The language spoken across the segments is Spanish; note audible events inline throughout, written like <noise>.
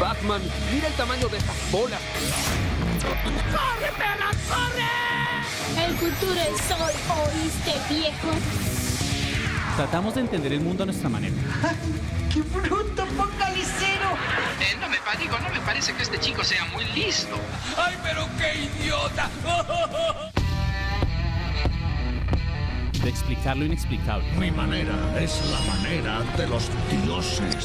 Batman, mira el tamaño de estas bolas. ¡Corre, perra, corre! El futuro es hoy, ¿oíste, viejo? Tratamos de entender el mundo a <laughs> nuestra manera. ¡Qué bruto focalicero! Eh, no me digo, no me parece que este chico sea muy listo. ¡Ay, pero qué idiota! <laughs> de explicar lo inexplicable. Mi manera es la manera de los dioses.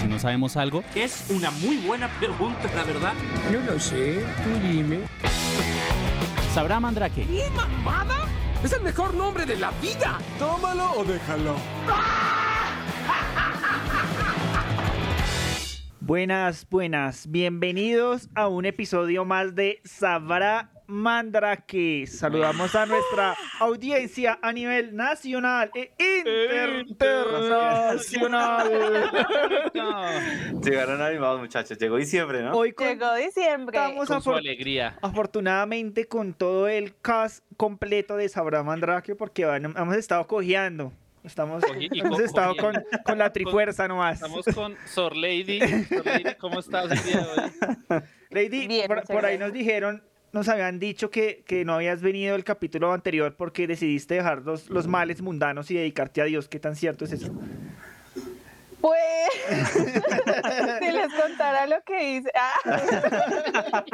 si no sabemos algo? Es una muy buena pregunta, la verdad. No lo sé, tú dime. ¿Sabrá Mandrake? ¿Qué mamada? ¡Es el mejor nombre de la vida! Tómalo o déjalo. Buenas, buenas. Bienvenidos a un episodio más de Sabrá Mandrake. Saludamos a nuestra audiencia a nivel nacional e internacional. Llegaron animados, muchachos. Llegó diciembre, ¿no? Hoy Llegó diciembre. Estamos con su alegría. Afortunadamente con todo el cast completo de Sabrá Mandrake porque bueno, hemos estado cojeando. Estamos, Cogiendo, hemos estado con, cogiendo. con la trifuerza nomás. Estamos con Sor Lady. Sor Lady, ¿cómo estás el día de hoy? Lady, Bien, por, muchas por ahí gracias. nos dijeron, nos habían dicho que, que no habías venido el capítulo anterior porque decidiste dejar los, los males mundanos y dedicarte a Dios. ¿Qué tan cierto es eso? Pues, <laughs> si les contara lo que hice. <laughs>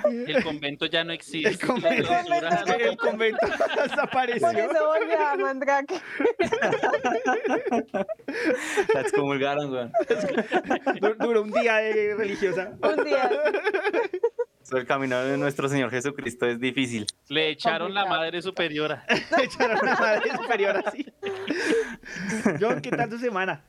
Ah, El convento ya no existe. El convento, La clausura convento ya no- el convento desapareció. por eso volví a Mandrake. La excomulgaron, weón. Du- Duró un día de religiosa. <laughs> Un día. El camino de nuestro Señor Jesucristo es difícil. Le echaron la madre superiora. Le echaron una madre superior así. John, ¿qué tal tu semana?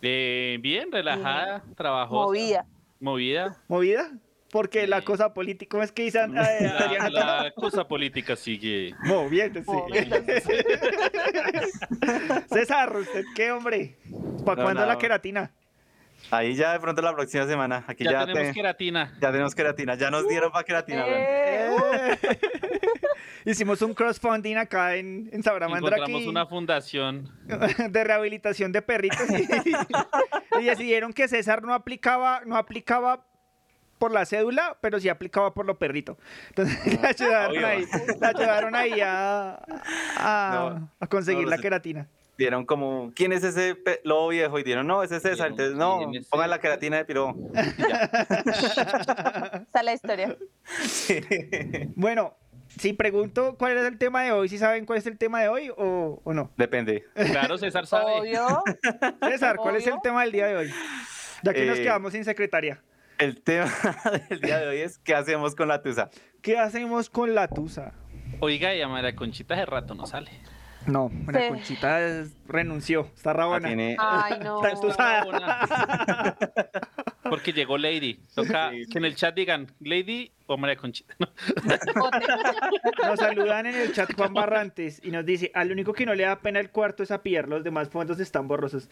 Eh, bien, relajada, trabajosa. Movía. Movida. ¿Movida? Porque la cosa política, ¿cómo es que dicen? Eh, Adriana, La, la cosa política sigue. Moviéndose. <laughs> César, ¿usted qué hombre? ¿Para No, cuándo nada. la queratina? Ahí ya de pronto la próxima semana. Aquí ya, tenemos queratina. Ya tenemos queratina. Ya nos dieron para queratina, weón. Eh, <laughs> Hicimos un crowdfunding acá en, en Sabramandra Encontramos una fundación. <laughs> de rehabilitación de perritos y, <laughs> y decidieron que César no aplicaba, no aplicaba por la cédula, pero sí aplicaba por lo perrito. Entonces <laughs> la ayudaron Ah, obvio. ahí, la ayudaron ahí a, a- No, a conseguir no, la sí. queratina. Dieron como, ¿quién es ese pe- lobo viejo? Y dieron, no, ese es César. Entonces, no, ¿quién es pongan la queratina de piro. está la <laughs> historia. Bueno, si pregunto cuál es el tema de hoy, si saben cuál es el tema de hoy o, o no. Depende. Claro, César sabe. Obvio. César, ¿cuál es el Obvio. tema del día de hoy? Ya que nos Eh, quedamos sin secretaria. El tema del día de hoy es ¿qué hacemos con la tusa? ¿Qué hacemos con la tusa? Oiga, y a María Conchita hace rato no sale. No, la Sí. Conchita es- renunció, está rabona. Tiene- Ay, <laughs> no. Está entusada. <laughs> Porque llegó Lady. Toca que en el chat digan Lady o María Conchita. No, Nos saludan en el chat Juan Barrantes y nos dice, al único que no le da pena el cuarto es a Pierre, los demás fondos están borrosos.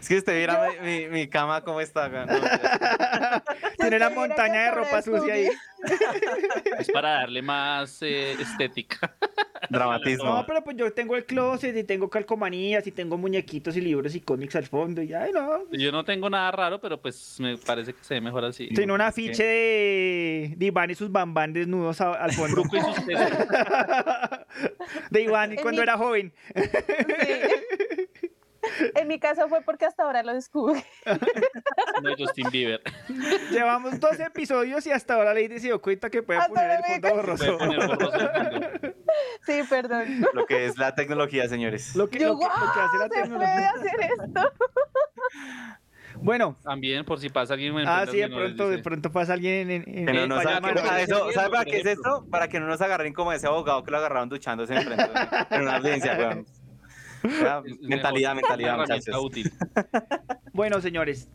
Es que usted viera mi, mi- mi cama cómo está. weón. No, ya. Tiene la tuviera montaña que de ropa poner sucia ahí. Scooby. Es para darle más eh, estética. <laughs> Dramatismo. No, pero pues yo tengo el closet y tengo calcomanías y tengo muñequitos y libros y cómics al fondo y ay no. Yo no tengo nada raro, pero pues me parece que se ve mejor así. Tiene un afiche de, de Iván y sus bambán desnudos a- al fondo. Fruco y sus tesos. De Iván y En cuando mi- era joven. Sí. En mi caso fue porque hasta ahora lo descubrí. <laughs> No, Justin Bieber. Llevamos dos episodios y hasta ahora Lady se dio cuenta que puede Hasta poner el ahora me Puede fondo borroso. poner borroso <laughs> el fondo. Sí, perdón. Lo que es la tecnología, señores. Lo que, Yo, lo que- lo que hace la "Guau, se puede tecnología. hacer <laughs> esto. Bueno, También, por si pasa alguien. ah, sí, de que no les pronto, de dice. pronto pasa alguien en, en, Que no en nos Falla saquen- Mano. ah, eso, ¿Sabe para por qué es ejemplo. esto? Para que no nos agarren como ese abogado que lo agarraron duchándose enfrente de una- en una <laughs> audiencia, weón. O sea, Es- es Mentalidad, mejor. mentalidad, Una herramienta muchachos. útil. Bueno, señores,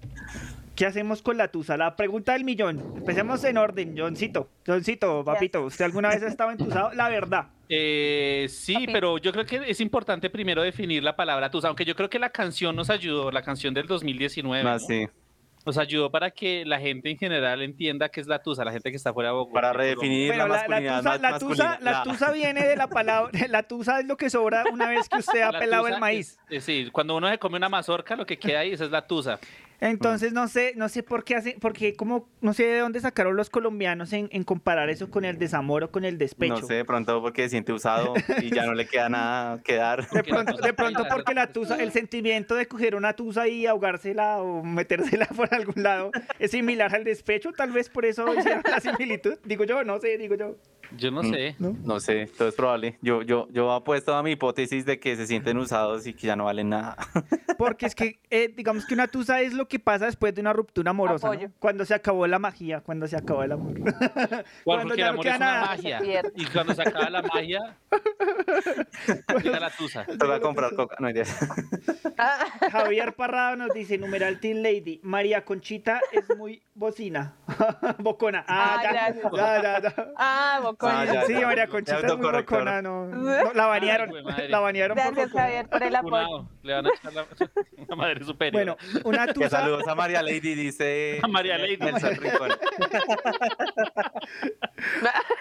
¿Qué hacemos con la tusa? La pregunta del millón. Empecemos en orden, Johncito. Johncito, papito, ¿usted alguna vez ha estado entusado? La verdad. Eh, sí, pero yo creo que es importante primero definir la palabra tusa, aunque yo creo que la canción nos ayudó, la canción del 2019. Ah, ¿no? sí. Nos ayudó para que la gente en general entienda qué es la tusa, la gente que está fuera de Bogotá. Para Colombia. redefinir Bueno, la, la masculinidad, tusa, ma- la, tusa, masculina- la tusa viene de la palabra. La tusa es lo que sobra una vez que usted ha La pelado tusa el maíz. es- es- sí, cuando uno se come una mazorca, lo que queda ahí esa es la tusa. Entonces no sé, no sé por qué hacen, porque como no sé de dónde sacaron los colombianos en, en comparar eso con el desamor o con el despecho. No sé, de pronto porque se siente usado y ya no le <laughs> queda nada que dar. De pronto, de pronto porque la tusa, el sentimiento de coger una tusa y ahogársela o metérsela <laughs> por algún lado es similar al despecho, tal vez por eso hicieron la similitud. Digo yo, no sé, digo yo. Yo no sé. No, sé, todo es probable. Yo, yo, yo apuesto a mi hipótesis de que se sienten usados y que ya no valen <laughs> nada. Porque es que, eh, digamos que una tusa es lo que pasa después de una ruptura amorosa, ¿no? Apoyo. cuando se acabó la magia, cuando se acabó el amor. Juan, Cuando porque ya el no amor queda es una nada. magia. Se pierde. Y cuando se acaba la <laughs> magia, llega la tusa. Toca comprar coca. No, idea. <laughs> Ah, Javier Parrado nos dice, numeral Teen Lady, María Conchita es muy bocina. <laughs> Bocona. Ah, Ah, ya, gracias. ya, ya, ya. Ah, Ah, ya, Bocoño. Sí, ya. María Conchita es muy Autocorrector. bocona, no. no, la banearon, Ay, madre. la banearon por Gracias, bocona. Javier, por el apoyo. Funado. Le van a echar la, la madre superior. Bueno, una Que tusa, saludos a María Lady, dice A María Lady. Nelson Rincón.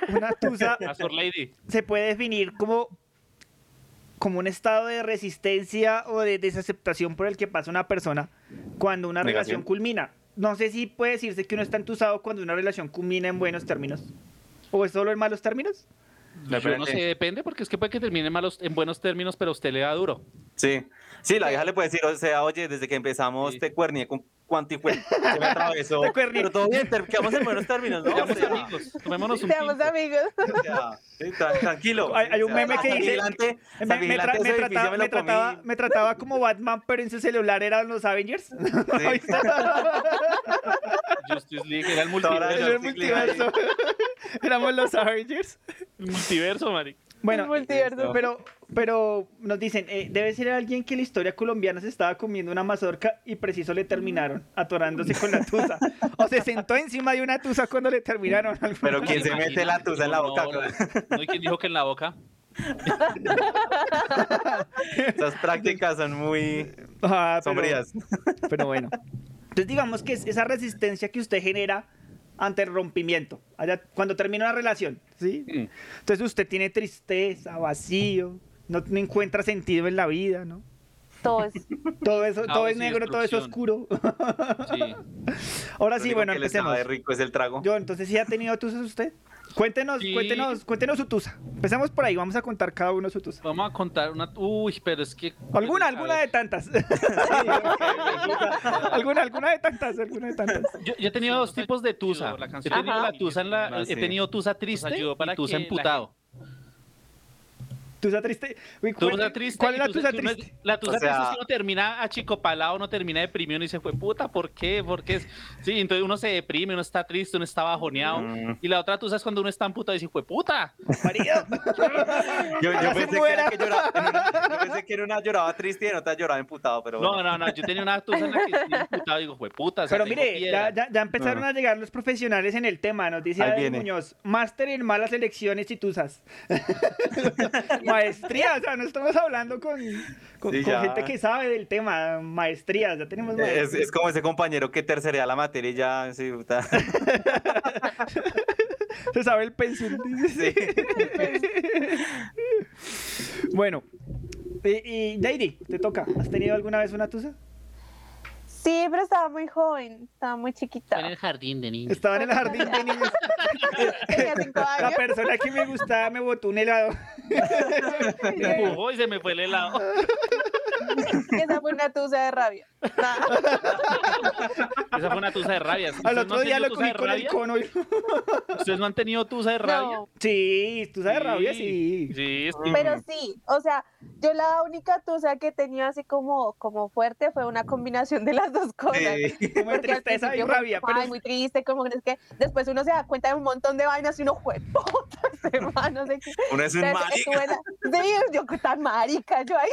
una <laughs> tusa a Sor Lady. se puede definir como, como un estado de resistencia o de desaceptación por el que pasa una persona cuando una Negación. relación culmina. No sé si puede decirse que uno está entusado cuando una relación culmina en buenos términos. ¿O es solo en malos términos? Pues Yo no sé, depende, porque es que puede que termine en malos, en buenos términos, pero a usted le da duro. Sí, sí, la vieja le puede decir, o sea, oye, desde que empezamos Sí. te cuernié con cuánto y fue, se me atravesó. <laughs> Te cuernié. Pero todo bien, ter- quedamos en buenos términos, ¿no? O Seamos sea, amigos, tomémonos un Seamos tinto. amigos. o sea, sí, tra- tranquilo. Hay- hay un meme que dice- Vigilante, al Me, me tra- vigilante ese me edificio trataba, me lo me comí. trataba- <laughs> me trataba como Batman, pero en su celular eran los Avengers. <laughs> Sí. <laughs> Justice League era el Ahora Era el multiverso. yo- multiverso. <laughs> Éramos los Avengers. El multiverso, Mari. <laughs> Bueno, Pues multiverso. pero, pero nos dicen, eh, debe ser alguien que en la historia colombiana se estaba comiendo una mazorca y preciso le terminaron atorándose con la tusa. O se sentó encima de una tusa cuando le terminaron. Pero quien se mete la tusa en la No, boca, no, No, ¿y quién dijo que en la boca? <laughs> esas prácticas son muy <laughs> Ah, pero- <laughs> sombrías. Pero bueno. Entonces digamos que es esa resistencia que usted genera ante el rompimiento, allá- cuando termina una relación, ¿sí? Mm. Entonces usted tiene tristeza, vacío, no, no encuentra sentido en la vida, ¿no? Todo es Todo eso, todo Caos es y negro, todo es oscuro. Sí. <laughs> Ahora Lo sí, único bueno, que le sabe empecemos. rico es el trago. Yo, entonces sí ha tenido tusas usted. Cuéntenos, Sí. cuéntenos, cuéntenos su tusa. Empecemos por ahí, vamos a contar cada uno su tusa. Vamos a contar una. Uy, pero es que. Alguna, A alguna de ver. <laughs> tantas. alguna, alguna de tantas, alguna de tantas. Yo, yo he tenido dos tipos de tusa. la He canción. tenido Ajá. la tusa en la, Ah, sí. he tenido tusa triste Nos ayudó para y tusa que la emputado. Tusa triste. Uy, cuente- Tusa triste. ¿Cuál es la y tusa que uno- triste? la tusa O sea- triste es que uno termina achicopalado, uno termina deprimido y se fue puta, ¿por qué? ¿Por qué? Sí, entonces uno se deprime, uno está triste, uno está bajoneado. Mm. Y la otra tusa es cuando uno está emputado y dice, fue puta. Yo, yo Ojalá se pensé que muera. era que lloraba, en una- <laughs> yo pensé que era una lloraba triste y en otra lloraba emputado, pero bueno. No, no, no, yo tenía una tusa en la que estoy emputado y digo, fue puta. o sea, Pero tengo mire, ya, piedra". ya- ya empezaron Ajá. a llegar los profesionales en el tema, nos dice Ahí David viene. Muñoz, máster en malas elecciones y tusas. <laughs> maestría, o sea, no estamos hablando con, con- Sí, con ya. gente que sabe del tema, maestrías, ya tenemos Eh, maestrías. Es, es como ese compañero que tercerea la materia y ya, sí, puta. Se sabe el pensum. Sí. <laughs> bueno, y, y Deidi, te toca, ¿has tenido alguna vez una tusa? Sí, pero estaba muy joven, estaba muy chiquita. En el jardín de niños. Estaban en el jardín de niños. <laughs> Tenía cinco <laughs> La <laughs> años. persona que me gustaba me botó un helado. Me empujó y se me fue el helado. Y esa fue una tusa <laughs> de rabia. Esa fue una tusa de rabia. ¿Ustedes <laughs> Al no otro han día tenido lo tusa de cogí con el rabia? cono. y- ¿Ustedes no han tenido tusa de rabia? No, Sí, tú sabes rabia, sí. Sí, sí. <laughs> pero sí, o sea, yo la única tusa que tenía así como, como fuerte fue una combinación de las dos cosas. Sí. Como de Porque al tristeza y principio fue rabia. como, Pero <laughs> "Ay, muy triste, como que es que después uno se da cuenta de un montón de vainas y uno juega. tema, no sé qué. Uno es un Entonces, marica. estuve la- Sí, yo tan marica, yo ahí.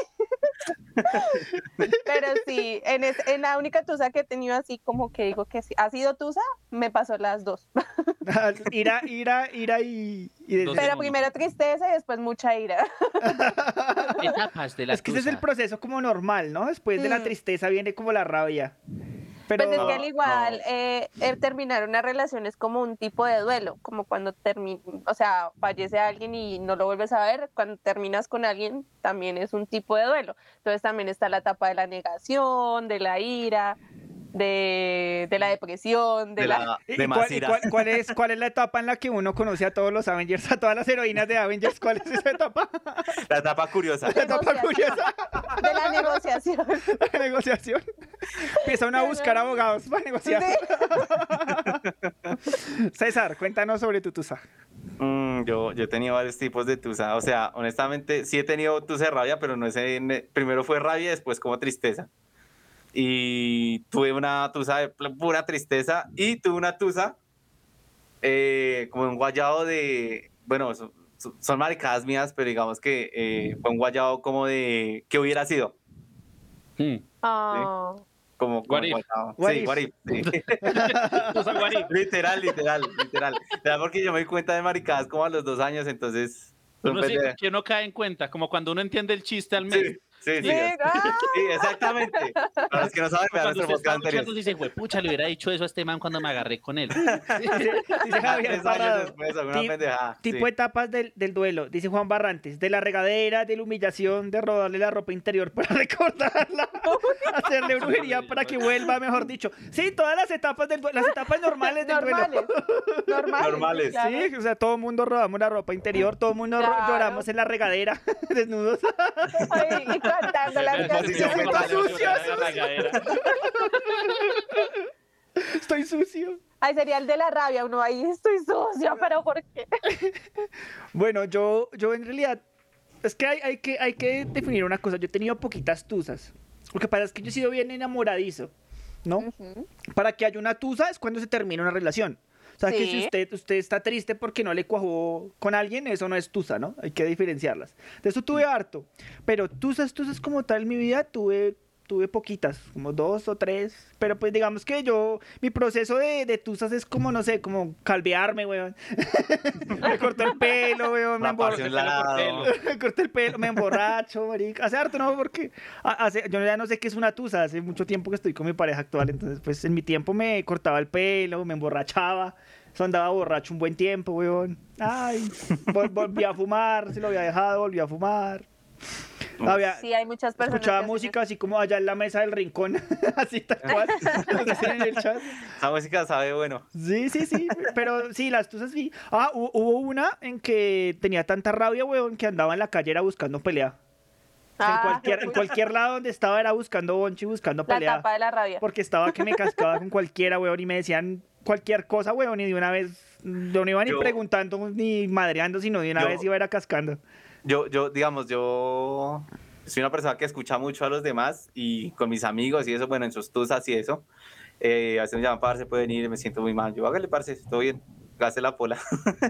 Pero sí, en, es- en la única tusa que he tenido así como que digo que sí, ha sido tusa, me pasó las dos. <laughs> ira, ira, ira y... y- Pero primero tristeza y después mucha ira. Etapas Ah, de la Es que ese es el tusa. proceso como normal, ¿no? Después de la Mm. tristeza viene como la rabia. Pero... pues es que al igual eh, el terminar una relación es como un tipo de duelo, como cuando termina, o sea, fallece alguien y no lo vuelves a ver, cuando terminas con alguien también es un tipo de duelo. Entonces también está la etapa de la negación, de la ira, de, de la depresión, de, la... ¿Y cuál- y cuál, cuál es, ¿Cuál es la etapa en la que uno conoce a todos los Avengers, a todas las heroínas de Avengers? ¿Cuál es esa etapa? La etapa curiosa. <laughs> La etapa curiosa. de la negociación. La negociación. Empieza uno a buscar abogados para negociar. César, cuéntanos sobre tu tusa. Mm, yo, yo he tenido varios tipos de tusa. O sea, honestamente, sí he tenido tusa de rabia, pero no sé. en- Primero fue rabia, después como tristeza. Y tuve una tusa de pl- pura tristeza y tuve una tusa eh, como un guayado de. Bueno, son, son- son maricadas mías, pero digamos que eh, fue un guayado como de. ¿Qué hubiera sido? Ah. Como, como What if. guayabo. What sí, if. what if, <laughs> sí. literal, literal, literal. O sea, porque yo me di cuenta de maricadas como a los dos años, entonces. Uno sí, súper- que uno cae en cuenta, como cuando uno entiende el chiste al mes. Sí, sí, sí, exactamente. Para los que no saben, vean nuestro Cuando usted está podcast anterior. luchando, dice, pucha, le hubiera dicho eso a este man cuando me agarré con él. <laughs> Dice Javier Tres años Parado. después, alguna Ti- pendejada, Tipo pues. sí. etapas del, del duelo. Dice Juan Barrantes. De la regadera, de la humillación, de rodarle la ropa interior para <laughs> recordarla. hacerle brujería para que vuelva, mejor dicho. Sí, todas las etapas del duelo. Las etapas normales del duelo. Normales. Normales. claro. Sí, o sea, todo el mundo rodamos la ropa interior, todo el mundo ro- Claro. lloramos en la regadera, <laughs> desnudos. Ay, y contando las Como si se cosas. sienta sucio, Estoy sucio. Ay, sería el de la rabia, uno ahí, estoy sucio, pero ¿por qué? Bueno, yo, yo en realidad, es que hay, hay que hay que definir una cosa. Yo he tenido poquitas tusas. Lo que pasa es que yo he sido bien enamoradizo, ¿no? Para que haya una tusa es cuando se termina una relación. O sea, que Sí. si usted, usted está triste porque no le cuajó con alguien, eso no es tusa, ¿no? Hay que diferenciarlas. De eso tuve harto. Pero tusas, tusas como tal en mi vida, tuve, tuve poquitas, como dos o tres. Pero pues digamos que yo, mi proceso de, de tusas es como, no sé, como calvearme, weón. me cortó el pelo, weón. Me, La embor- pasión la ha dado. me corté el pelo, <laughs> me emborracho, marica. Hace harto, ¿no? Porque a- hace- yo ya no sé qué es una tusa. Hace mucho tiempo que estoy con mi pareja actual. Entonces, pues en mi tiempo me cortaba el pelo, me emborrachaba. Eso andaba borracho un buen tiempo, weón. Ay, vol- volví a fumar, se lo había dejado, volví a fumar. Había- Sí, hay muchas personas. escuchaba que- música así como allá en la mesa del rincón, <laughs> así tal cual. Lo que dicen en el chat. Esa música sabe bueno. Sí, sí, sí, pero sí, las tusas sí. Ah, hu- hubo una en que tenía tanta rabia, weón, que andaba en la calle era buscando pelea. O sea, en, Ah, cualquier, en <laughs> cualquier lado donde estaba era buscando bonchi, buscando La pelea. tapa de la rabia. Porque estaba que me cascaba con cualquiera, weón, y me decían cualquier cosa, weón, y de una vez, yo no iba ni Yo- preguntando ni madreando, sino de una Yo- vez iba a ir a cascando. Yo, yo, digamos, yo soy una persona que escucha mucho a los demás y con mis amigos y eso, bueno, en sus tusas y eso. Eh, a veces me llaman, parce, pueden ir, me siento muy mal. Yo, hágale, parce, todo bien, gaste la pola. <laughs>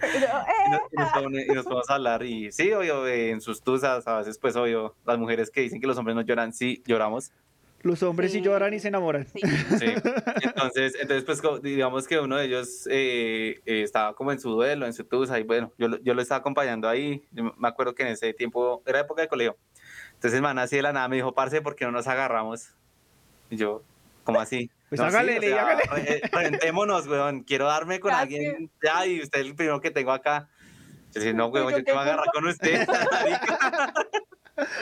"Eh, y, nos, y nos pone- y nos podemos hablar. Y sí, obvio, eh, en sus tusas, a veces, pues, obvio, las mujeres que dicen que los hombres no lloran, sí, lloramos. Los hombres sí lloran y se enamoran. <laughs> Sí. Entonces, entonces pues como- digamos que uno de ellos eh, eh, estaba como en su duelo, en su tusa, y bueno, yo, lo- yo lo estaba acompañando ahí. Yo me- me acuerdo que en ese tiempo era época de colegio. Entonces el man así de la nada me dijo, parce, ¿por qué no nos agarramos? Y yo, ¿cómo así? Pues "No, sí, hágale, Ley, hágale". re- <laughs> eh, Rentémonos, weón. Quiero darme con Casi. alguien ya y usted es el primero que tengo acá. Yo dije, no, Pues, weón, ¿yo yo te voy a qué agarrar culpa? con usted. <laughs> <laughs>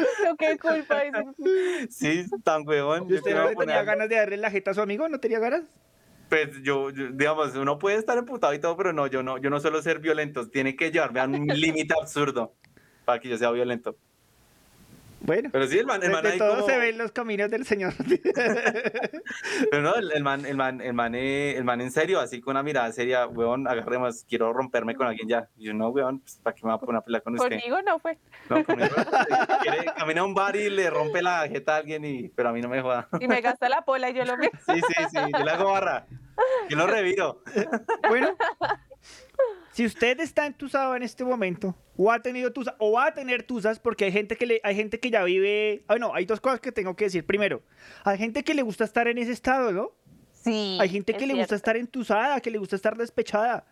<laughs> Yo qué culpa. dicen. sí, tan weón. ¿Y Yo te usted voy no a le poner tenía a- ganas de darle la jeta a su amigo? ¿No tenía ganas? Pues yo, yo- digamos, uno puede estar emputado y todo, pero no, yo no, yo no suelo ser violento. Tiene que llevarme a <laughs> un límite absurdo para que yo sea violento. Bueno. Pero sí, el man, el De- man de ahí todo como- se ven los caminos del Señor. Pero no, el, el man, el man, el man, eh, el man en serio, así con una mirada seria, weón, agarremos, quiero romperme con alguien ya. Y yo no, weón, pues, ¿para qué me va a poner a pelear con usted? Conmigo no fue. No, conmigo. <laughs> Quiere- camina a un bar y le rompe la jeta a alguien, y, pero a mí no me joda. <laughs> Y me gasta la pola y yo lo vi. <laughs> Sí, sí, sí, yo le hago barra. Yo lo reviro. Bueno, Si usted está entusado en este momento, o ha tenido tusa, o va a tener tusas, porque hay gente que le, hay gente que ya vive. Ah, no, hay dos cosas que tengo que decir. Primero, hay gente que le gusta estar en ese estado, ¿no? Sí. Hay gente que le gusta estar entusada, que le gusta estar despechada.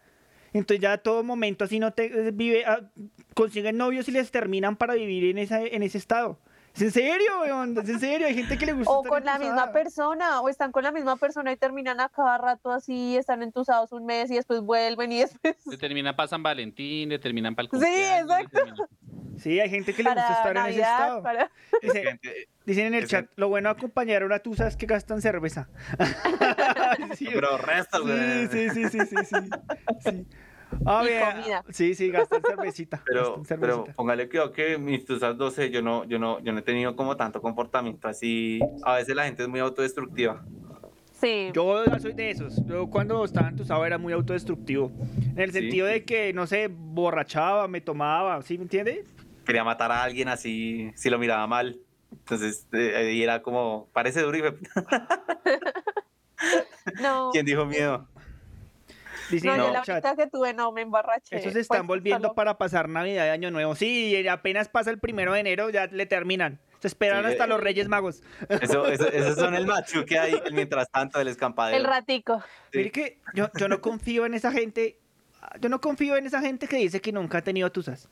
Entonces ya a todo momento así no te vive, ah, consiguen novios y les terminan para vivir en esa, en ese estado. ¿Es en serio, weón? ¿Es en serio? Hay gente que le gusta O estar con la entusada. misma persona, o están con la misma persona y terminan a cada rato así, están entusados un mes y después vuelven y <laughs> después. Le terminan para San Valentín, le terminan para el Sí, exacto. Sí, hay gente que le gusta estar en ese estado. para- <laughs> Dice- dicen en el chat, lo bueno de acompañar a una tusa es que <laughs> gastan cerveza. No, pero resta, Sí, güey. sí, sí, sí, sí, sí. Sí. Ah, Y bien. comida. Sí, sí, gastan cervecita. Pero, gastan pero cervecita. póngale cuidado que mis tusas 12, yo no, yo no, yo no he tenido como tanto comportamiento así. A veces la gente es muy autodestructiva. Sí. Yo ya soy de esos. Yo cuando estaba entusado era muy autodestructivo. En el Sí. sentido de que, no sé, borrachaba, me tomaba, ¿sí me entiende? Quería matar a alguien así, si lo miraba mal. Entonces, eh, ahí era como, parece duro y fue- <laughs> No, ¿Quién dijo miedo? Dicen no, en yo el la chat. única que tuve no me emborraché. Esos se están Pues, volviendo solo- para pasar Navidad y Año Nuevo. Sí, y apenas pasa el primero de enero, ya le terminan. Se esperaron Sí, hasta eh. los Reyes Magos. Eso, eso, esos son el machu que hay el mientras tanto del escampadero. El ratico. Sí. Mire que yo, yo no confío en esa gente. Yo no confío en esa gente que dice que nunca ha tenido tusas.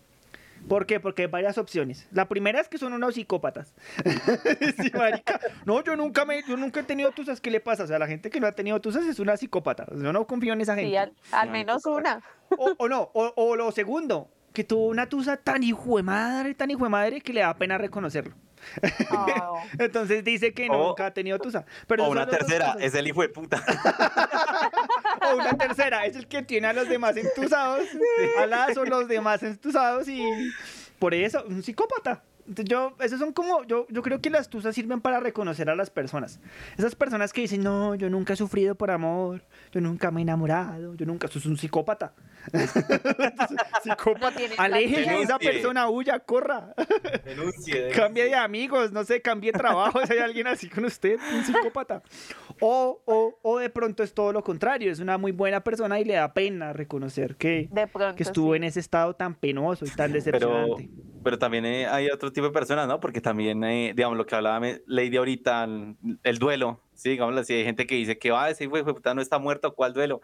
¿Por qué? Porque hay varias opciones. La primera es que son unos psicópatas. <laughs> Sí, marica. No, yo nunca me, yo nunca he tenido tusas. ¿Qué le pasa? O sea, la gente que no ha tenido tusas es una psicópata. Yo no confío en esa gente. Sí, al, al menos una. O, o no, o, o lo segundo, que tuvo una tusa tan hijo de madre, tan hijo de madre que le da pena reconocerlo. <laughs> Oh. Entonces dice que O- nunca ha tenido tusa. Pero o esas una son las dos tercera, cosas. es el hijo de puta. <laughs> O una tercera, es el que tiene a los demás entusados. Alas son los demás entusados y por eso, un psicópata. Entonces, Yo, esos son como, yo, yo creo que las tusas sirven para reconocer a las personas. Esas personas que dicen, no, yo nunca he sufrido por amor, yo nunca me he enamorado, yo nunca, eso es un psicópata. No psicópata. tiene Aléjese de empatía. esa Denuncie. persona, huya, corra. Denuncie, denuncie. Cambie de amigos, no sé, cambie de trabajo. <laughs> Si hay alguien así con usted, un psicópata. O, o, o de pronto es todo lo contrario, es una muy buena persona y le da pena reconocer que, De pronto. que estuvo sí. en ese estado tan penoso y pero, tan decepcionante. pero también eh, hay otro tipo de personas, ¿no? Porque también, eh, digamos, lo que hablaba me- Lady ahorita, el, el duelo, ¿sí? Digámoslo así, hay gente que dice que va a decir, güey, puta, no está muerto, ¿cuál duelo?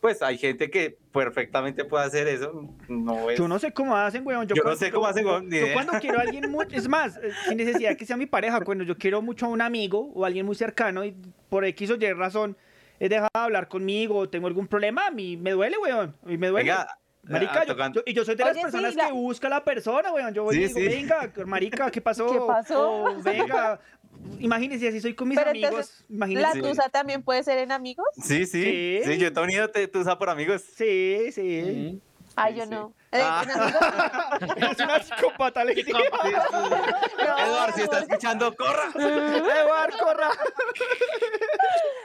Pues hay gente que perfectamente puede hacer eso, no es... Yo no sé cómo hacen, weón. Yo no cuando- sé cómo hacen, weón, ni Yo idea. cuando quiero a alguien mucho, es más, eh, sin necesidad que sea mi pareja, cuando yo quiero mucho a un amigo o a alguien muy cercano y por X o Y razón he dejado de hablar conmigo o tengo algún problema, a mí me duele, weón. A mí me duele. Venga, Eh, Marica, ah, yo- tocando- yo- y yo soy de las Oye, sí, personas la- que busca a la persona, weón. Yo voy y Sí, digo, sí. venga, marica, <laughs> ¿qué pasó? ¿Qué pasó? O, venga, imagínense, así soy con mis Pero amigos. entonces, La imagínense. tusa también puede ser en amigos. Sí, sí, Sí. sí, yo te he unido, te, tú sabes por amigos. Sí, sí. Mm. Ay, Sí, yo sí. no. Eh, Ah. en <laughs> amigos. es una psicópata, le digo. <laughs> <laughs> Sí, <laughs> sí. No, Eduard, si está amor. escuchando, corra. Eduard, corra.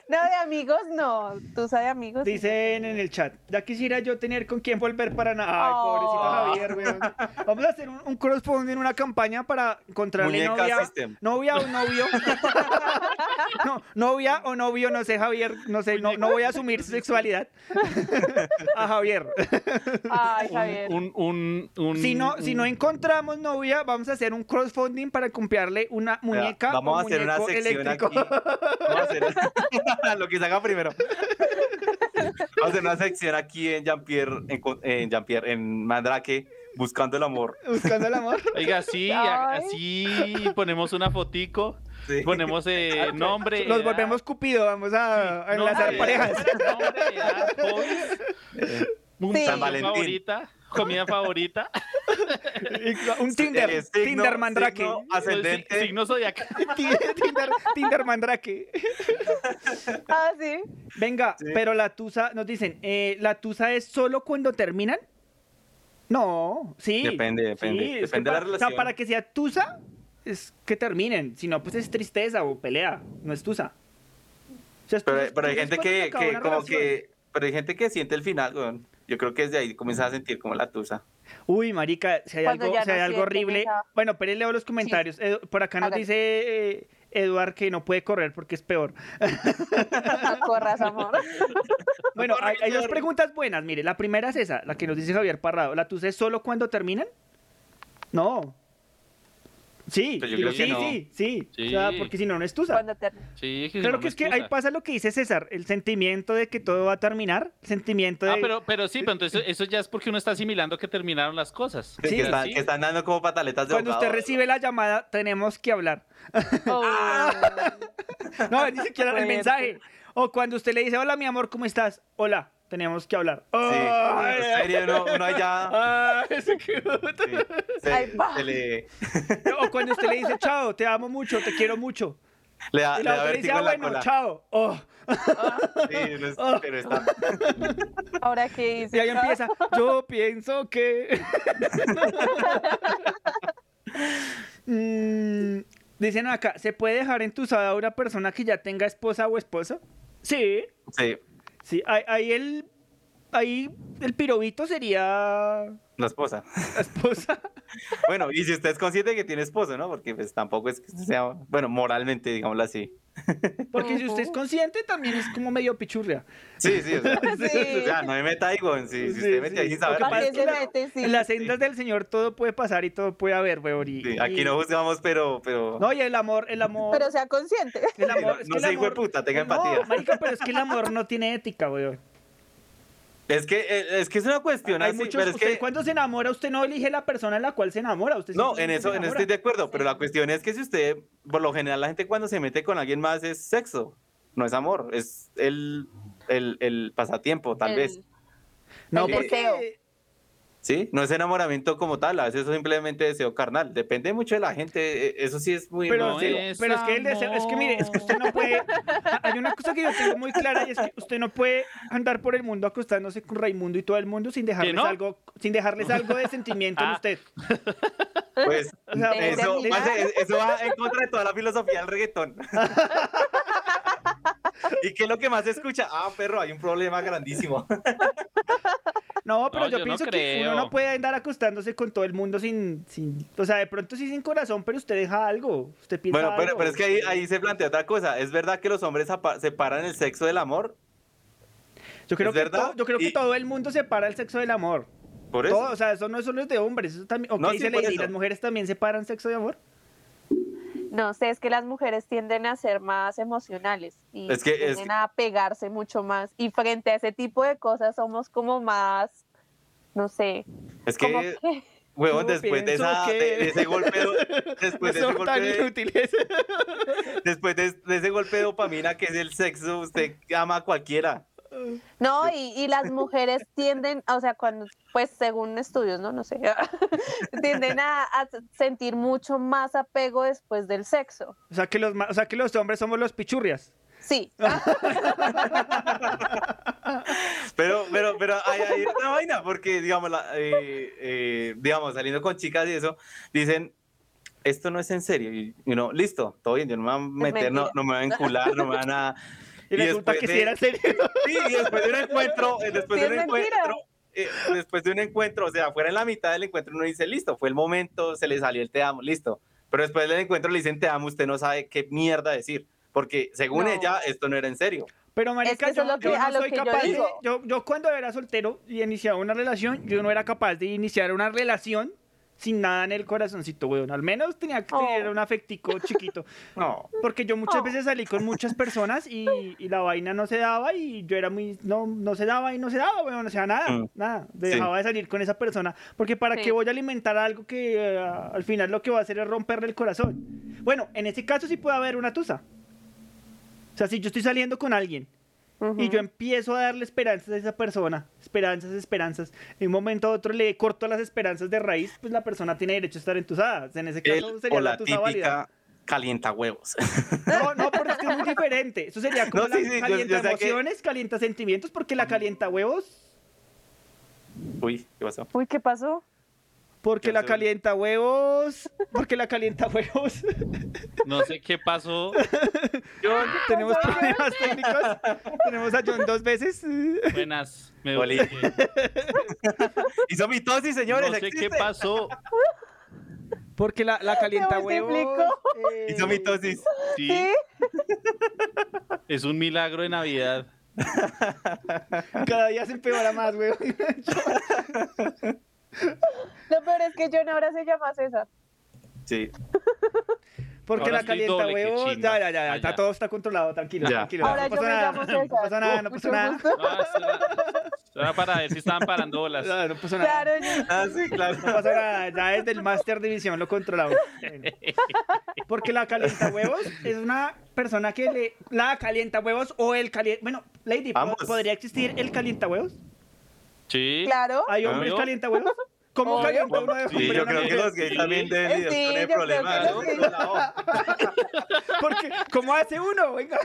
No, de amigos no. Tusa de amigos. sí. Dicen en el chat, ya quisiera yo tener con quién volver para nada. Ay, Oh. pobrecito Javier, weón. Vamos a hacer un, un crowdfunding, una campaña para encontrarle Muñeca novia, System. novia o novio. <laughs> no, novia o novio, no sé, Javier, no sé, no, no voy a asumir sexualidad. <laughs> a Javier. Ay, Javier. Un, un, un, Si no, si no encontramos novia, vamos a hacer un crowdfunding para comprarle una Vea, muñeca Vamos o a hacer una muñeco sección eléctrico. aquí. Vamos a hacer <laughs> lo que se haga primero. Vamos a hacer una sección aquí en Jean-Pierre, en, co- en Jean-Pierre, en Mandrake, buscando el amor. <laughs> Buscando el amor. <laughs> Oiga, sí, a- así ponemos una fotico, Sí. <laughs> ponemos eh, nombre. Los edad, volvemos cupido, vamos a a enlazar nombre, parejas. <laughs> Nombre, edad, hobbies, un Sí. San San Valentín. favorita, comida favorita, <laughs> Un Tinder, Eh, signo- Tinder Mandrake. signo Ascendente. <laughs> ascendente. signo zodiacal. <laughs> Tinder, Tinder Mandrake. Ah, <laughs> sí. Venga, Sí. pero la tusa, nos dicen, eh, ¿la tusa es solo cuando terminan? No, sí. Depende, depende, Sí, es que depende de la pa- O sea, relación. para que sea tusa, es que terminen. Si no, pues es tristeza o pelea, no es tusa. O sea, es tusa- Pero, pero hay tusa es gente cuando se que, acaba que una como relación. que, pero hay gente que siente el final, weón. Yo creo que desde ahí comienza a sentir como la tusa. Uy, marica, si hay Cuando algo, ya si hay no algo sienten horrible. esa- Bueno, pero leo los comentarios. Eh, por acá nos Hágale. dice eh, Eduard que no puede correr porque es peor. No corras, amor. <laughs> Bueno, hay, hay dos preguntas buenas. Mire, la primera es esa, la que nos dice Javier Parrado. ¿La tusa es solo cuando terminan? No. Sí, Pues yo digo, creo que sí, no. sí, sí, Sí. O sea, porque si no, no es tusa. Sí, es que si Claro no, que no es que excusa. ahí pasa lo que dice César, el sentimiento de que todo va a terminar, el sentimiento de... Ah, pero, pero sí, pero entonces eso ya es porque uno está asimilando que terminaron las cosas. Sí, que, están, que están dando como pataletas de Cuando usted ahogado. recibe la llamada, tenemos que hablar. Oh. no, <laughs> ni siquiera el Fuerte. mensaje. O cuando usted le dice, hola, mi amor, ¿cómo estás? Hola, tenemos que hablar. Sí, Ay, en serio, no, uno allá ay, ese <laughs> que- se, Ay, va. se le, O cuando usted le dice, chao, te amo mucho, te quiero mucho. le da, le y la da otra le dice, vértigo ah, en la bueno, cola. chao. Oh. Sí, no es- <laughs> Oh. pero está- Ahora qué dice. Y ahí empieza, yo pienso que... <laughs> Mm, dicen acá, ¿se puede dejar entusada a una persona que ya tenga esposa o esposo? Sí. sí, Sí, ahí, ahí el... Ahí el pirobito sería... la esposa. esposa. Bueno, y si usted es consciente que tiene esposo, ¿no? Porque pues tampoco es que sea, bueno, moralmente, digámoslo así. Porque si usted es consciente, también es como medio pichurria. Sí, sí, o <laughs> sea, <laughs> Sí. o sea, no me meta ahí, weón. Si, si usted mete ahí sin saber, Lo que pasa pues, es que la- En las sendas del Señor todo puede pasar y todo puede haber, weón. y- sí, aquí y- no juzgamos, pero, pero No, y el amor, el amor... Pero sea consciente. <laughs> El amor, no, es no que el se hijo de amor- puta, tenga No, empatía. marica, <laughs> pero es que el amor no tiene ética, weón. Es que, eh, es que es una cuestión Hay así, muchos, pero es usted que cuando se enamora, usted no elige la persona en la cual se enamora. Usted No, en simplemente eso, se en eso enamora. estoy de acuerdo, pero la cuestión es que si usted, por lo general, la gente cuando se mete con alguien más es sexo, no es amor, es el, el, el pasatiempo, tal El- vez. No, Sí. Deseo. Sí, no es enenamoramiento como tal, a veces es simplemente deseo carnal, depende mucho de la gente, eh, eso sí es muy... Pero, no, sí, <laughs> eh, pero es que el deseo, es que mire, es que usted no puede. a- Hay una cosa que yo tengo muy clara y es que usted no puede andar por el mundo acostándose con Raimundo y todo el mundo sin dejarles no? algo, sin dejarles algo <laughs> de sentimiento en Ah. usted. pues, O sea, eso, de- parce, es- eso va en contra de toda la filosofía del <laughs> reggaetón. ¿Y qué es lo que más se escucha? Ah, perro, hay un problema <laughs> grandísimo. No, pero No, yo, yo no pienso que uno creo. no puede andar acostándose con todo el mundo sin, sin, o sea, de pronto sí sin corazón, pero usted deja algo, usted piensa Bueno, pero, algo. pero es que ahí, ahí se plantea otra cosa. ¿Es verdad que los hombres apa- separan el sexo del amor? Yo creo, ¿Es que, verdad? todo, yo creo que Y- todo el mundo separa el sexo del amor. Por eso. Todo, o sea, eso no solo es de hombres, eso también. Ok, No, sí, dice por Lady, eso. ¿las mujeres también separan sexo <laughs> de amor? No sé, es que las mujeres tienden a ser más emocionales y Es que- es tienden que- a pegarse mucho más. Y frente a ese tipo de cosas somos como más, no sé, Es como que, que huevón, Yo después de, pienso esa, que- de- de ese golpe, <laughs> No después, de ese son tan golpe, inútiles. después de, de ese golpe de dopamina que es el sexo, usted ama a cualquiera. No, y, y las mujeres tienden, o sea, cuando, pues según estudios, ¿no? No sé, <laughs> tienden a, a sentir mucho más apego después del sexo. O sea, que los, ma- o sea, que los hombres somos los pichurrias. Sí, Pero, pero, pero hay, hay una vaina, porque, digamos, la- eh, eh, digamos, saliendo con chicas y eso, dicen, esto no es en serio. Y uno, listo, todo bien, yo no me voy a meter, no, mentira. no me voy a vincular, no me van a... Y, resulta después que de- si era serio. Sí, y después de un encuentro, eh, después Sí, de es un mentira. encuentro, eh, después de un encuentro, o sea, fuera en la mitad del encuentro, uno dice, listo, fue el momento, se le salió el te amo, listo. Pero después del encuentro le dicen te amo, usted no sabe qué mierda decir, porque según No. ella, esto no era en serio. Pero marica, eso es yo, lo que- yo a no lo soy que yo capaz de, digo. yo, yo cuando era soltero y iniciaba una relación, yo no era capaz de iniciar una relación sin nada en el corazoncito, weón. Al menos tenía que tener Oh. un afectico chiquito. No. Porque yo muchas Oh. veces salí con muchas personas y, y la vaina no se daba y yo era muy, no, no se daba y no se daba, bueno, o sea, nada, Mm. nada, Sí. dejaba de salir con esa persona, porque para Sí. qué voy a alimentar algo que eh, al final lo que va a hacer es romperle el corazón. Bueno, en este caso sí puede haber una tusa. O sea, si yo estoy saliendo con alguien Ujú. y yo empiezo a darle esperanzas a esa persona, esperanzas, esperanzas, en un momento a otro le corto las esperanzas de raíz, pues la persona tiene derecho a estar entusada. En ese Él caso sería o la tusa válida. típica calienta huevos. <laughs> No, no, pero es que es muy diferente. Eso sería como No, sí, la sí, yo- calienta yo sé que- emociones, calienta sentimientos, porque la calienta huevos, Uy, ¿qué pasó? uy, ¿qué pasó? porque Yo la sé. calienta huevos, porque la <laughs> calienta huevos. No sé qué pasó. Tenemos problemas técnicos. Tenemos a John dos veces. Buenas. Me Oli. duele. Hizo mitosis, señores. No sé qué existe. pasó. Porque la, la calienta eh, huevo. Hizo mitosis. Sí. Es un milagro de Navidad. Cada día se empeora más, weón. Lo peor es que John ahora se llama César. Sí. <laughs> Porque Ahora la estoy calienta doble que huevo. chino. Ya, ya, ya, ya, Ah, está- ya. todo está controlado, tranquilo. Ya. tranquilo. Ahora no yo pasa me nada, llamo no César. pasa nada, no pasa Mucho nada. gusto. Ah, Era para ver si estaban parando bolas. Ah, No, no pasa nada. Claro, yo- Ah, sí, claro. <laughs> No pasa nada, ya desde el Master División lo controlamos. Bueno. Porque la calienta huevos es una persona que le. La calienta huevos o el calienta. Bueno, Lady, ¿po- Ambos. ¿podría existir el calienta huevos? Sí. claro. ¿Hay hombres Obvio. calienta huevos? ¿Cómo Obvio. calienta uno de Sí, hombre yo una creo que mujer? los gays también deben lidiar Sí, con yo creo el que problema. los gays. ¿no? Porque, ¿cómo hace <laughs> uno? Venga.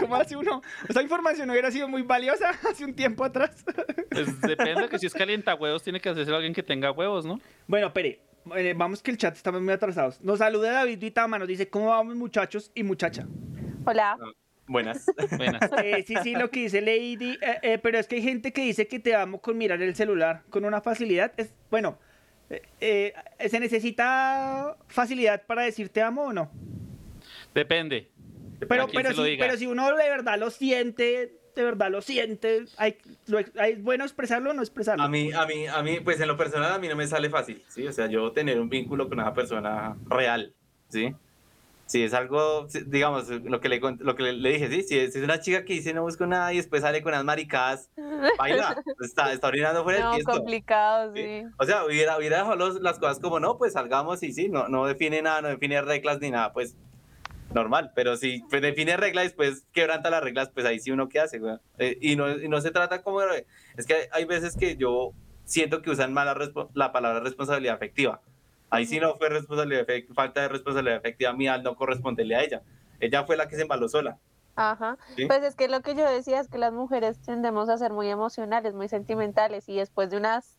¿Cómo hace uno? Esa información hubiera sido muy valiosa <laughs> hace un tiempo atrás. Pues depende que si es calienta huevos, tiene que hacerse alguien que tenga huevos, ¿no? Bueno, Pere, eh, vamos que el chat estamos muy atrasados. Nos saluda David Vitama, nos dice, ¿cómo vamos muchachos y muchacha? Hola. Buenas. Buenas. Eh, sí, sí, lo que dice Lady, eh, eh, pero es que hay gente que dice que te amo con mirar el celular con una facilidad. Es, bueno, eh, eh, ¿se necesita facilidad para decir te amo o no? Depende. ¿A Pero, quién pero, se lo si, diga? pero si uno de verdad lo siente, de verdad lo siente, hay, lo- hay- ¿es bueno expresarlo o no expresarlo? A mí, a mí, a mí, pues en lo personal a mí no me sale fácil, ¿sí? O sea, yo tener un vínculo con una persona real, ¿sí? Si es algo, si- digamos, lo que le, cont- lo que le, le dije, sí, si es, si es una chica que dice no busco nada y después sale con unas maricadas, <laughs> baila, está, está orinando fuera del No, tiesto. complicado, ¿sí? sí. O sea, hubiera, hubiera dejado los- las cosas como no, pues salgamos y sí, no, no define nada, no define reglas ni nada, pues normal, pero si pues, define reglas y después quebranta las reglas, pues ahí sí uno qué hace, weón? Eh, y, no, y no se trata como de- Es que hay, hay veces que yo siento que usan mal la, respo- la palabra responsabilidad afectiva. Ahí sí no fue responsabilidad, afec- falta de responsabilidad afectiva mía al no corresponderle a ella. Ella fue la que se embaló sola. Ajá. Sí. Pues es que lo que yo decía es que las mujeres tendemos a ser muy emocionales, muy sentimentales y después de unas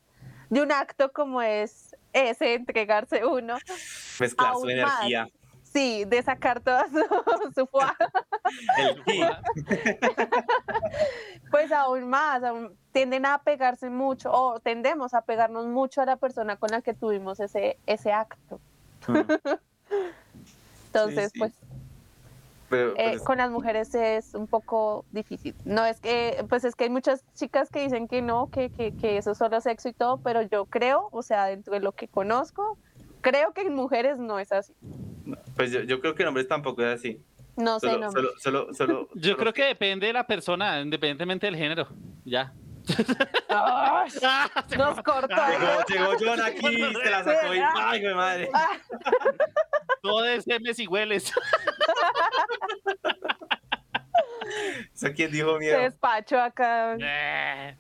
de un acto como es ese entregarse uno, Mezclar Pues, su Aún energía. sí, de sacar toda <laughs> su, su fuá, <laughs> El <laughs> ki. pues aún más, aún tienden a pegarse mucho o tendemos a pegarnos mucho a la persona con la que tuvimos ese <laughs> ese acto. Entonces, sí. pues Pero, pues, eh, pero es- con las mujeres es un poco difícil. No es que, pues es que hay muchas chicas que dicen que no, que, que, que eso es solo sexo y todo, pero yo creo, o sea, dentro de lo que conozco, creo que en mujeres no es así. pues yo, yo creo que en hombres tampoco es así. No sé, Solo- no. solo- solo- solo- Yo solo creo que depende de la persona, independientemente del género. Ya. <laughs> ¡Ay! <laughs> Nos <laughs> cortó. <laughs> Llegó, llegó John aquí y se la sacó y ¡ay, güey, madre! Ah, Todo es memes y hueles. ¿Eso quién dijo se miedo? despachó acá. Eh,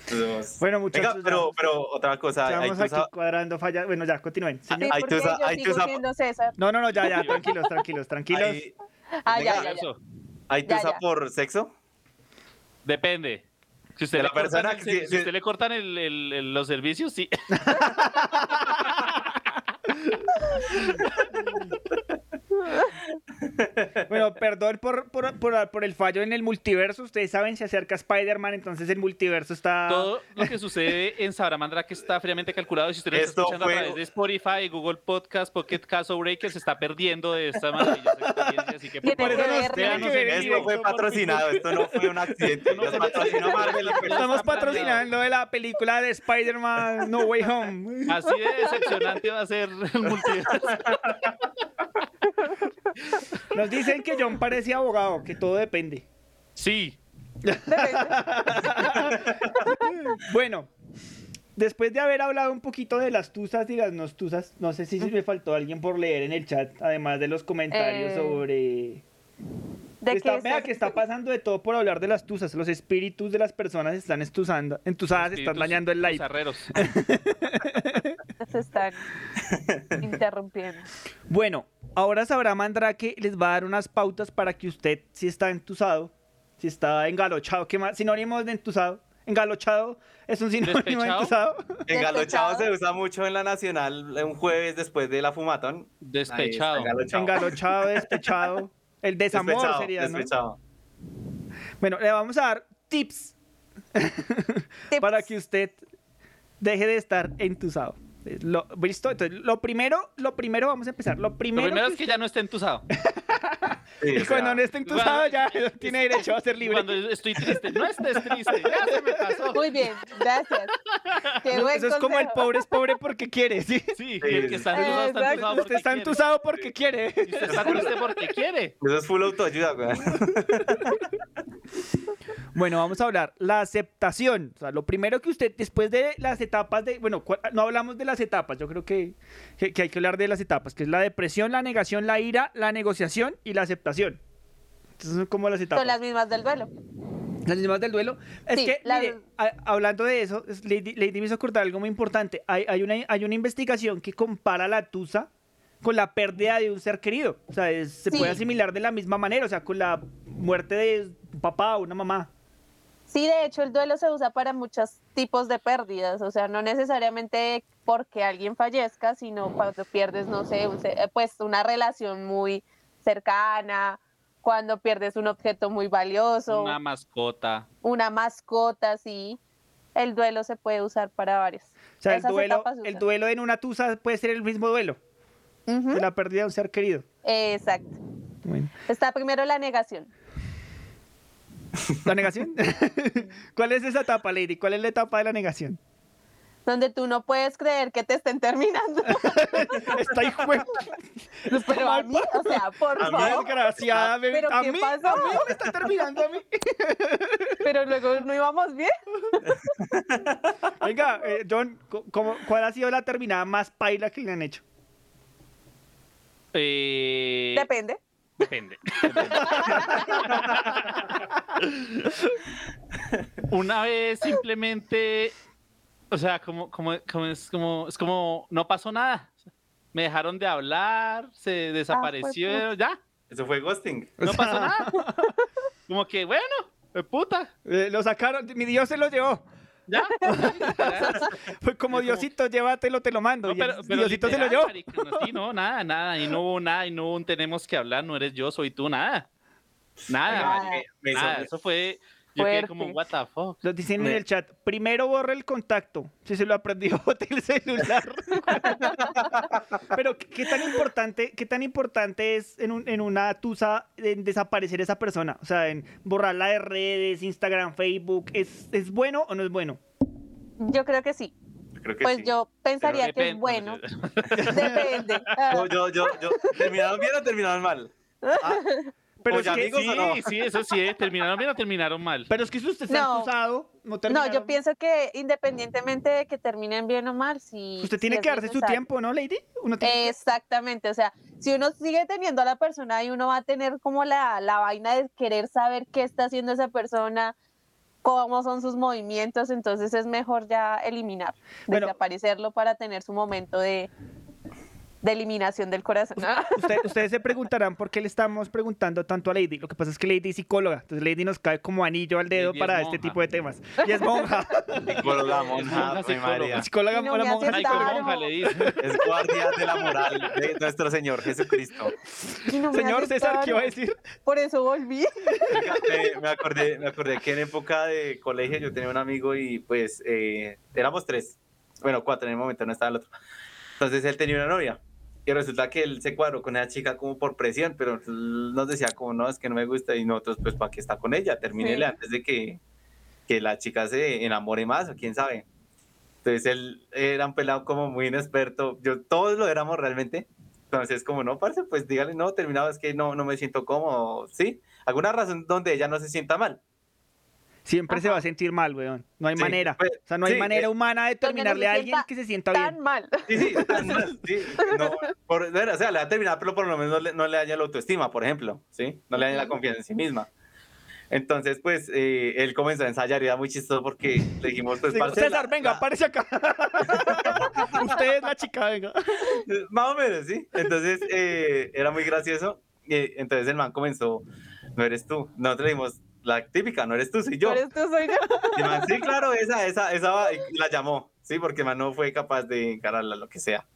Entonces, Venga, Bueno, muchachos, pero, vamos- pero otra cosa, ahí estamos tú aquí sabes- cuadrando fallas. Bueno, ya, continúen. Sí, señor. Ay, porque tú Ah, sa- yo ay, tú sigo sa- siendo César. No, no, no, ya, ya, tranquilos, <laughs> tranquilos, tranquilos. ahí- Ah, ya, venga, ya, ya. eso. ahí tú Ya, sabes ya. por sexo? Depende. Si usted, De le la persona cortan, el que ser- sí- si sí. usted le cortan el- el- el- los servicios, sí. Bueno, perdón por, por, por- por el fallo en el multiverso. Ustedes saben, se acerca Spider-Man, entonces el multiverso está. Todo lo que sucede en Sabra que está fríamente calculado. y Si usted lo Esto está escuchando fue- a través de Spotify, Google Podcast, Pocket Caso Breaker, se está perdiendo de esta maravillosa experiencia. Así que por Tiene Por favor, eso que nos ver, tienen véanos que en ver en Esto directo, fue porque- patrocinado, esto no fue un accidente. Nos patrocinó Marvel. pues. Estamos Está planeado. patrocinando de la película de Spider-Man No Way Home. Así de decepcionante va a ser el multiverso. Nos dicen que John parece abogado, que todo depende. Sí. Bueno, después de haber hablado un poquito de las tusas y las no tusas, no sé si me faltó alguien por leer en el chat, además de los comentarios Eh, sobre. ¿De qué Está, es vea eso? que está pasando de todo por hablar de las tusas. Los espíritus de las personas están estuzando, entusadas, ah, están Espíritus dañando el live. pizarreros. <laughs> Se están <laughs> interrumpiendo. Bueno, ahora sabrá Mandrake les va a dar unas pautas para que usted, si está entusado, si está engalochado, ¿qué más? Sinónimos de entusado. Engalochado es un sinónimo de ¿Despechado? entusado. Engalochado se usa mucho en la nacional un jueves después de la fumatón. Ahí está, Despechado. Engalochado, despechado. El desamor Despechado, sería, ¿no? despechado. Bueno, le vamos a dar tips Tips. para que usted deje de estar entusado. Lo, listo, entonces lo primero, lo primero vamos a empezar. Lo primero, Lo primero es que ya no esté entusado. y cuando no esté entusado ya <laughs> tiene derecho a ser libre. Cuando estoy triste, no estés triste, ya se me pasó. <laughs> Muy bien, gracias. Qué No, buen eso es como el consejo. pobre es pobre porque quiere, ¿sí? Sí, el que está entusado está Exacto. entusado Usted porque está quiere. entusado porque quiere. <laughs> Y usted está triste porque quiere. Eso es full autoayuda, güey. Bueno, vamos a hablar la aceptación. O sea, lo primero que usted, después de las etapas de. Bueno, cua- no hablamos de las etapas, yo creo que, que, que hay que hablar de las etapas, que es la depresión, la negación, la ira, la negociación y la aceptación. Entonces son como las etapas. Son las mismas del duelo. Las mismas del duelo. Es Sí, que, la- mire, a- hablando de eso, es- Lady, Lady me hizo acordar algo muy importante. Hay, hay una, hay una investigación que compara la tusa con la pérdida de un ser querido. O sea, es- se Sí. puede asimilar de la misma manera, o sea, con la muerte de un papá o una mamá. Sí, de hecho, el duelo se usa para muchos tipos de pérdidas, o sea, no necesariamente porque alguien fallezca, sino cuando pierdes, no sé, un se- eh, pues una relación muy cercana, cuando pierdes un objeto muy valioso, Una una, mascota. mascota, sí. El duelo se puede usar para varias. O sea, el Esas duelo, etapas se el usan. duelo en una tusa puede ser el mismo duelo Ujú, de la pérdida de un ser querido. Exacto. Bueno. Está primero la negación. ¿La <laughs> negación? ¿Cuál es esa etapa, Lady? ¿Cuál es la etapa de la negación? <laughs> donde tú no puedes creer que te estén terminando. <laughs> Está hijo de- Pero a mí, o sea, por A mí, favor. desgraciada, me- ¿Pero a qué mí, pasó? a mí me está terminando a mí. <laughs> Pero luego no íbamos bien. Venga, eh, John, co- ¿cómo- ¿cuál ha sido la terminada más paila que le han hecho? Eh, Depende. depende. Una vez simplemente, o sea, como, como, como es como es como no pasó nada. Me dejaron de hablar, Ah, se pues, desapareció, ya, Eso fue ghosting. <laughs> no <laughs> pasó nada. Como que bueno, de puta, Eh, lo sacaron, mi Dios se lo llevó. <laughs> ya. Fue como Diosito, llévatelo, te lo mando. No, Y pero, el pero Diosito se lo literal, llevó. marica, no, sí, no, nada, nada, y no hubo nada, y no hubo un tenemos que hablar, no eres yo, soy tú, nada. Nada, Nada. marica, Me hizo- nada, eso fue, yo quedé como, Fuerte. what the fuck. Lo dicen en el chat. Primero borra el contacto. Si se lo aprendió, <laughs> bote el celular. Pero ¿qué- qué tan importante, qué tan importante es en, un- en una tusa en desaparecer esa persona, o sea, en borrarla de redes, Instagram, Facebook. ¿Es, es bueno o no es bueno? Yo creo que sí. Yo creo que Pues sí. yo pensaría que es Depende, bueno. no sé. <laughs> Depende. Ah, Pues, No, yo, yo, yo. ¿Terminaron bien o terminaron mal? Ah, Pero Oye, es amigo, que, <laughs> Sí, ¿o no? sí, eso sí, eh, terminaron bien o terminaron mal. pero es que si usted está No. entusado, no No, terminaron. yo pienso que independientemente de que terminen bien o mal, si Usted tiene si que es darse su necesario. tiempo, ¿no, Lady? Uno tiene que- <laughs> Exactamente, o sea, si uno sigue teniendo a la persona y uno va a tener como la, la vaina de querer saber qué está haciendo esa persona, cómo son sus movimientos, entonces es mejor ya eliminar, Bueno. desaparecerlo para tener su momento de, de eliminación <laughs> del corazón. Ah, <laughs> Usted- ustedes se preguntarán por qué le estamos preguntando tanto a Lady. Lo que pasa es que Lady es psicóloga. Entonces Lady nos cae como anillo al dedo Lady es para monja. este tipo de <laughs> temas. Y es monja. Psicóloga, monja, Es monja Ave María. psicóloga, Y no la me monja hace Ay, como Claro. monja le <laughs> dice. Es guardia de la moral de nuestro Señor Jesucristo. y no me Señor hace César, ¿qué iba a paro. decir? Por eso volví. Oiga, me, me acordé, me acordé que en época de colegio yo tenía un amigo y pues eh, éramos tres. Bueno, cuatro en el momento, no estaba el otro. Entonces él tenía una novia y resulta que él se cuadró con esa chica como por presión, pero él nos decía como no, es que no me gusta y nosotros pues para qué está con ella, termínele Sí. antes de que, que la chica se enamore más o quién sabe. Entonces él era un pelado como muy inexperto, yo todos lo éramos realmente. Entonces como no, parce, pues dígale, no, terminado es que no, no me siento cómodo, sí, alguna razón donde ella no se sienta mal. Siempre se va a sentir mal, weón. No hay Sí, manera. pues, o sea, no hay sí, manera eh, humana de Donde no terminarle se a alguien sienta que se sienta Tan bien. mal. Sí, sí, sí, no, por- bueno, o sea, le va a terminar, pero por lo menos no le, no le daña la autoestima, por ejemplo, ¿sí? No le daña la confianza en sí misma. Entonces, pues, eh, él comenzó a ensayar y era muy chistoso porque le dijimos, pues, Sí, parce, César, la- venga, la- aparece <laughs> acá. Usted es la chica, venga. más o menos, ¿sí? Entonces, eh, era muy gracioso. Eh, entonces el man comenzó, no eres tú. Nosotros le dijimos, la típica, no eres tú, soy yo. Por esto soy yo. Y el man, sí, claro, esa, esa, esa va", y la llamó, sí, porque el man no fue capaz de encararla, lo que sea.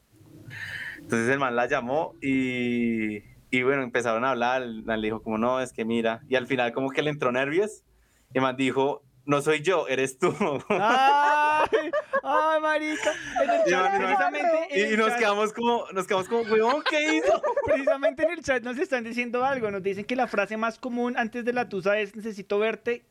Entonces el man la llamó y, y bueno, empezaron a hablar, el man le dijo como, no, es que mira, y al <laughs> final como que le entró nervios, y el man dijo, no soy yo, eres tú. ¡Ah! Ay, ay, marica. En el Y, chat, no- precisamente, en y- y el nos chat- quedamos como, nos quedamos como, weón, ¿qué hizo? Precisamente en el chat nos están diciendo algo. Nos dicen que la frase más común antes de la tusa es necesito verte.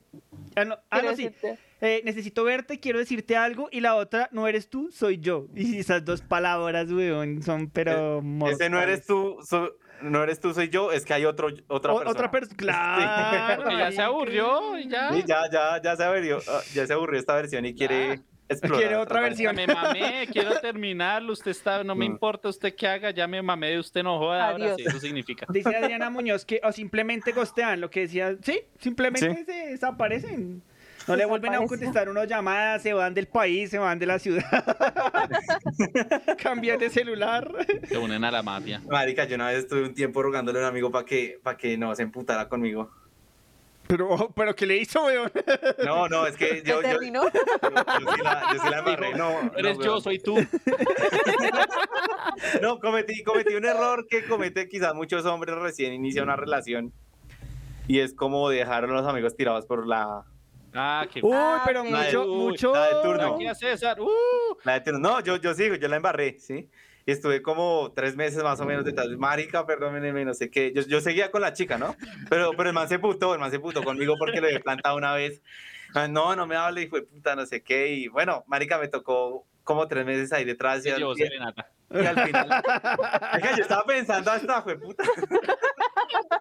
Ah, no, ah, Quiero no, sí. decirte. Eh, necesito verte, quiero decirte algo. Y la otra, no eres tú, soy yo. Y esas dos palabras, weón, son pero. Eh, Ese no eres tú, so- no eres tú, soy yo, es que hay otro, otra O- persona. otra perso- claro, Sí. Porque ya se aburrió y ya. Sí, ya, ya, ya se aburrió, ah, ya se aburrió esta versión y quiere explorar. Ah. Quiere otra versión. Me mamé, quiero terminarlo. Usted está, no me importa usted qué haga, ya me mamé de usted, no joda. Ahora Adiós. sí, eso significa. Dice Adriana Muñoz que o simplemente gostean lo que decía. Sí, simplemente Sí. se desaparecen. No le vuelven a contestar una llamada, se van del país, se van de <laughs> la ciudad. Cambian de celular. Se unen a la mafia. Marica, yo una vez estuve un tiempo rogándole a un amigo para que, para que no se emputara conmigo. <laughs> Pero, pero ¿qué le hizo, weón? No, no, es que <laughs> yo, yo, yo, yo sí la, yo sí la embarré, <laughs> no. Eres yo, soy tú. No, cometí, cometí un error que comete quizás muchos hombres recién inicia Mm. una relación y es como dejar a los amigos tirados por la... Ah, qué <laughs> Uy, pero mucho, mucho. La de turno. Aquí a César. Uh, La de turno. No, yo, yo sigo, yo la embarré, ¿sí? Y estuve como tres meses más o menos detrás. Marica, perdónenme, no sé qué. Yo, yo seguía con la chica, ¿no? Pero, pero el man se putó, el man se putó conmigo porque lo he plantado una vez. Ah, No, no me hable, hijo de puta, no sé qué. Y bueno, marica, me tocó como tres meses ahí detrás. Y, al- yo, y- Serenata. y al final... Oiga, yo estaba pensando hasta, hijo de puta. <laughs>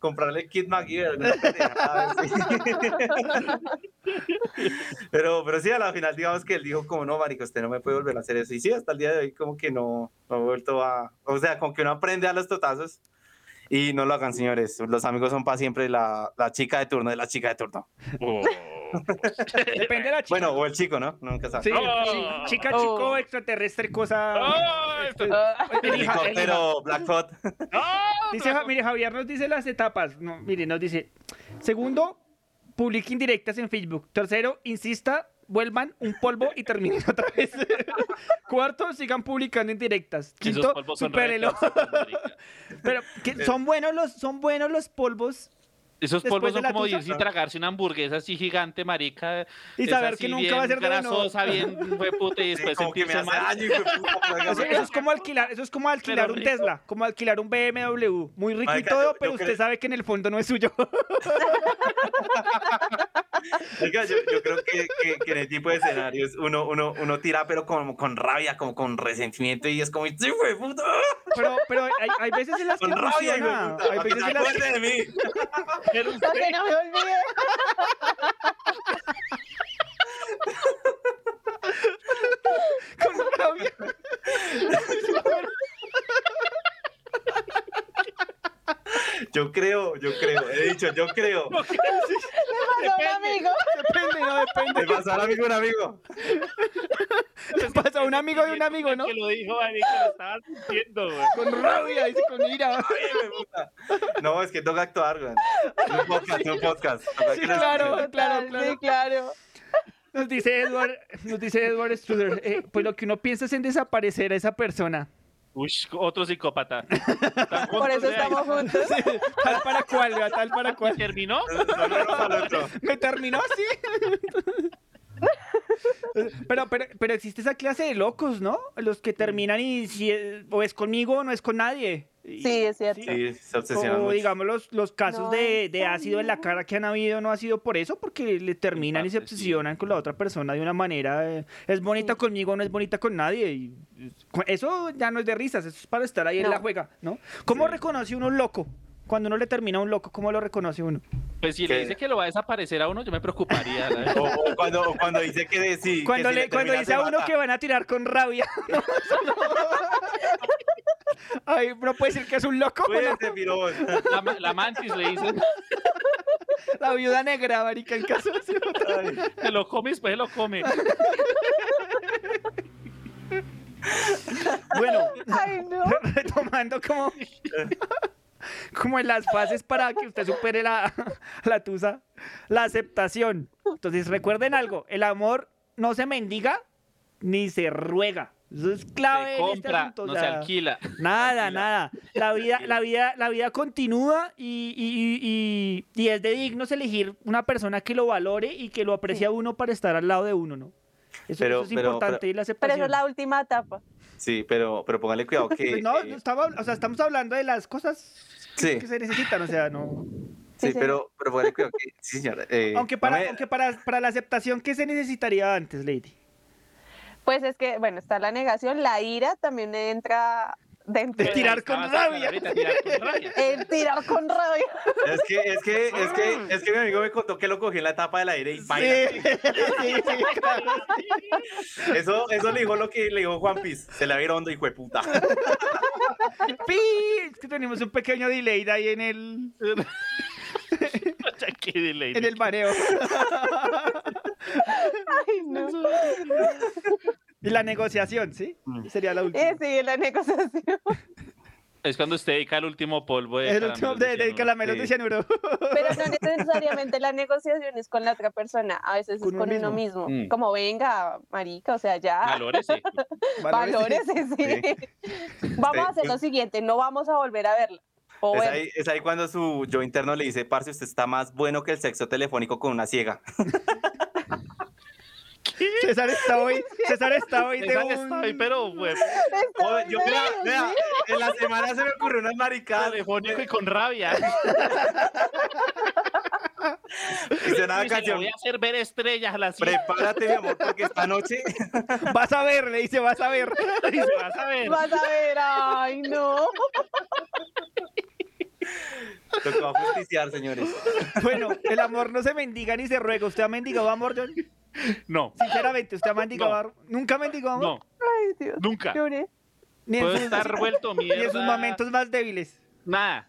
Comprarle Kid McGear. alguna pendejada, sí. <laughs> Pero, pero sí, a la final, digamos que él dijo, como no, marico, usted no me puede volver a hacer eso. Y sí, hasta el día de hoy, como que no, no he vuelto a. O sea, como que uno aprende a los totazos. Y no lo hagan, señores. Los amigos son para siempre la, la chica de turno de la chica de turno. Depende de la chica. Bueno, o el chico, ¿no? Nunca sabe. Sí, chi- chica, chico, extraterrestre, cosa. Ah, Elija, elija. Helicóptero, Blackfoot. Dice, Ja- mire, Javier nos dice las etapas. No, mire, nos dice. Segundo, publique indirectas en Facebook. Tercero, insista, vuelvan un polvo y terminen otra <laughs> vez. Cuarto, sigan publicando indirectas. Esos Quinto, polvos son supérelo. re tóxicos, marica. Pero Eh. que son buenos los, son buenos los polvos. Esos Después polvos de son la como tusa. irse y tragarse una hamburguesa así gigante, marica. Y es saber así que nunca bien va a ser de uno. grasosa, bien <laughs> hueputa, y Pues después como que me sentirse hace mal. daño, hijo de puta. Eso, eso es como alquilar, eso es como alquilar Pero un rico. Tesla, como alquilar un BMW, muy rico y Marica, todo, yo- yo pero usted creo- sabe que en el fondo no es suyo. <laughs> Oiga, yo, yo creo que, que- que en el tipo de escenarios uno, uno, uno tira, pero como con rabia, como con resentimiento, y es como, ¡sí, fue puta! Pero, pero hay, hay veces en las que Con rabia, hijo de funciona. puta, Hay para que veces se en las acuerde de mí. Pero Para que no me olvide. con rabia. Yo creo, yo creo, he dicho, yo creo. Me pasó un amigo. <laughs> Depende, no Te depende. pasó al amigo un amigo. Le pasa a un amigo de un amigo, ¿no? Que lo dijo, marica, lo estaba sintiendo, güey. Con rabia, dice con ira. Ay, hijo de puta. No, es que toca actuar, güey. Es un podcast, es un podcast. Toca Sí, que las- claro, claro, Total, claro. Sí, claro. Nos dice Edward, nos dice Edward Struder, eh, pues lo que uno piensa es en desaparecer a esa persona. <laughs> Uy, otro psicópata. Están Por juntos, eso vea, estamos juntos. Sí, tal para cual, ¿verdad? tal para ¿Y cual. terminó? Son uno para el otro. Me terminó así. Pero, pero, pero existe esa clase de locos, ¿no? Los que terminan y si es- o es conmigo o no es con nadie. Y- Sí, es cierto. Sí, se obsesionan O mucho. digamos los, los casos No de, es de ácido en la cara que han habido no ha sido por eso, porque le terminan y se parte, sí. obsesionan con la otra persona de una manera. eh, es bonita conmigo, no es bonita con nadie. y, eh, cu- eso ya no es de risas, eso es para estar ahí en No. la juega, ¿no? ¿Cómo reconoce uno un loco? Cuando uno le termina a un loco, ¿cómo lo reconoce uno? Pues si ¿Qué? le dice que lo va a desaparecer a uno, yo me preocuparía. la O, verdad. o cuando, o cuando dice que de- sí, que Cuando, si le, cuando terminas dice se a uno mata. que van a tirar con rabia. No, eso no. Ay, no puede decir que es un loco. pues ¿no? Cuídate, pirón. La, ma- la mantis le dice, La viuda negra, marica, en caso de ser otra. te lo comes, pues se lo come. Bueno, Ay, no. <laughs> retomando como como en las fases para que usted supere la, la tusa, la aceptación. Entonces recuerden algo, el amor no se mendiga ni se ruega. Eso es clave Se en este compra, asunto, o no se sea, alquila. Nada, nada. La vida, la vida, la vida continúa y, y- y- y- y es de dignos elegir una persona que lo valore y que lo aprecie a uno para estar al lado de uno, ¿no? Eso, Pero- eso es pero- importante pero- y la Pero aceptación. eso es la última etapa. Sí, pero, pero póngale cuidado <laughs> que... Pues no, eh, no estaba, o sea, estamos hablando de las cosas sí, que se necesitan, o sea, no. sí, pero, pero póngale cuidado que... Sí, señora. eh, Aunque para, no me- aunque para, para la aceptación, ¿qué se necesitaría antes, Lady? Pues es que, bueno, está la negación, la ira también entra dentro. De tirar con Estaba rabia. ahorita, tirar con rabia. El tirar con rabia. Es que, es que, es que, es que mi amigo me contó que lo cogió en la tapa del aire y baila. Ah. Sí, <laughs> sí, claro. Eso, eso le dijo lo que le dijo Juan Piz. Se le va a ir hondo, hijo de puta. ¡Pi! Es que tenemos un pequeño delay de ahí <laughs> en el. en el mareo. <laughs> Ay, no. Y la negociación, ¿sí? Mm. Sería la última. Eh, sí, la negociación. Es cuando usted dedica el último polvo de El último caramelos de de, de cianuro. caramelos de Sí. cianuro. Pero no necesariamente la negociación es con la otra persona, a veces Con es uno con uno mismo. mismo. Mm. Como venga, marica, o sea, ya. Ah. <laughs> <laughs> Valórese. Valórese, sí. <laughs> Vamos a hacer lo siguiente, no vamos a volver a verla. O Es bueno, <laughs> ahí, es ahí cuando su yo interno le dice, parce, usted está más bueno que el sexo telefónico con una ciega. César está hoy, César está hoy de César un... está hoy, pero, pues, güey. Joder, yo, vea, vea, en la semana se me ocurrió unas maricadas. Telefónico y con rabia. Dice nada, pues, Uy, se la canción. voy a hacer ver estrellas a la ciega. Prepárate, mi amor, porque esta noche <laughs> Vas a ver, le dice, vas <laughs> a ver. Dice, vas a ver. vas a ver, ay, <laughs> no. tocó justiciar, señores. Bueno, el amor no se mendiga ni se ruega. ¿Usted ha mendigado amor, John? No, Sinceramente, ¿usted ha mendigado amor? ¿Nunca mendigó amor? no. Ay, Dios. Nunca. Lloré. Ni en Puedo sus- estar <laughs> vuelto ni en sus mierda. momentos más débiles. Nada.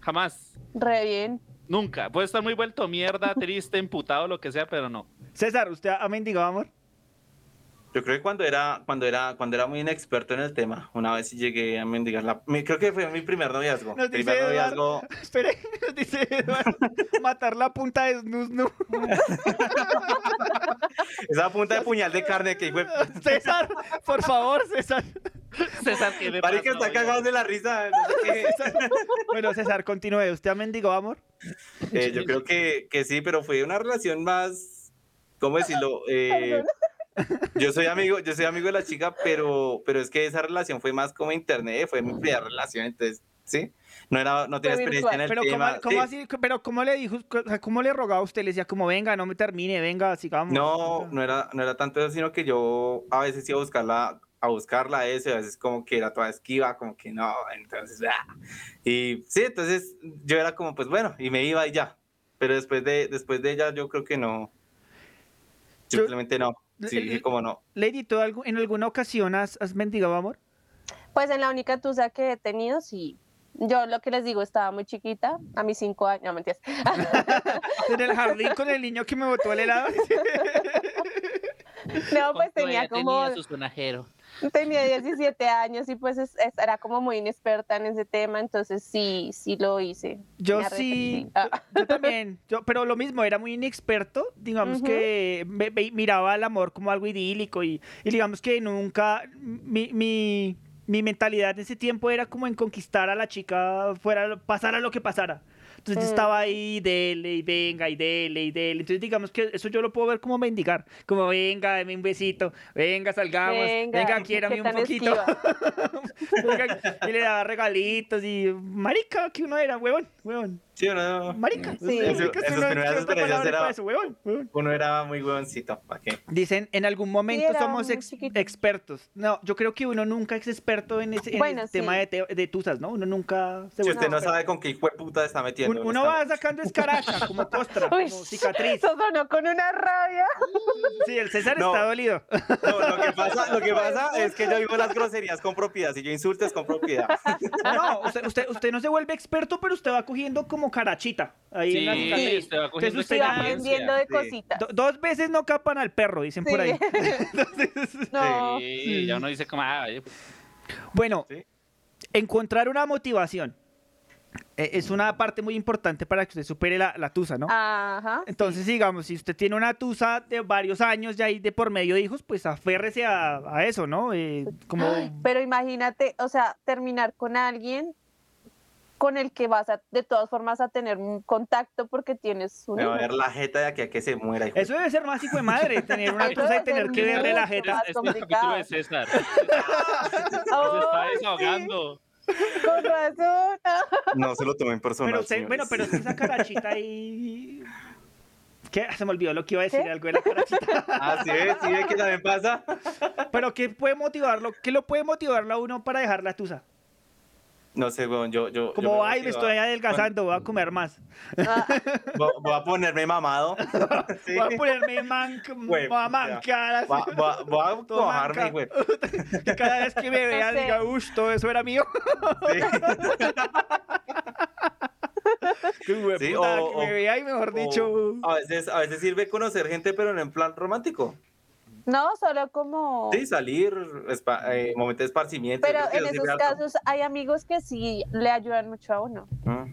Jamás. Re bien. Nunca. Puedo estar muy vuelto mierda, triste, emputado, lo que sea, pero no. <laughs> César, ¿usted ha mendigado amor? <laughs> Yo creo que cuando era, cuando era, cuando era muy inexperto en el tema, una vez sí llegué a mendigar la... mi- creo que fue mi primer noviazgo. Nos dice primer Eduardo. noviazgo. Espere, nos dice Eduardo. Matar la punta de Snus, no. Esa <laughs> punta de puñal de carne que hijo de- César, por favor, César. César, ¿qué le Marica pasa, está oiga? cagado de la risa. no sé <laughs> qué. Bueno, César, continúe. ¿Usted ha mendigado amor? <laughs> Eh, yo creo que, que sí, pero fue una relación más, ¿cómo decirlo? Eh, yo soy amigo, yo soy amigo de la chica, pero, pero es que esa relación fue más como internet, fue mi primera relación, entonces, ¿sí? No era, no tenía Fue experiencia en el Pero ¿cómo, tema. cómo sí. así, pero ¿cómo le dijo, o sea, cómo le rogaba usted? Le decía como, venga, no me termine, venga, sigamos. No, no era, no era tanto eso, sino que yo a veces iba a buscarla, a buscarla eso, y a veces como que era toda esquiva, como que no, entonces, ah. y sí, entonces yo era como, pues bueno, y me iba y ya, pero después de, después de ella yo creo que no, Yo- simplemente no, sí, Eh, dije eh, como no, Lady, ¿tú algu- en alguna ocasión has, has mendigado amor? Pues en la única tusa que he tenido, sí. Yo lo que les digo, estaba muy chiquita, a mis cinco años, no mentiras. <laughs> En el jardín con el niño que me botó <laughs> el helado. <laughs> No, pues tenía como... sus sonajeros. <laughs> Tenía 17 años y pues es- es- era como muy inexperta en ese tema, entonces sí, sí lo hice. Yo Me sí, arrepentí. Ah, yo, yo también, yo, pero lo mismo, era muy inexperto, digamos Ujú. que me- me- miraba el amor como algo idílico y, y digamos que nunca, mi, mi, mi mentalidad en ese tiempo era como en conquistar a la chica, fuera, lo- pasara lo que pasara. Entonces yo Mm. estaba ahí, dele, y venga, y dele, y dele. Entonces digamos que eso yo lo puedo ver como mendigar, como venga, deme un besito, venga, salgamos, Ah, pues, venga, quiérame qué un tan poquito. esquiva. <laughs> Venga, y le daba regalitos y marica, que uno era, huevón, huevón. sí, no, no. Marica, Sí. marica, En su- es en sus una- Mm. primeras otra experiencias palabra era- para eso, huevón, huevón. uno era muy huevoncito, ¿para qué? Dicen, en algún Sí, momento era somos muy ex- chiquito. expertos. No, yo creo que uno nunca es experto en ese en Bueno, el sí. tema de, te- de tusas, ¿no? Uno nunca se Si vuelve usted no experto. sabe con qué hijo de puta está metiendo. Un- Uno va sacando escaracha, <laughs> como costra, Uy, como cicatriz. Eso sonó con una rabia. Sí, el César No. está dolido. <laughs> No, lo que pasa, lo que pasa es que yo digo las groserías con propiedad, si yo insulto es con <laughs> propiedad. No, no, usted, usted, usted no se vuelve experto, pero usted va cogiendo como carachita. Ahí en la Sí, cicatriz. usted va cogiendo Entonces usted Iba experiencia. ya- aprendiendo de sí. cositas. do- dos veces no capan al perro, dicen por Sí. ahí. Entonces, No. Sí, ya uno dice como, ah, oye, pues, Bueno, Sí. encontrar una motivación eh, es una parte muy importante para que usted supere la, la tusa, Ah, ¿no? Ajá. Entonces, digamos, si usted tiene una tusa de varios años ya ahí de por medio de hijos, pues aférrese a, a eso, ¿no? Eh, como Ay, Pero imagínate, o sea, terminar con alguien con el que vas a, de todas formas a tener un contacto porque tienes un Me va a hijo. ver la jeta de aquí a que se muera. hijo. Eso debe ser más hijo de madre, tener una Eso tusa y debe ser tener que verle la jeta. más Es un capítulo de César. Se está desahogando. Oh, Con razón. No se lo tomé en persona. Pero usted- señores. bueno, pero <laughs> es que esa carachita ahí. ¿Qué? Se me olvidó lo que iba a decir, algo de la carachita. <laughs> Así es, Ah, sí, es que también pasa. Pero ¿qué puede motivarlo? ¿Qué lo puede motivarlo a uno para dejar la tusa? No sé, weón, yo. yo yo Como, veo ay, que me va- estoy adelgazando, voy a comer más. Ah, Voy voy a ponerme <laughs> mamado. Sí. Voy a <laughs> ponerme man, Güey, voy a ya. mancar. así. Voy a- voy a- voy a Todo cojarme, manca. güey. Que <laughs> cada vez que me No vea sé. diga, uff, todo eso era mío. Qué <laughs> güey, Sí, puta, o- que me o- vea y <laughs> mejor o ah, dicho. uh. A veces, a veces sirve conocer gente, pero no en plan romántico. No, solo como... Sí, salir, espa- eh, momento de esparcimiento. Pero yo creo que en no sirve esos harto. casos hay amigos que sí le ayudan mucho a uno. Ah.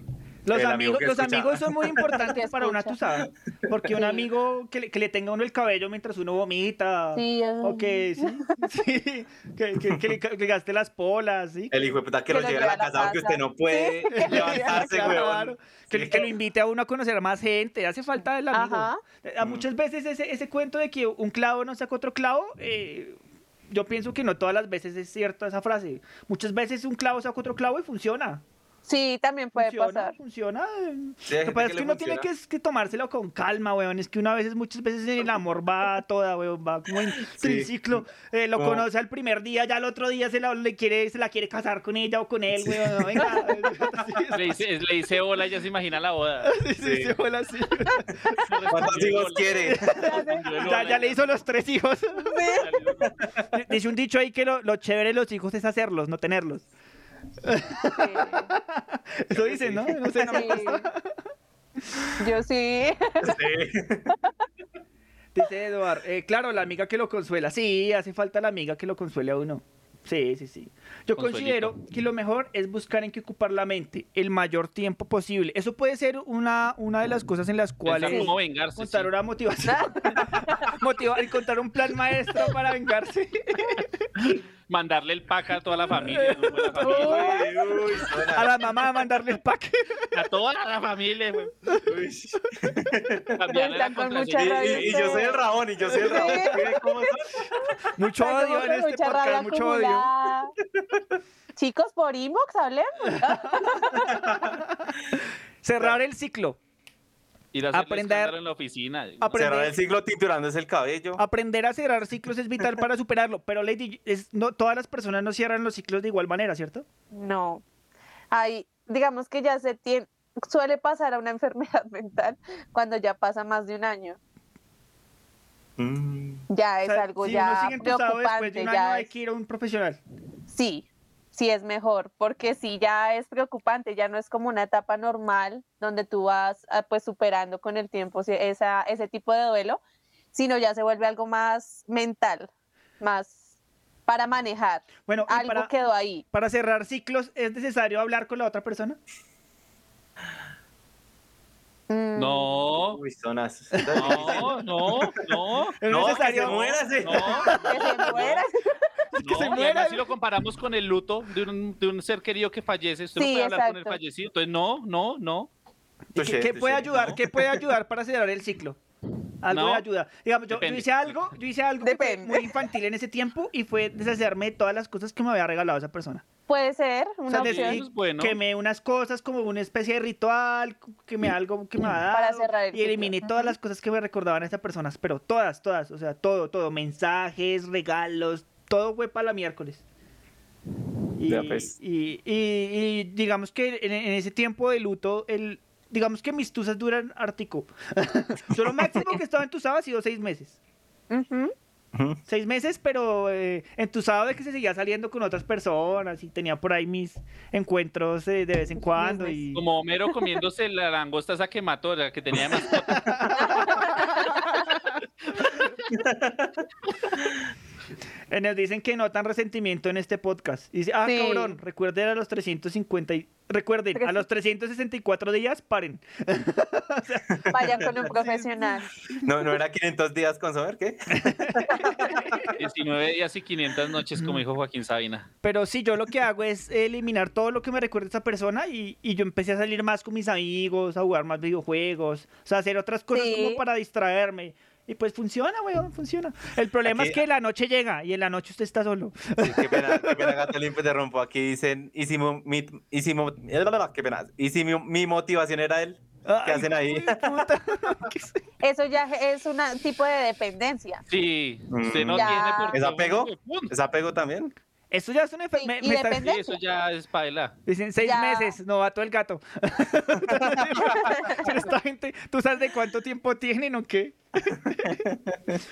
Los El amigo amigos, que los escucha. amigos son muy importantes Que para una escucha. tusada. Porque un amigo que le, que le tenga a uno el cabello mientras uno vomita. Sí, es- O que, sí, <laughs> sí, que, que- que le, que le gaste las polas. ¿sí? El hijo de puta que, lo lleve a la casa, porque usted no puede <laughs> levantarse, <laughs> Claro, weón. que, que lo invite a uno a conocer a más gente. Hace falta el amigo. Eh, Ajá. A muchas veces ese, ese cuento de que un clavo no saca otro clavo, eh, yo pienso que no todas las veces es cierta esa frase. Muchas veces un clavo saca otro clavo y funciona. Sí, también puede funciona, <laughs> pasar. Funciona. Sí, hay gente Lo que pasa que es que le uno tiene que, funciona. es que tomárselo con calma, weón. Es que una vez, muchas veces el amor va a toda, weón. Va como en triciclo. Eh, lo Como- conoce al primer día, ya al otro día se la, le quiere, se la quiere casar con ella o con él, weón. <laughs> No, <laughs> venga. Le hice, le hice bola, ya se imagina la boda. <laughs> Sí, sí, Sí. se <laughs> fue así. ¿Cuántos hijos <laughs> quiere? Ya, ya le hizo los tres <laughs> hijos. Dice un dicho ahí que lo, lo chévere de los hijos es hacerlos, no tenerlos. Sí. Eso dicen, ¿no? No sé, no me consta. Sí. Yo sí. Dice Eduard, eh, claro, la amiga que lo consuela. Sí, hace falta la amiga que lo consuele a uno. Sí, sí, sí. Yo Consuelito. considero que lo mejor es buscar en qué ocupar la mente el mayor tiempo posible. Eso puede ser una, una de las cosas en las cuales Pensar cómo vengarse, contar sí. una motivación. <laughs> Motivar, encontrar un plan maestro para vengarse. Mandarle el pack a toda la familia. ¿no? A la familia. Uy, A suena. la mamá a mandarle el pack. A toda la familia, güey. Uy. Cambiarle la Están con Y, mucha contraseña. rabia. y- y yo soy el Rabón, y yo soy el Rabón. Sí. Mire ¿Cómo <laughs> son? Mucho Está como odio en con este mucha rabia podcast, mucho odio. acumulada. Chicos, por inbox hablemos. <laughs> Cerrar el ciclo. Ir a hacerle Aprender- escándalo en la oficina. Aprender- Cerrar el ciclo titulándose el cabello. Aprender a cerrar ciclos es vital para superarlo, pero Lady, es- no, todas las personas no cierran los ciclos de igual manera, ¿cierto? No. Hay, digamos que ya se tiene, suele pasar a una <laughs> enfermedad mental cuando ya pasa más de un año. Mm. Ya O es sea, algo si uno ya sigue entusado después de preocupante. un año Ya hay es- que ir a un profesional. sí, sí es mejor, porque sí ya es preocupante, ya no es como una etapa normal donde tú vas ah, pues superando con el tiempo si- esa, ese tipo de duelo, sino ya se vuelve algo más mental, más para manejar. Bueno, y algo para, quedó ahí. para cerrar ciclos, ¿es necesario hablar con la otra persona? Mm. No, Uy, zonas. no, no, <laughs> no. ¿Es No, que necesario? se muera, sí. No, Que <laughs> se muera. no, se y además muera. si lo comparamos con el luto de un, de un ser querido que fallece, usted Sí, no puede hablar con el exacto. fallecido. Entonces, no, no, no. ¿Y ¿Qué, Touché, qué touché. puede ayudar? No. ¿Qué puede ayudar para cerrar el ciclo? Algo No. de ayuda. Digamos, yo, yo Depende. hice algo, yo hice algo que fue Depende. muy infantil en ese tiempo y fue deshacerme de todas las cosas que me había regalado esa persona. Puede ser O una sea, des- opción. decidí eso es bueno. quemé unas cosas como una especie de ritual, que me algo que me ha dado. Para cerrar el y eliminé ciclo. todas las cosas que me recordaban a estas personas, pero todas, todas, o sea, todo, todo, mensajes, regalos, todo fue para la miércoles. Y, Ya, pues. y- y- y digamos que en, en ese tiempo de luto, el, digamos que mis tusas duran <laughs> ártico. Yo lo máximo que estaba entusado ha sido seis meses. Ujú. Seis meses, pero eh, entusado de que se seguía saliendo con otras personas y tenía por ahí mis encuentros eh, de vez en cuando. Y... Como Homero comiéndose la langosta esa que mató, la que tenía de mascota. Eh, Nos dicen que notan resentimiento en este podcast. Dice, ah, Sí. cabrón, recuerden a los 350 y- Recuerden, a los 364 días, paren. Vayan con <laughs> un profesional. No, no era 500 días con saber qué. 19 días y 500 noches, como dijo Joaquín Sabina. Pero sí, yo lo que hago es eliminar todo lo que me recuerda a esa persona y, y yo empecé a salir más con mis amigos, a jugar más videojuegos, o sea, hacer otras cosas Sí. como para distraerme. Y pues funciona, weón, funciona. El problema es Aquí- que la noche llega y en la noche usted está solo. Qué pena, qué pena, gato limpio, te rompo. Aquí dicen, y si, mo- mi, y si mo- qué pena. Y si mi, mi motivación era él, ¿qué hacen ahí? Eso ya es un tipo de dependencia. Sí, usted no Mm. Ya. tiene por qué. ¿Es apego? <laughs> ¿Es apego también? Eso ya es una enfermedad. y depende- Sí, eso ya es paila. Dicen seis Ya. meses, novato el gato. <laughs> Pero esta gente, ¿tú sabes de cuánto tiempo tienen o qué?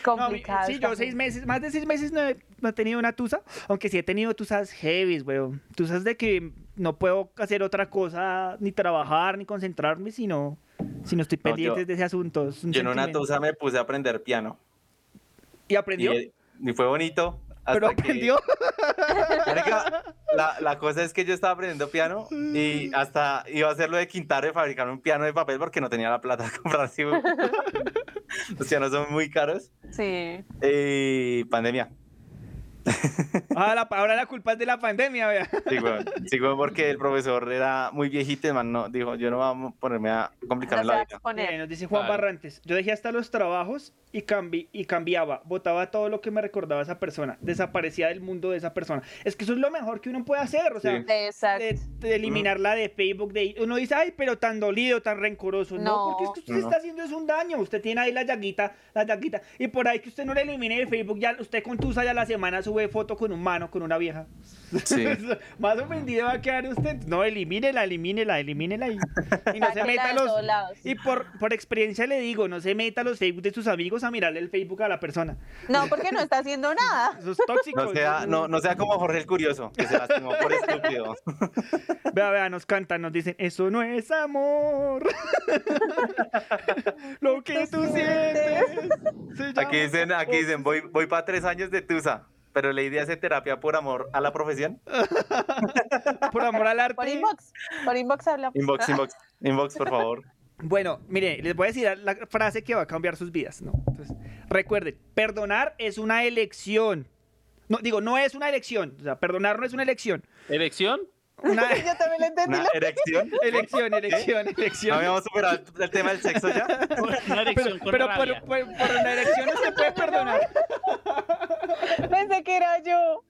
Complicado. sí, yo seis meses, más de seis meses no he, no he tenido una tusa, aunque sí he tenido tusas heavy, weón. Tusas de que no puedo hacer otra cosa, ni trabajar, ni concentrarme, si no, si no estoy No, pendiente yo- de ese asunto. es un Yo en una sentimiento. tusa me puse a aprender piano. ¿Y aprendió? Y, y fue bonito. hasta ¿Pero que- aprendió? <laughs> Marica, la, la cosa es que yo estaba aprendiendo piano y hasta iba a hacer lo de Quintaro de fabricar un piano de papel porque no tenía la plata <laughs> para comprar así. un- Los pianos son muy caros. Sí. Y pandemia. Ah, la- ahora la culpa es de la pandemia, vea. Sí, weón. Sí, weón, porque el profesor era muy viejito y el man no, dijo, yo no vamos a ponerme a complicarme la vida. Eh, nos dice Juan Claro. Barrantes, yo dejé hasta los trabajos y, cambi y cambiaba, botaba todo lo que me recordaba a esa persona, desaparecía del mundo de esa persona. Es que eso es lo mejor que uno puede hacer, o sea, Sí. Exacto. de- de eliminarla de Facebook, de uno dice, ay, pero tan dolido, tan rencoroso. No, No. porque es que usted No. está haciendo es un daño, usted tiene ahí la llaguita, la llaguita, y por ahí que usted no la elimine de Facebook, ya usted con tusa ya la semana sube foto con un mano, con una vieja. Sí. <laughs> Más ofendido va a quedar usted. No, elimínela, elimínela, elimínela y, y no se Sáquela meta de a los... todos lados. Y por, por experiencia le digo, no se meta a los Facebook de sus amigos a mirarle el Facebook a la persona. No, porque no está haciendo nada. Eso es tóxico. No sea, no, no sea como Jorge el Curioso, que se lastimó por estúpido. Vea, vea, nos cantan, nos dicen, eso no es amor. <laughs> Lo que tú sientes. se llama- Aquí dicen, aquí dicen voy, voy para tres años de Tusa, pero la idea es hacer terapia por amor a la profesión. Por amor al Por arte. inbox. Por inbox hablamos. Inbox, inbox, inbox, por favor. Bueno, mire, les voy a decir la frase que va a cambiar sus vidas, ¿no? Entonces, recuerden, perdonar es una elección. No, digo, no es una elección. O sea, perdonar no es una elección. ¿Elección? Una Yo también lo entendí. ¿Una erección? Ah, elección, elección, ¿No elección. habíamos superado el, el tema del sexo ya? Una erección con Pero rabia. por, por- por una elección no se puede perdonar. Pensé que era yo.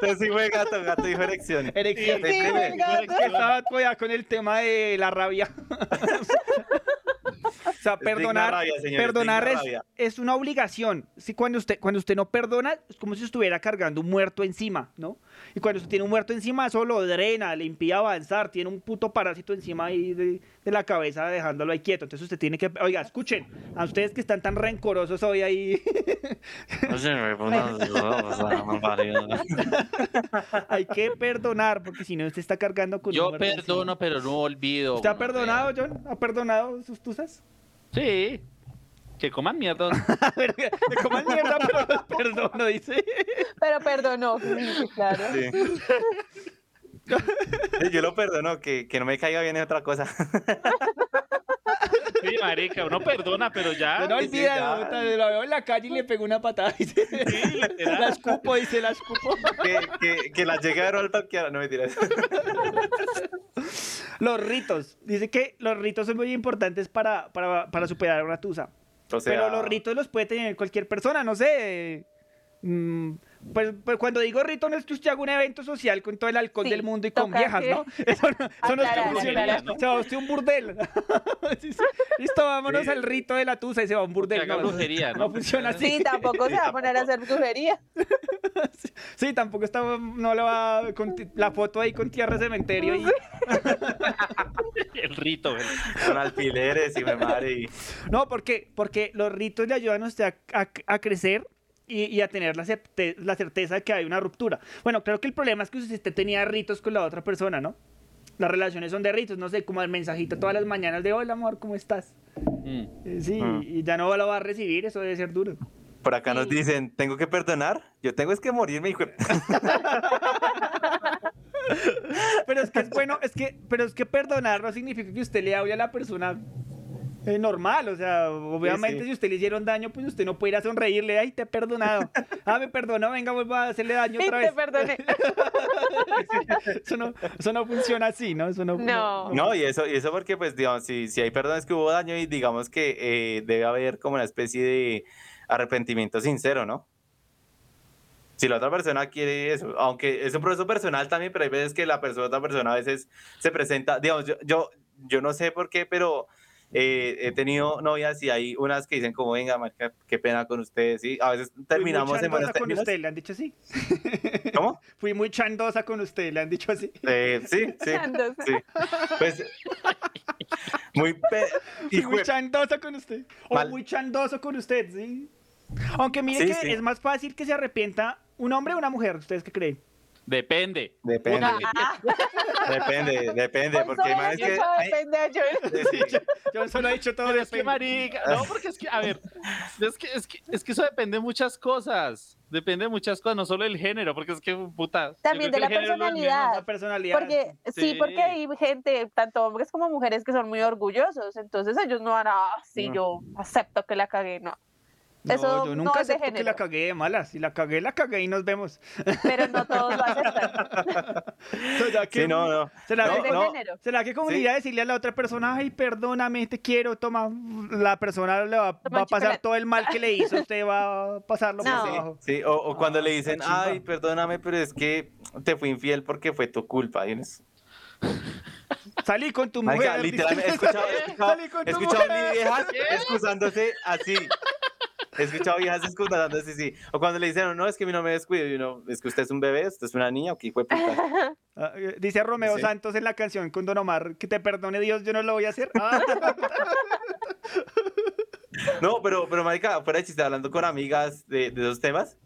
Entonces sí fue gato, gato dijo Eh, erección. Elección. Sí, Sí, Depende. fue el gato. Estaba todavía con el tema de la rabia. <laughs> o sea, digna perdonar, rabia, señores, perdonar digna es, rabia. es una obligación. Sí, cuando, usted, cuando usted no perdona, es como si estuviera cargando un muerto encima, ¿no? Y cuando usted tiene un muerto encima, eso lo drena, le impide avanzar, tiene un puto parásito encima ahí de, de la cabeza dejándolo ahí quieto. Entonces usted tiene que, oiga, escuchen, a ustedes que están tan rencorosos hoy ahí, <laughs> hay que perdonar, porque si no, usted está cargando Pues con un Yo muerto encima. perdono, pero no olvido. ¿Usted ha gonorrea. perdonado, John? ¿Ha perdonado sus tusas? Sí. Que coman mierda. <laughs> A ver, que coman mierda, pero los <laughs> perdono, dice. Pero perdonó. Sí, claro. Sí. Sí, Yo lo perdono, que, que no me caiga bien es otra cosa. <laughs> Sí, marica, uno perdona, pero <laughs> ya. Yo no sí, olvida, ya. puta, lo veo en la calle y le pego una patada, dice. la escupo, dice, la escupo. Que, que, que la llegue a ver al parquear. No me tiras. Los ritos. Dice que los ritos son muy importantes para, para, para superar una tusa. <laughs> O sea, Pero los ritos los puede tener cualquier persona, no sé. Mm, Pues, pues cuando digo rito no es que usted haga un evento social con todo el alcohol Sí, del mundo y con toca viejas, que- ¿no? <laughs> Eso no, eso no es que Aclarar, funciona. aclarar, ¿no? ¿no? Se va usted a un burdel. <laughs> Sí, sí. Listo, vámonos Sí. al rito de la tusa y se va a un Que burdel. haga No, brujería, no ¿no? funciona así. Sí, tampoco se va a poner a hacer brujería. Sí, tampoco está, no le va con ti- la foto ahí con tierra de cementerio. <laughs> Y... El rito, güey. Con alfileres y me madre. Y... No, porque, porque los ritos le ayudan a usted a, a- a crecer y, y a tener la, certe- la certeza de que hay una ruptura. Bueno, claro que el problema es que si usted tenía ritos con la otra persona, ¿no? Las relaciones son de ritos, no sé, como el mensajito todas las mañanas de hola amor, ¿cómo estás? Mm. Eh, Sí, Mm. y ya no lo va a recibir, eso debe ser duro. Por acá nos dicen, ¿tengo que perdonar? Yo tengo es que morirme, hijo. de- Pero es que es bueno, es que, pero es que perdonar no significa que usted le hable a la persona eh, normal. O sea, obviamente sí. si usted le hicieron daño, pues usted no puede ir a sonreírle, ay, te he perdonado. Ah, me perdonó, venga, vuelva a hacerle daño Sí, otra <laughs> te vez. perdoné. <laughs> Eso no, eso no funciona así, ¿no? Eso no. No. No, y eso, y eso porque, pues, digamos, si, si hay perdones que hubo daño y digamos que eh, debe haber como una especie de arrepentimiento sincero, ¿no? Si la otra persona quiere eso, aunque es un proceso personal también, pero hay veces que la persona, otra persona a veces se presenta, digamos, yo, yo, yo no sé por qué, pero eh, he tenido novias y hay unas que dicen como, venga, marica, qué pena con ustedes, y a veces terminamos Fui en muy buenos chandosa con términos. usted, le han dicho así. ¿Cómo? Fui muy chandosa con usted, le han dicho así. Eh, <laughs> sí, sí, Chandosa. sí. Pues, muy... pe- Fui hijo muy de- chandoso con usted. O Mal. muy chandoso con usted, sí. Aunque mire Sí, que sí. es más fácil que se arrepienta un hombre o una mujer, ¿ustedes qué creen? Depende. Depende. <laughs> Depende, depende, Hoy porque hay solo manes que... escucho hay- depende a Joel. sí, <laughs> Yo solo he dicho todo Pero es que depende. marica, no, porque es que, a ver, es que, es que, es que eso depende de muchas cosas, depende de muchas cosas, no solo del género, porque es que, puta. yo También de creo la que el género no es lo personalidad. La personalidad. Porque, sí. Sí. porque hay gente, tanto hombres como mujeres, que son muy orgullosos. Entonces ellos no van a, si No. yo acepto que la cagué, no. No, Eso yo no nunca es de acepto que la género. cagué de mala. Si la cagué, la cagué y nos vemos. Pero no todos lo aceptan. ¿Será que, Sí, no, no. ¿Será No, que, no. será que como ir a decirle a la otra persona, ay, perdóname, te quiero, toma, la persona le va, Toma va a pasar chocolate. todo el mal que le hizo, usted va a pasarlo No. por abajo. Sí, o, o cuando le dicen, está chimba. ay, perdóname, pero es que te fui infiel porque fue tu culpa. y unos- Salí con tu mujer. Marica, <laughs> dice. literalmente, he escuchado, he escuchado, Salí con he tu escuchado mujer. viejas excusándose así. He escuchado viejas excusándose así. O cuando le dicen, no, es que mi no me descuido. Y uno, es que usted es un bebé, usted es una niña, o qué hijo de puta. Ah, eh, Dice Romeo Sí. Santos en la canción con Don Omar, que te perdone Dios, yo no lo voy a hacer. <laughs> Ah, No, pero, pero marica, fuera de chiste, hablando con amigas de, de esos temas,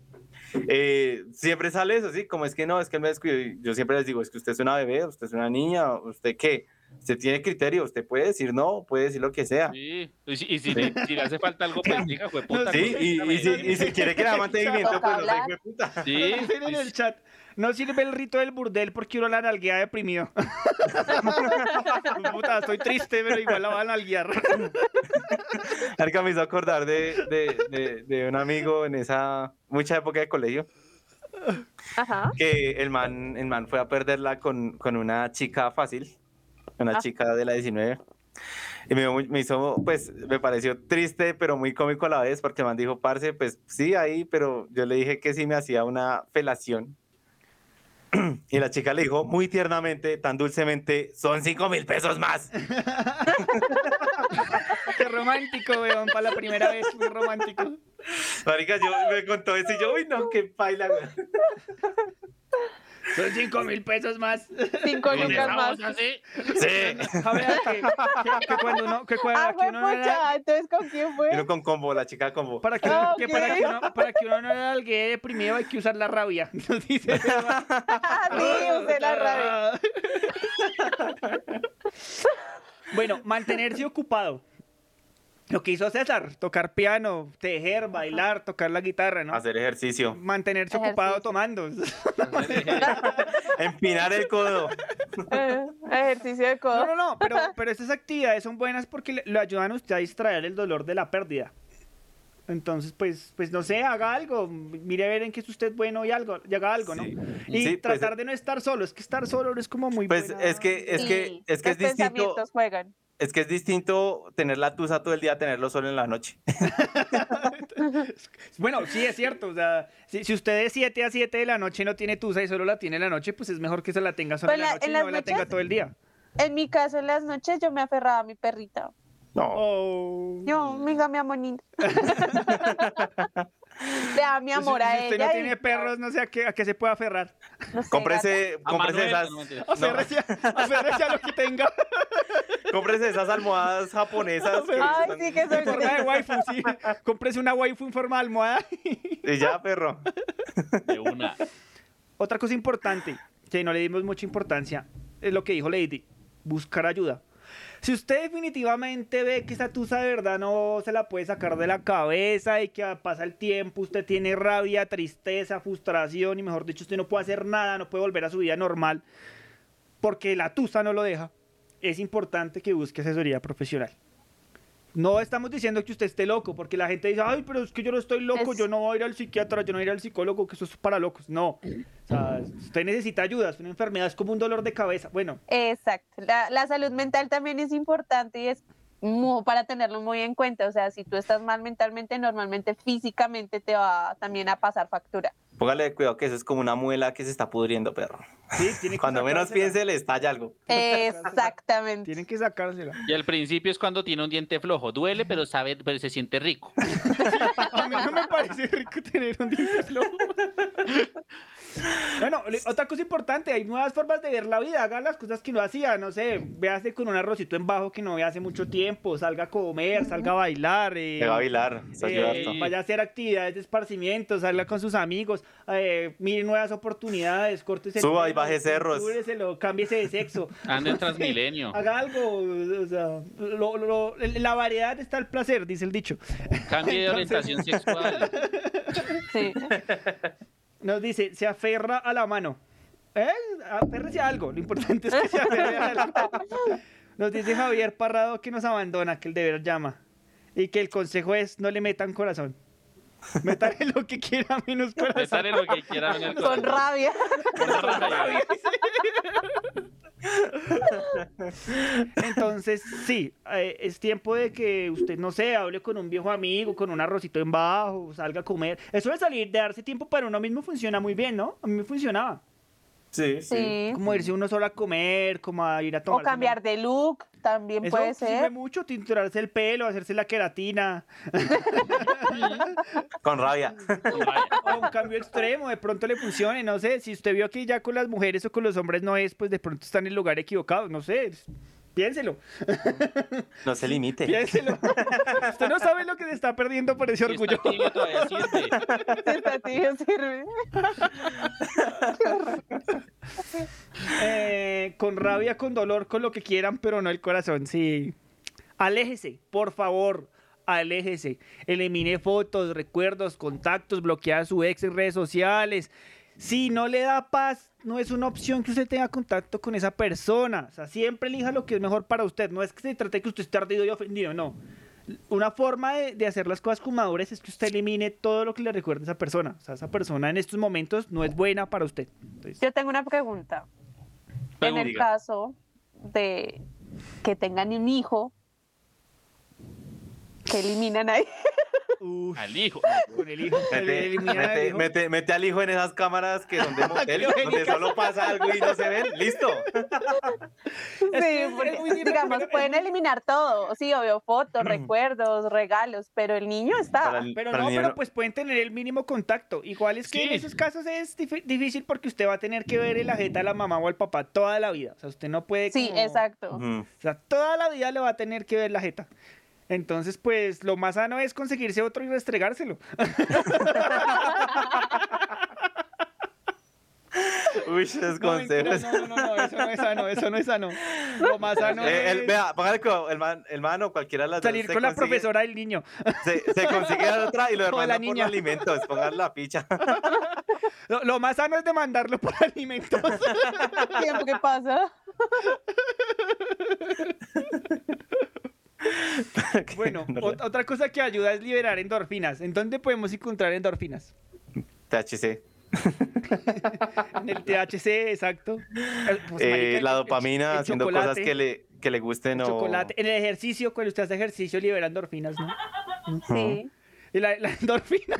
eh, siempre sale eso, ¿sí? Como es que no, es que él me descuido. Y Yo siempre les digo, es que usted es una bebé, usted es una niña, ¿usted qué? Usted tiene criterio, usted puede decir no, puede decir lo que sea. Sí, y si, y si le, si le hace falta algo, pues diga, fue puta. Sí, no, y, y si, dígame. y si quiere que la mantenimiento, Toca pues no hablar. soy puta. <laughs> Sí, dicen en el chat, no sirve el rito del burdel porque uno la nalguea <laughs> deprimido. <laughs> Puta, estoy triste, pero igual la van a nalguear. <laughs> Marica, me hizo acordar de, de, de, de un amigo en esa mucha época de colegio, Ajá. que el man, el man fue a perderla con, con una chica fácil, una Ah. chica de la 19. Y me, dio muy- me hizo, pues, me pareció triste, pero muy cómico a la vez, porque el man dijo, parce, pues sí, ahí, pero yo le dije que sí me hacía una felación. <clears throat> Y la chica le dijo muy tiernamente, tan dulcemente, son cinco mil pesos más. Qué romántico, weón, para la primera vez, muy romántico. Marica, yo me contó eso y yo, uy, no, qué paila, güey". Son cinco mil pesos más. Cinco Con lucas esa más. voz así, Sí. A ver, que, que- que cuando uno, que cuando- Ah, que fue uno no era- pucha. Entonces, ¿con quién fue? Pero con combo, la chica combo. para que, uno- que Ok. para que uno, para que uno no era alguien deprimido hay que usar la rabia. <laughs> Nos dice. <laughs> Ah, sí, usé la radio. <laughs> bueno, mantenerse ocupado. Lo que hizo César, tocar piano, tejer, bailar, tocar la guitarra, ¿no? Hacer ejercicio. Mantenerse Ejercicio. ocupado tomando. Empinar el codo. Eh, Ejercicio de No, codo. no, no, pero, pero estas actividades son buenas porque le, lo ayudan a usted a distraer el dolor de la pérdida. Entonces, pues, pues no sé, haga algo, mire a ver en qué es usted bueno y algo, y haga algo, ¿no? Sí. Y Sí, pues, tratar de no estar solo, es que estar solo no es como muy Pues buena- es que es que Sí, es que es los distinto, pensamientos juegan. es que es distinto tener la tusa todo el día a tenerlo solo en la noche. Bueno, sí, es cierto. O sea, si, si usted de 7 a 7 de la noche no tiene tusa y solo la tiene en la noche, pues es mejor que se la tenga solo Pues en la la- noche en y las no la tenga noches- todo el día. En mi caso, en las noches yo me aferraba a mi perrita. No. Oh. Yo, mira, mi <laughs> <laughs> amonita. Le da mi Si- amor a si, usted ella. no y- tiene perros, no sé a qué, a qué se puede aferrar. no sé, Cómprese, a cómprese Manuel, esas, no, mentira. no, Aférrese a- aférrese a lo que tenga. <laughs> cómprese esas almohadas japonesas que Ay, están- sí que <laughs> En forma <laughs> de soy. waifu, sí. Cómprese una waifu en forma de almohada. y ya, perro. de una. Otra cosa importante, que no le dimos mucha importancia, es lo que dijo Lady, buscar ayuda. Si usted definitivamente ve que esa tusa de verdad no se la puede sacar de la cabeza y que pasa el tiempo, usted tiene rabia, tristeza, frustración y mejor dicho, usted no puede hacer nada, no puede volver a su vida normal porque la tusa no lo deja, es importante que busque asesoría profesional. No estamos diciendo que usted esté loco, porque la gente dice, ay, pero es que yo no estoy loco, yo no voy a ir al psiquiatra, yo no voy a ir al psicólogo, que eso es para locos. No. O sea, usted necesita ayuda, es una enfermedad, es como un dolor de cabeza. Bueno, Exacto. La, la salud mental también es importante y es mu- para tenerlo muy en cuenta. O sea, si tú estás mal mentalmente, normalmente físicamente te va también a <laughs> pasar factura. Póngale cuidado que eso es como una muela que se está pudriendo, perro. Cuando menos sacársela. piense, le estalla algo. Exactamente. Tienen que sacársela. Y al principio es cuando tiene un diente flojo. Duele, pero sabe, pero se siente rico. A mí no me parece rico tener un diente flojo. Bueno, le- otra cosa importante, hay nuevas formas de ver la vida, haga las cosas que no hacía, no sé, véase con un arrocito en bajo que no ve hace mucho tiempo, salga a comer, salga a bailar, eh, Se va a bailar, eso ayuda eh, harto. vaya a hacer actividades de esparcimiento, salga con sus amigos, eh, mire nuevas oportunidades, córtese el Suba y pelo, baje cerros. censúreselo, cámbiese de sexo. Ande en Transmilenio. Haga algo, o sea, lo- lo- la variedad está el placer, dice el dicho. Cambie de <laughs> Entonces- orientación sexual. <laughs> Nos dice, se aferra a la mano. ¿Eh? Aférrese a algo. Lo importante es que se aferre a algo. Nos dice Javier Parrado que nos abandona, que el deber llama. Y que el consejo es no le metan corazón. Métale lo que quiera menos corazón. Métale lo que quiera menos Con Con rabia. Entonces, sí, eh, es tiempo de que usted, no sé, hable con un viejo amigo, con un arrocito en bajo, salga a comer. Eso de salir, de darse tiempo para uno mismo funciona muy bien, ¿no? A mí me funcionaba. Sí, Sí. Como irse uno solo a comer, como a ir a O tomar. cambiar de look también Eso puede sirve <laughs> ser. mucho, tinturarse el pelo, hacerse la queratina. Con rabia. o un cambio extremo, de pronto le funcione, no sé, si usted vio que ya con las mujeres o con los hombres no es, pues de pronto está en el lugar equivocado, no sé, piénselo, <laughs> No se limite. piénselo. usted no sabe lo que se está perdiendo por ese orgullo. Eh, con rabia, con dolor, con lo que quieran, pero no el corazón, sí. Aléjese, por favor, aléjese. Elimine fotos, recuerdos, contactos, bloquea a su ex en redes sociales. Si no le da paz, no es una opción que usted tenga contacto con esa persona. O sea, siempre elija lo que es mejor para usted. No es que se trate de que usted esté ardido y ofendido, no. Una forma de, de hacer las cosas con madurez es que usted elimine todo lo que le recuerde a esa persona. O sea, esa persona en estos momentos no es buena para usted. Entonces, Yo tengo una pregunta. En el Diga. caso de que tengan un hijo, que eliminan ahí. Al hijo. Con el hijo. Mete, mete, mete- mete al hijo en esas cámaras que son de motel, Qué donde bonito. solo pasa algo y no se ven. Listo. Sí, <laughs> porque, digamos, pueden eliminar todo. Sí, obvio, Mm. fotos, recuerdos, regalos, pero el niño está. Pero no, pero pues pueden tener el mínimo contacto. Igual es que en Sí. esos casos es dif- difícil porque usted va a tener que ver la jeta a la mamá o al papá toda la vida. O sea, usted no puede. Sí, como- exacto. O sea, toda la vida le va a tener que ver la jeta. Entonces, pues lo más sano es conseguirse otro y restregárselo. Uy, esos No, mentira, consejos. no, no, no, no, eso no es sano, eso no es <laughs> sano. Lo más sano Eh, es el- vea, póngale cuidado, el man, el man o cualquiera de las dos salir se con la consigue- profesora del niño. <laughs> Se, se consigue la otra y lo O la demanda por niña. alimentos. Póngale la picha. Lo, lo más sano es demandarlo por <laughs> alimentos. Tiempo que pasa. <laughs> <laughs> Bueno, ot- otra cosa que ayuda es liberar endorfinas. ¿En dónde podemos encontrar endorfinas? THC. <laughs> En el THC, exacto. Eh, pues, Eh, marica, la el- dopamina el haciendo chocolate, cosas que le, que le gusten el o. chocolate. En el ejercicio, cuando usted hace ejercicio, libera endorfinas, ¿no? Sí. Y la, <laughs> la endorfina.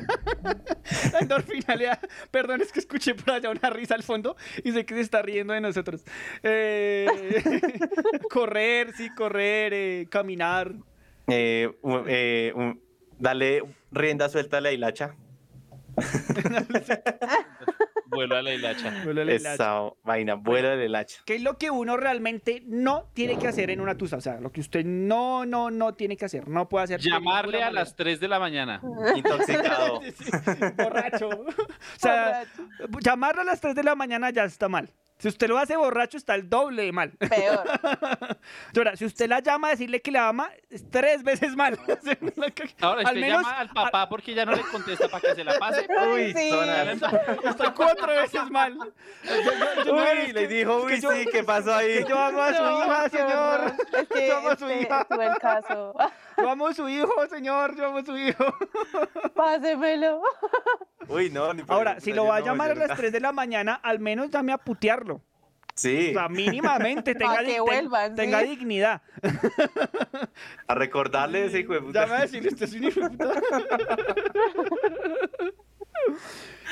la endorfina le da. Perdón, es que escuché por allá una risa al fondo y sé que se está riendo de nosotros. Eh, <laughs> correr, sí, correr, eh, caminar. Eh, un- eh, un- dale rienda suelta a la hilacha. Vuelo a la hilacha. Vuelo a la hilacha. Esa vaina, vuela la <laughs> hilacha. ¿Qué es lo que uno realmente no tiene que hacer en una tusa? O sea, lo que usted no, no, no tiene que hacer. No puede hacer. de Llamarle ninguna a las 3 de la mañana. <laughs> Intoxicado. <laughs> manera. Borracho. O sea, llamarlo a las 3 de la mañana ya está mal. Si usted lo hace borracho, está el doble de mal. Peor. Ahora, si usted la llama a decirle que la ama, es tres veces mal. <laughs> Ahora, usted llama al papá porque ya no le contesta para que se la <laughs> pase. <laughs> Uy, está cuatro veces mal. <laughs> Uy, le dijo, uy, sí, ¿qué pasó ahí? Que yo amo a su hija, señor. Es que Yo amo a su este hija. estuvo el caso. <laughs> Yo amo a su hijo, señor. Yo amo a su hijo. Pásemelo. Uy, no, ni por Ahora, el- si no, lo yo va a no, llamar yo a las no. 3 de la mañana, al menos dame a putearlo. Sí, O sea, <laughs> mínimamente Pa' tenga, que dig- te- vuelvan, sí. tenga dignidad. a recordarle ese hijo de puta. Llama a decirle, "Usted es un hijo de puta". <laughs>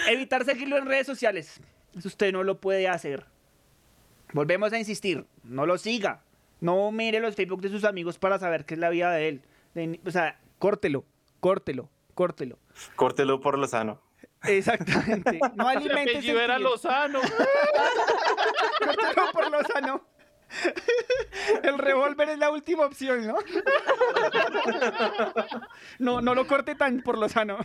Evitar seguirlo en redes sociales. Eso usted no lo puede hacer. Volvemos a insistir. No lo siga. No mire los Facebook de sus amigos para saber qué es la vida de él. De- o sea, córtelo, córtelo, córtelo. <laughs> Córtelo por lo sano. Exactamente. <laughs> No El alimente apellido era sentimientos. <laughs> Lozano. Córtelo por Lozano. El revólver es la última opción, ¿no? No, no lo corte tan por Lozano.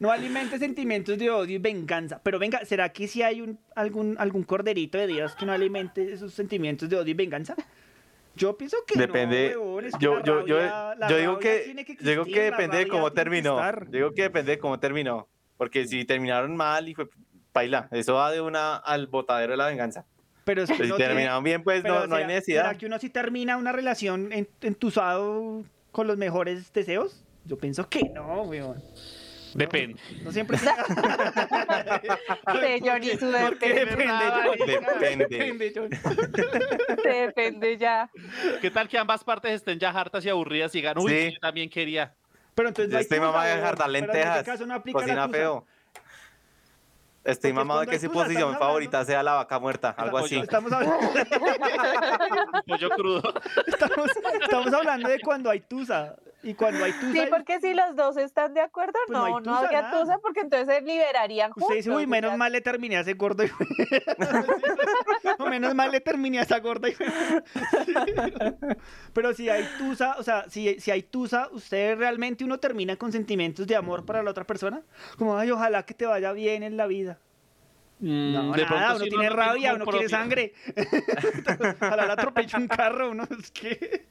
No alimente sentimientos de odio y venganza. Pero venga, ¿será que si hay un, algún, algún corderito de Dios que no alimente esos sentimientos de odio y venganza? Yo pienso que no, Depende. huevón, es que yo, la yo, yo, rabia- la yo digo rabia que, tiene yo digo que existir, la depende de rabia cómo tiene que terminó. estar. Yo digo que depende de cómo terminó. Porque si terminaron mal, hijo de paila. Eso va de una al botadero de la venganza. Pero es que Pero si no tiene- terminaron bien, pues Pero no, no hay será- necesidad. ¿Será que uno sí termina una relación en- entusado con los mejores deseos? Yo pienso que no, weón. Depende. No siempre <laughs> se De Johnny su porque depende. depende, Johnny. Depende. Depende, Johnny. Depende ya. ¿Qué tal que ambas partes estén ya hartas y aburridas y digan, uy, Sí. yo también quería? Pero entonces Yo no hay estoy tusa, mamado de weón. jartar Pero en ese lentejas. caso no aplica la Cocina tusa. feo. Porque Estoy es mamado de cuando que hay su tusa, estamos posición hablando. favorita sea la vaca muerta, algo así. Estamos hablando, <laughs> Un pollo crudo. estamos, estamos hablando de cuando hay tusa. Y cuando hay tusa, Sí, porque si los dos están de acuerdo, Pues no no, hay no, tusa, habría nada. tusa porque entonces se liberarían juntos. usted dice, uy, o menos sea, <laughs> mal le terminé a ese gordo. Y... <laughs> o menos mal le terminé a esa gorda. Y... Pero si hay tusa, o sea, si, si hay tusa, ¿usted realmente uno termina con sentimientos de amor para la otra persona? Como, ay, ojalá que te vaya bien en la vida. <laughs> No, Mm, De nada, pronto uno sí, tiene no tengo rabia, uno quiere propia. sangre. <laughs> Ojalá le atropelle un carro, uno es que...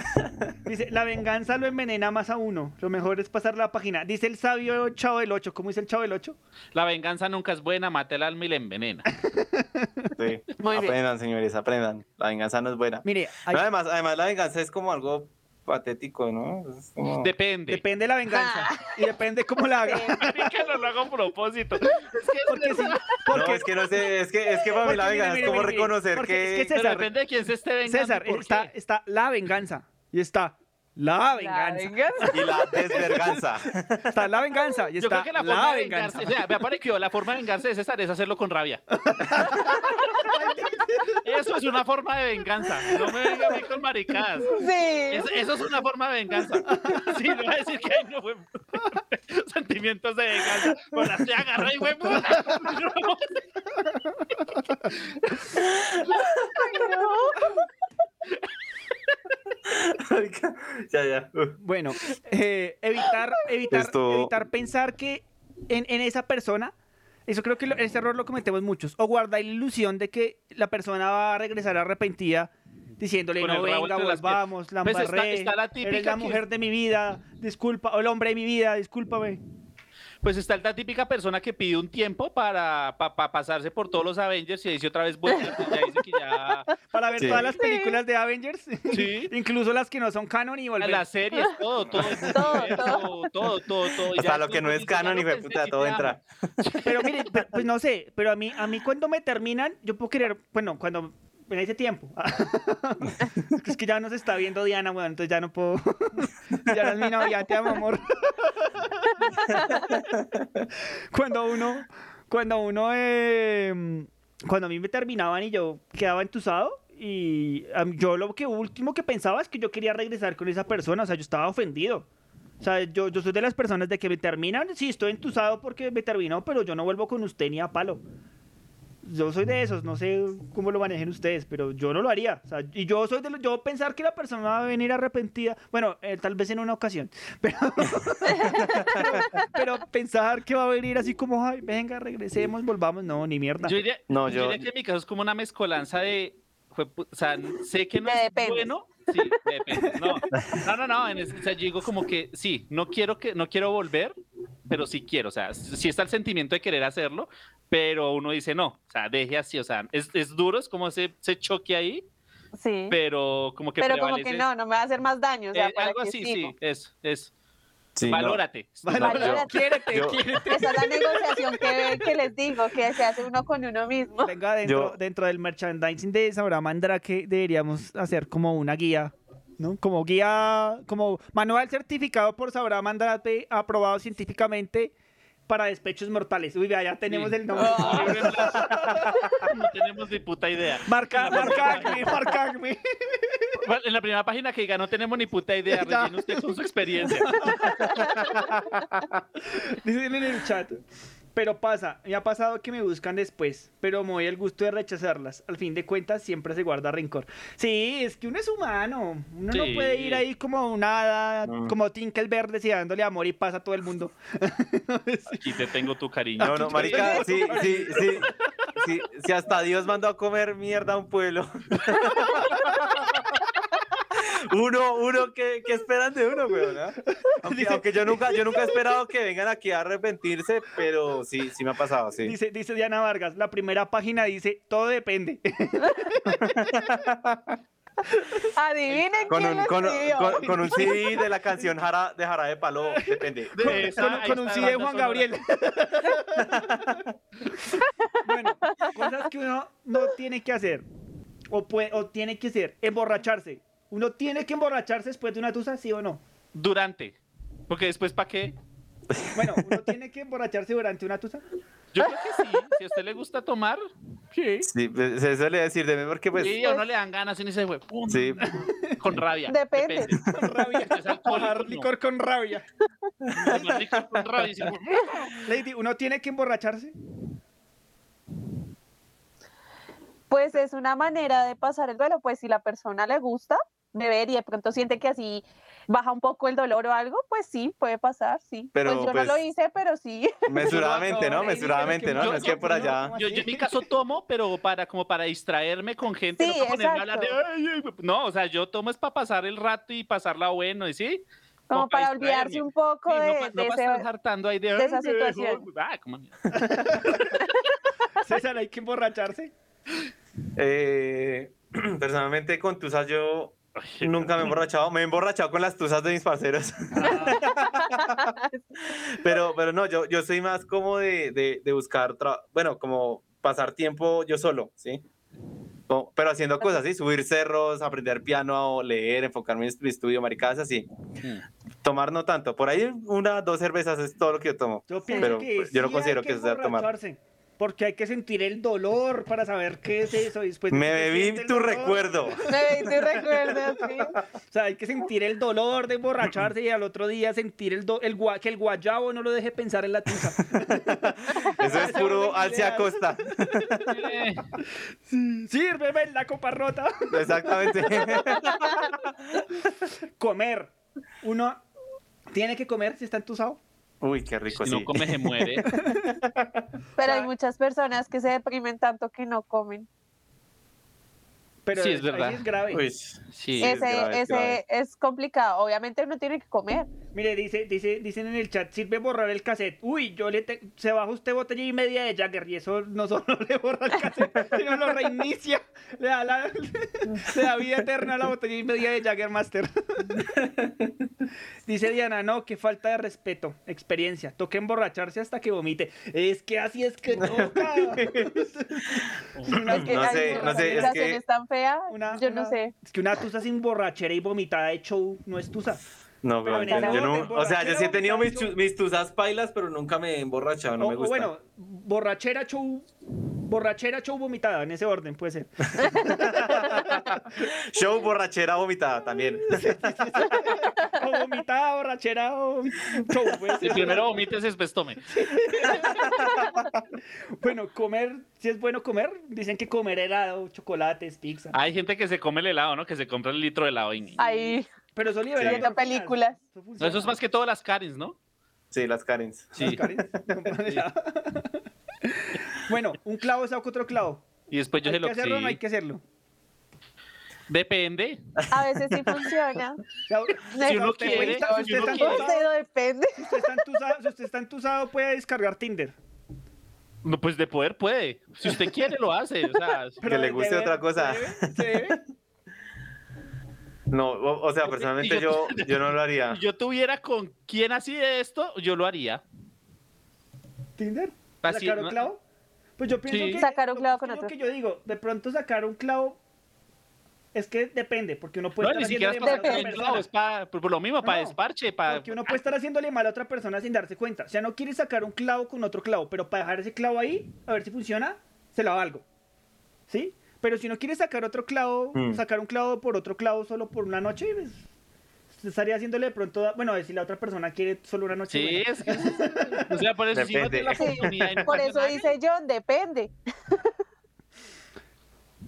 <laughs> Dice, la venganza lo envenena más a uno. Lo mejor es pasar la página. Dice el sabio Chavo del 8. ¿Cómo dice el Chavo del 8? La venganza nunca es buena, mate el alma y la envenena. Sí. Muy bien. Aprendan, señores, aprendan. La venganza no es buena. Mire, hay- Pero además, además, la venganza es como algo patético, ¿no? Es como- Depende. depende de la venganza. Ah. Y depende cómo <laughs> la haga. que no lo hago a <laughs> propósito. Es que es Porque sí, verdad. porque- No, es que no sé, es que, es que para mí Porque la mire, venganza mire, es como mire, mire, reconocer porque que... es que Pero César, depende de quién se esté vengando. César, y por está, qué. está la venganza. Y está <laughs> la <laughs> la venganza. venganza. Y la <laughs> desverganza. <laughs> Está la venganza. Y Yo creo está que la, la forma de venganza. vengarse, o sea, me parece que la forma de vengarse de César es hacerlo con <laughs> rabia. Eso es una forma de venganza. No me venga a mí con maricadas. Sí. <laughs> Es- eso es una forma de venganza. <laughs> Sí, no va a decir que hay no, güey, <laughs> sentimientos de venganza. Por las te agarré, güey. puta. ya, ya. Uh, Bueno, eh, evitar, evitar, Esto- evitar pensar que en, en esa persona, eso creo que lo- ese error lo cometemos muchos, o guardar la ilusión de que la persona va a regresar arrepentida diciéndole, Con no el rabo venga, entre las piernas". volvamos, la Pues está- embarré, está la eres típica la que- mujer de mi vida, disculpa, o el hombre de mi vida, discúlpame. <laughs> Pues está la típica persona que pide un tiempo para pa- pa pasarse por todos los Avengers y dice otra vez, bueno, ya dice que ya. Para ver Sí. todas las películas de Avengers, <laughs> Sí. incluso las que no son canon y volver. Las series, todo, todo, <laughs> el Todo, universo, todo, todo, todo, Y ya Hasta lo que no después es dice, ya canon, lo hijo de pensé puta, y todo te amo. entra. <laughs> Pero mire, pe- pues no sé, pero a mí, a mí cuando me terminan, yo puedo querer, bueno, cuando en ese tiempo. <laughs> es que ya nos está viendo Diana, bueno, entonces ya no puedo. <laughs> ya no es mi novia, te amo, amor. <laughs> cuando uno, cuando uno, eh, cuando a mí me terminaban y yo quedaba entusado. Y a mí- yo lo que último que pensaba es que yo quería regresar con esa persona, o sea, yo estaba ofendido. O sea, yo, yo soy de las personas de que me terminan, sí, estoy entusado porque me terminó, pero yo no vuelvo con usted ni a palo. Yo soy de esos, no sé cómo lo manejen ustedes, pero yo no lo haría. O sea, y yo soy de lo- yo pensar que la persona va a venir arrepentida, bueno, eh, tal vez en una ocasión, <laughs> pero, pero, pero pensar que va a venir así como, ay, venga, regresemos, volvamos, no, ni mierda. Yo diría, No, yo yo- diría que en mi caso es como una mezcolanza de. juepu- O sea, sé que no Te es depende. bueno. Sí, me depende. No, no, no. no, en es- o sea, yo digo como que sí, no quiero, que, no quiero volver, pero sí quiero. O sea, sí está el sentimiento de querer hacerlo, pero uno dice no. O sea, deje así. O sea, es, es duro, es como ese, ese choque ahí, Sí. pero como que pero como prevalece. que no, no me va a hacer más daño. O sea, Eh, ¿para algo qué así, sigo? sí, eso, eso. Sí, no. Valórate. Ah, Valórate. Quiérete, yo- quiérete. Esa es <laughs> la negociación que, que les digo, que se hace uno con uno <laughs> mismo. Venga, dentro, Yo- dentro del merchandising de Sabra Mandrake deberíamos hacer como una guía, ¿no? Como guía, como manual certificado por Sabra Mandrake aprobado científicamente para despechos mortales. Uy, vea, ya tenemos Sí. Ah. el nombre. <laughs> No tenemos ni puta idea. Marca, marca Acme, marca Acme. Bueno, En la primera página que diga, no tenemos ni puta <laughs> idea, Ya. rellene usted con su experiencia. Dicen en el chat. Pero pasa, me ha pasado que me buscan después, pero me doy el gusto de rechazarlas. Al fin de cuentas, siempre se guarda rencor. Sí, es que uno es humano. Uno no Sí. puede ir ahí como nada, No. como Tinkelberg, decía, dándole amor y paz a todo el mundo. <laughs> Aquí te tengo tu cariño. No, no, marica, sí, sí, sí. sí, Si hasta Dios mandó a comer mierda a un pueblo. <laughs> Uno, uno, ¿qué, qué esperan de uno, weón? ah? Aunque, aunque yo nunca, yo nunca he esperado que vengan aquí a arrepentirse, pero sí, sí me ha pasado, sí. Dice, dice Diana Vargas, la primera página dice, todo depende. Adivinen Con quién un, lo con, escribió. con- con un CD de la canción Jara, de Jara de Palo, depende. con, Eh, con- con un sí de Juan Gabriel. <laughs> bueno, cosas que uno no tiene que hacer o, puede, o tiene que hacer, emborracharse. Uno tiene que emborracharse después de una tusa, sí o no. Durante. Porque después, ¿para qué? Bueno, <laughs> uno tiene que emborracharse durante una tusa. Yo creo que sí. Si a usted le gusta tomar, sí. Sí, pues, eso le voy a decir de mí porque pues... Sí, a uno le dan ganas y uno dice, "Güey, pum", Sí, con rabia. Depende. Con rabia. Es alcohólico, Bajar no. licor con rabia. Tomar licor con rabia y decir, "Güey". Lady, ¿uno tiene que emborracharse? Pues es una manera de pasar el duelo, pues si la persona le gusta beber y de pronto siente que así baja un poco el dolor o algo, pues sí, puede pasar, sí. Pero, pues yo pues, no lo hice, pero sí. mesuradamente, ¿no? Lady, Mesuradamente, ¿no? No es que por allá... Yo, yo en mi caso tomo, pero para como para distraerme con gente, Sí, no para ponerme a hablar de, exacto. "Ay, ay, güey". no, o sea, yo tomo es para pasar el rato y pasarla bueno, ¿y sí? Como para distraerme. olvidarse un poco Sí, no de, pa- de no pa' ese... <laughs> estar hartando ahí de, de esa "Ay, me dejó". situación. Ah, como mierda. César, ¿hay que emborracharse? Eh, <clears throat> personalmente con tusas yo nunca me he emborrachado. Me he emborrachado con las tusas de mis parceros. <laughs> pero, pero no, yo, yo soy más como de, de, de buscar, tra- bueno, como pasar tiempo yo solo, ¿sí? Como- pero haciendo cosas, ¿sí? Subir cerros, aprender piano, leer, enfocarme en mi estudio, maricadas así. Tomar no tanto. Por ahí una, dos cervezas es todo lo que yo tomo. Yo pienso Pero pues, que yo no sí considero hay que eso sea tomar. emborracharse, Porque hay que sentir el dolor para saber qué es eso. y Después de Me que se siente bebí pues, el tu dolor, recuerdo. Me te recuerdas, sí. O sea, hay que sentir el dolor de emborracharse y al otro día sentir el, do- el gua- que el guayabo no lo deje pensar en la tusa. <laughs> Eso <laughs> es puro Esas alcia ideas. costa. Eh, Mm, Sírveme la copa rota. <laughs> <laughs> Exactamente. comer. Uno tiene que comer si está entusado. Uy, qué rico, si sí. no come <laughs> se muere. Pero hay muchas personas que se deprimen tanto que no comen. Pero Sí, es ahí verdad. es grave. Uy, Sí. Sí, es ese grave, es ese grave. es complicado. Obviamente uno tiene que comer. Mire, dice, dice, dicen en el chat, sirve borrar el cassette. Uy, yo le te- se baja usted botella y media de Jagger y eso no solo <laughs> le borra el cassette, sino lo reinicia. Le da, la- <laughs> le da vida eterna a la botella y media de Jagger Master. <laughs> dice Diana, no, qué falta de respeto, experiencia. Toca emborracharse hasta que vomite. Es que así es <laughs> que toca. Es que No hay sé, unas no sé, es sensaciones que- tan feas, Una- yo una- no sé. Es que una tusa sin borrachera y vomitada de show no es tusa. No, pero Pero yo, mira, yo no, no, o sea, yo sí he borrachera, tenido mis, borracho. chu- mis tusas pailas, pero nunca me he emborrachado, no O- me o gusta. bueno, borrachera show Borrachera, show, vomitada, en ese orden puede ser. Show, borrachera, vomitada también. o vomitada, borrachera, o show. puede Si ser. primero vomites, después tome. Bueno, comer, si es bueno comer, dicen que comer helado, chocolates, pizza. Hay gente que se come el helado, ¿no? Que se compra el litro de helado. y- Ahí. Pero son liberales. viendo películas. No, eso es más que todo las Karens, ¿no? Sí, las Karens. Sí. <laughs> Bueno, un clavo saca otro clavo. Y después yo ¿Hay se lo que hacerlo o no sí. hay que hacerlo? Depende. A veces sí <laughs> funciona. Si uno Usted quiere, está- si usted uno quiere. está entusado, <laughs> Todo depende. si usted está entusado- si usted está entusado, puede descargar Tinder. No, pues de poder puede. Si usted quiere, lo hace. O sea, que le guste otra cosa. No, o, o sea, personalmente yo, yo no lo <laughs> haría. Si yo tuviera con quién así de esto, yo lo haría. ¿Tinder? Así, ¿Sacar un ¿no? clavo? Pues yo pienso Sí. que. Sacar un clavo con lo otro. que yo digo, de pronto sacar un clavo. Es que depende, porque uno puede no, estar ni siquiera es haciéndole para mal a sacar otra persona. clavo, es para, por, por lo mismo, para No, desparche, para... Porque uno puede estar haciéndole mal a otra persona sin darse cuenta. O sea, no quiere sacar un clavo con otro clavo, pero para dejar ese clavo ahí, a ver si funciona, se la valgo. ¿Sí? Pero si no quiere sacar otro clavo, Mm. sacar un clavo por otro clavo solo por una noche, pues, se estaría haciéndole de pronto, da- bueno, a ver si la otra persona quiere solo una noche. Sí, bueno. es que... <laughs> O sea, por eso, si uno tiene la Sí, oportunidad... y no por hace eso nada, dice John, depende.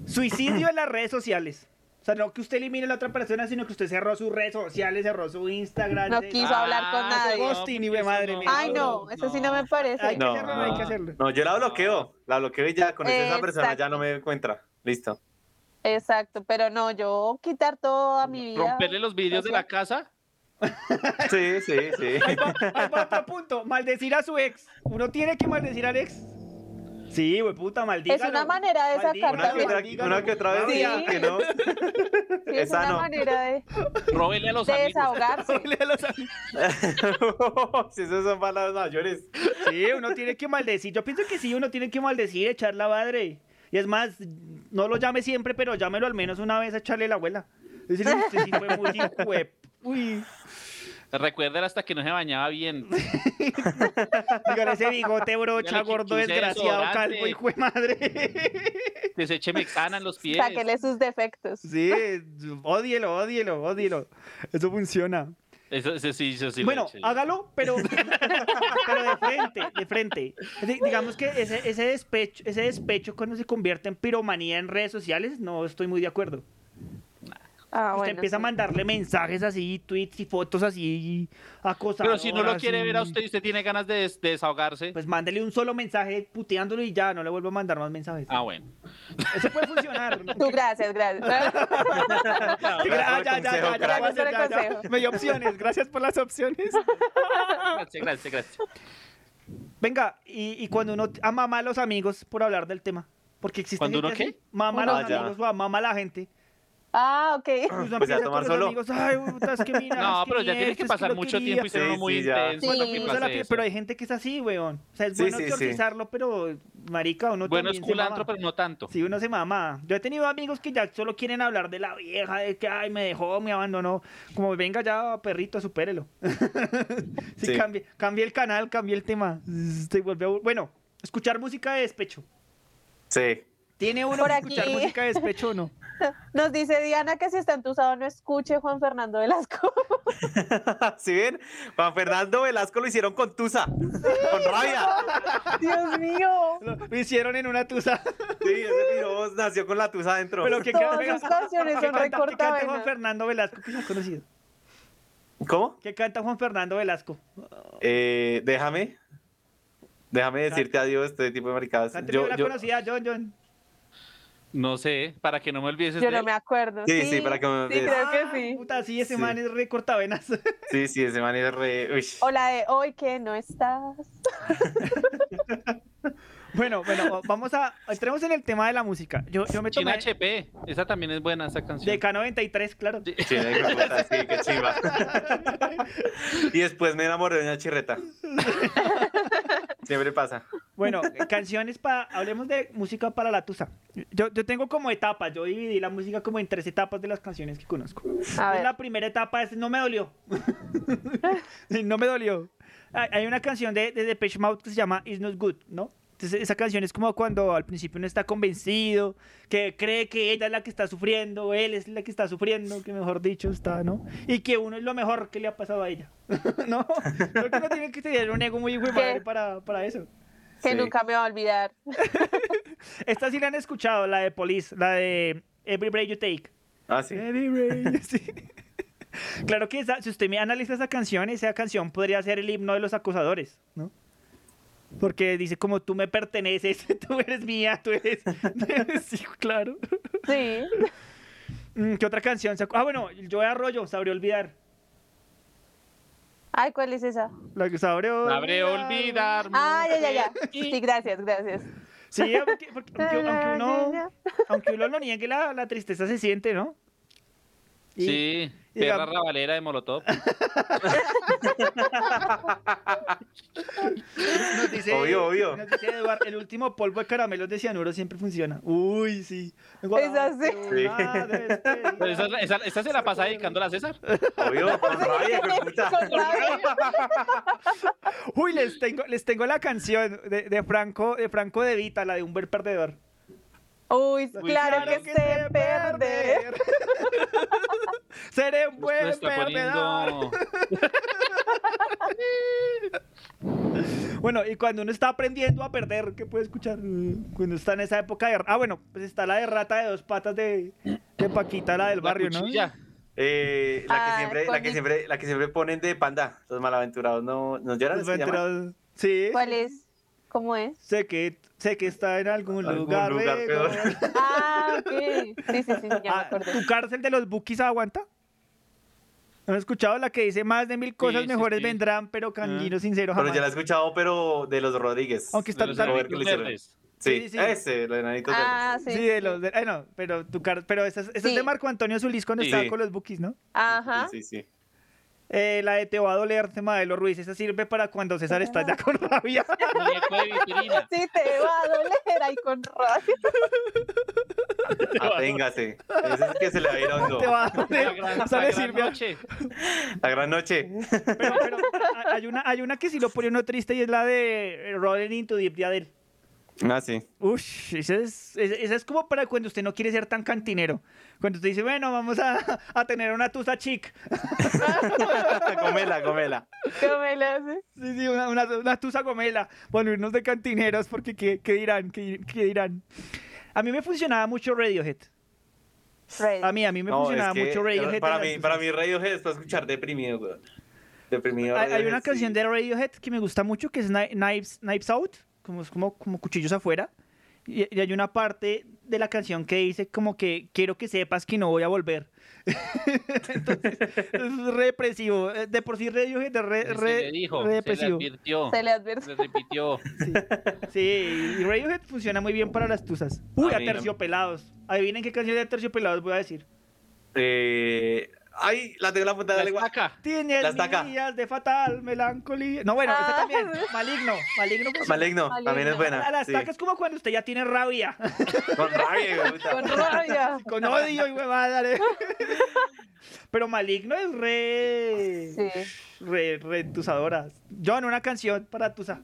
Suicidio en las redes sociales. O sea, no que usted elimine a la otra persona, sino que usted cerró sus redes sociales, cerró su Instagram. No se- quiso hablar con Ah, nadie. Ghosting, y güey, madre mía. Ay, no, eso sí no me parece. Hay que No. hacerlo, hay que hacerlo. No, yo la bloqueo. La bloqueo y ya con eso esa persona ya Exacto. no me encuentra. Listo. Exacto, pero no, yo quitar toda mi vida. Romperle los vídeos de la casa. Sí, sí, sí. Ahí va otro punto. Maldecir a su ex. Uno tiene que maldecir al ex. Sí, güey, puta, maldita. Es una manera de <laughs> sacar Una que también. otra, una que otra vez Sí. diga que no. <laughs> Sí, es esa una no. manera de, Róbele a los de amigos. <laughs> desahogarse. si esos son palabras mayores. Sí, uno tiene que maldecir. Yo pienso que sí, uno tiene que maldecir, echar la madre. Y es más, no lo llame siempre, pero llámelo al menos una vez a echarle la abuela. Decirle, usted sí fue muy hijuep. Uy, Recuerda hasta que no se bañaba bien. dígale ese bigote Ya brocha, le gordo, quise desgraciado, desodorante. calvo, hijo de <laughs> madre. Deseche mexana <laughs> en los pies. Sáquele sus defectos. Sí, ódielo, ódielo, ódielo. Eso funciona. Eso, eso sí, eso sí. lo bueno, he hecho yo. hágalo, <laughs> pero, pero de frente, de frente. Es de- digamos que ese, ese despecho, ese despecho cuando se convierte en piromanía en redes sociales, no estoy muy de acuerdo. Ah, Usted bueno, empieza a sí. mandarle mensajes así, tweets y fotos así, acosadoras. Pero si no lo quiere ver a y- usted y usted tiene ganas de, des- de desahogarse. Pues mándele un solo mensaje puteándolo y ya, no le vuelvo a mandar más mensajes. Ah, bueno. Eso puede funcionar. <laughs> Tú, <laughs> gracias, gracias. Sí, gra- ah, ya, ya, ya, ya, ya, Gracias por el ya, ya. consejo. Me dio opciones, gracias por las opciones. Ah. Gracias, gracias, gracias. Venga, y, y cuando uno ama a los amigos por hablar del tema. Porque existe ¿Cuando uno qué? Mama a los Ah, ya. amigos o ama a la gente. Ah, ok. Pues uno Pues ya empieza tomar con los solo. amigos, ay, puta, es que <laughs> mira, No, es pero mi ya tienes ex, que es pasar lo mucho quería. tiempo y ser Sí, uno muy sí, ya. intenso. lo que Sí. Uno pasa se la es pide, eso. Pero hay gente que es así, weón. O sea, es Sí, bueno sí, sí. exorcizarlo, pero marica, uno Bueno, es también se culantro, mama. pero no tanto. Sí, uno se mama. Yo he tenido amigos que ya solo quieren hablar de la vieja, de que ay, me dejó, me abandonó. Como venga ya, perrito, supérelo. <laughs> sí, Sí. Cambie, cambie el canal, cambie el tema. Se vuelve abur- Bueno, escuchar música de despecho. Sí. ¿Tiene uno Por que escuchar aquí. música de despecho o no? Nos dice Diana que si está entusado no escuche Juan Fernando Velasco. <laughs> <laughs> Si ven, Juan Fernando Velasco lo hicieron con Tusa. Con rabia. Dios mío. Lo hicieron en una <laughs> tusa. Sí, ese piro nació con la Tusa adentro. Pero que Todas sus canciones que son canta- que canta Juan recortavenas. Fernando Velasco, que es conocido. ¿Cómo? ¿Qué canta Juan Fernando Velasco? Eh, déjame. Déjame decirte adiós, este tipo de maricadas. Antes Yo, la yo- conocía John John. No sé, para que no me olvides. Yo de- no me acuerdo. Sí, sí, para que me Sí, olvides. creo que sí. Ah, Puta, sí, ese Sí. man es recortavenas. <laughs> Sí, sí, ese man es re. uy. Ah, O la de hoy que no estás. bueno, bueno, vamos a. Entremos en el tema de la música. Yo, yo me China tomé. HP. Esa también es buena, esa canción. De K93, claro. Sí, de hijo de puta, sí, qué chimba. Y después me enamoré de una <laughs> chirreta. Siempre pasa. Bueno, eh, canciones para. Hablemos de música para la tusa. Yo, yo tengo como etapas. Yo dividí la música como en tres etapas de las canciones que conozco. A Entonces, ver. La primera etapa es No me dolió. <laughs> no me dolió. Hay hay una canción de, de Depeche Mode que se llama It's Not Good, ¿no? Entonces, esa canción es como cuando al principio uno está convencido, que cree que ella es la que está sufriendo, él es la que está sufriendo, que mejor dicho está, ¿no? Y que uno es lo mejor que le ha pasado a ella, <laughs> ¿no? Creo que uno tiene que tener un ego muy hijo de madre para, para eso. Que nunca me va <laughs> a olvidar. Esta sí la han escuchado, la de Police, la de Every Break You Take. Ah, sí. Every Break, sí. Claro que esa- si usted me analiza esa canción, esa canción podría ser el himno de los acosadores, ¿no? Porque dice como tú me perteneces, <laughs> tú eres mía, tú eres... <laughs> sí, claro. Sí. Mm, ¿Qué otra canción? se acu- Ah, bueno, yo de Arroyo, sabré olvidar. Ay, ¿cuál es esa? La que sabré olvidar. Sabré olvidar. Ah, ya, ya, ya. Sí, gracias, gracias. Sí, aunque, porque- aunque- aunque uno, aunque uno lo niegue, la, la tristeza se siente, ¿no? Sí, y perra la- rabalera de Molotov. Nos dice, Obvio, obvio. nos dice Eduard, el último polvo de caramelos de cianuro siempre funciona. Uy, sí. Es así. Pero esa, esa- esa se la pasa dedicando a César. Obvio, con rabia, <laughs> hijo de puta. Uy, les tengo, les tengo la canción de, de Franco, de Franco de Vita, la de un buen perdedor. Uy, claro, claro que, se perde. <laughs> Seré un buen Nos está perdedor. poniendo. Bueno, y cuando uno está aprendiendo a perder, ¿qué puede escuchar? Cuando está en esa época de... Ah, bueno, pues está la de rata de dos patas de, de Paquita, la del barrio, ¿no? cuchilla. Eh, la, que Ah, siempre, la, ¿cuál que es? siempre, la que siempre ponen de panda. Los malaventurados no, no lloran. Los ¿se llama? venturados. Sí. ¿Cuál es? ¿Cómo es? Sé que, sé que está en algún, Algún lugar. lugar mejor. peor. Ah, ok. Sí, sí, sí, ya me Ah, <laughs> acordé. ¿Tu cárcel de los bookies aguanta? ¿No ¿Has escuchado la que dice más de mil cosas sí, mejores sí. Ah. vendrán, pero candino sincero <laughs> Pero jamás? ya la he escuchado, pero de los Rodríguez. Aunque está De los tan- Roberto Los Licero. verdes. Sí, Sí, sí, sí. ese, los enanitos verdes. Ah, sí. Sí, de los... de- ay, no, pero tu car- pero esa, es- esa es Sí. de Marco Antonio Solís cuando Sí. estaba con los bookies, ¿no? Ajá. Sí, <laughs> sí, sí. Eh, la de Te va a doler, tema de los Ruiz. Esa sirve para cuando César está ya con rabia. <laughs> Muñeco de vitrina. <laughs> Sí, te va a doler ahí con rabia. <laughs> Aténgase. Ese es que se le va a ir hondo. Te va a La doler. gran- O sea, la le gran sirve a- noche. La gran noche. Pero, pero a- hay, una, hay una que sí lo pone uno triste y es la de eh, Rolling into Deep de Adele. Ah, <laughs> sí. Ush, esa es, esa- esa es como para cuando usted no quiere ser tan cantinero. Cuando usted dice, bueno, vamos a, a tener una tusa chic. comela, comela. ¿Cómo me lo haces? Sí, sí, una, una- una tusa gomela. Bueno, irnos de cantineros porque ¿qué, qué dirán? ¿Qué, qué dirán? A mí me funcionaba mucho Radiohead. Ready. A mí, a mí me funcionaba mucho Radiohead. en Para las mí, tusas. para mí Radiohead es para escuchar deprimido, weón. Deprimido. Hay, hay Radiohead, una sí. canción de Radiohead que me gusta mucho que es Kni- Knives, Knives Out, como, es como, como cuchillos afuera. Y, y hay una parte de la canción que dice como que quiero que sepas que no voy a volver. <laughs> Entonces, es represivo. Eh, De por sí Radiohead es re- re- se le dijo, se le represivo. advirtió, Se le se <laughs> advierte. le <laughs> repitió. Sí, y Radiohead funciona muy bien para las tusas. Uy, A a mí no. terciopelados. Adivinen qué canción de terciopelados voy a decir. Eh, ay, la tengo en la punta de la La lengua. estaca. Tienes La estaca. mis días de fatal melancolía. No, bueno, ese Ah. también. Maligno. Maligno. <laughs> funciona. Maligno, Maligno. también es buena. A Ah, la sí. estaca es como cuando usted ya tiene rabia, <laughs> Con rabia, weón. Con rabia. con odio y huevada. ¿eh? <laughs> Pero maligno es re. Sí. re, re tusadora. John, una canción para tusa.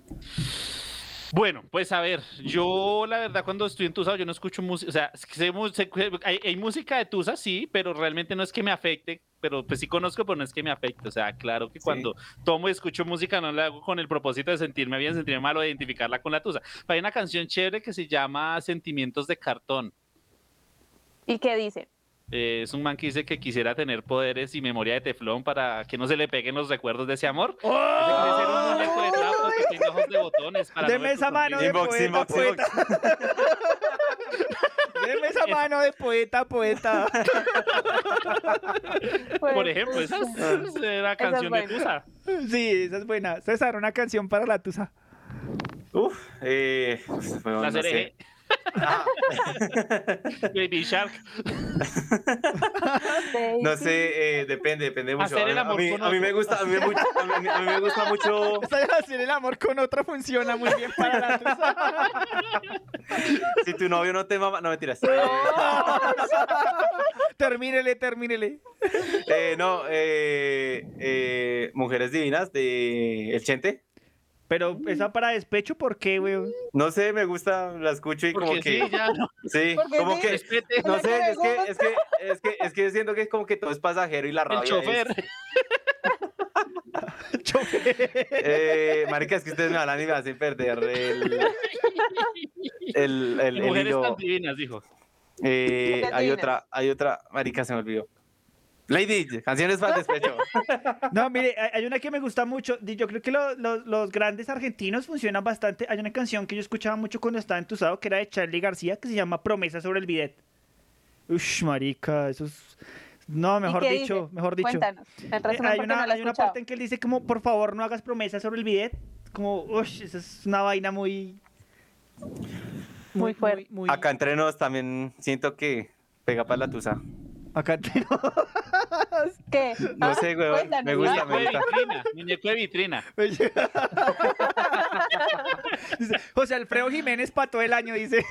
Bueno, pues a ver, yo la verdad cuando estoy entusado yo no escucho música, o sea, sé mu- sé- hay, hay música de tusa, sí, pero realmente no es que me afecte, pero pues sí conozco, pero no es que me afecte, o sea, claro que cuando tomo y escucho música no la hago con el propósito de sentirme bien, sentirme mal o de identificarla con la tusa. Hay una canción chévere que se llama Sentimientos de Cartón. ¿Y qué dice? Eh, es un man que dice que quisiera tener poderes y memoria de teflón para que no se le peguen los recuerdos de ese amor. ¡Oh! Dice que debe ser un muñeco de <laughs> trapo que tenga ojos de botones para no Deme ver esa sus mano de sonrisas. Inbox, poeta, inbox, poeta. Deme esa mano de poeta, poeta. <laughs> pues, Por <laughs> ejemplo, esa Ah. es- esa era la canción de buena. Tusa. Sí, esa es buena. César, una canción para la tusa. Uf, eh, pues, weón, La no sé. cereje. Baby Shark. este, No sé, eh, depende, depende mucho. Hacer A mí- el amor a mí, con a mí me otro. gusta, a mí, me mucho- a mí- a mí me gusta mucho. <laughs> Esa de hacer el amor con otro funciona muy bien para la tusa. Si tu novio no te mama, no me tiras. <laughs> termínele, termínele. Eh, no, eh, eh, Mujeres Divinas de El Chente. Pero esa para despecho, ¿por qué, weón? No sé, me gusta, la escucho y como Porque que. sí, ya, ¿no? Sí, Porque como sí. <laughs> que. Respete. No sé, Me es que, es, que, es, que, es que yo siento que es como que todo es pasajero y la rabia. es- chofer. Eh, marica, es que ustedes me hablan y me hacen perder el. El, el, Y el mujeres hilo. tan divinas, dijo. Eh, Mujeres hay divinas. otra, hay otra. Marica, se me olvidó. Lady, canciones para el despecho. No, mire, hay hay una que me gusta mucho. di- Yo creo que lo- lo- los grandes argentinos funcionan bastante. Hay una canción que yo escuchaba mucho cuando estaba entusado, que era de Charlie García, que se llama Promesa sobre el bidet. Ush, marica, eso es... No, mejor qué dicho, dice? mejor dicho. Cuéntanos, en Eh, resumen, hay porque no una, la he hay una escuchado. parte en que él dice como, por favor, no hagas promesas sobre el bidet. Como, ush, esa es una vaina muy... Muy fuerte. <laughs> Acá entre nos también siento que pega para la tusa. Acá <laughs> entre ¿Qué? No sé, weón. Me gusta, me Muñeco de gusta. vitrina, muñeco de vitrina. José Alfredo Jiménez pató el año, dice.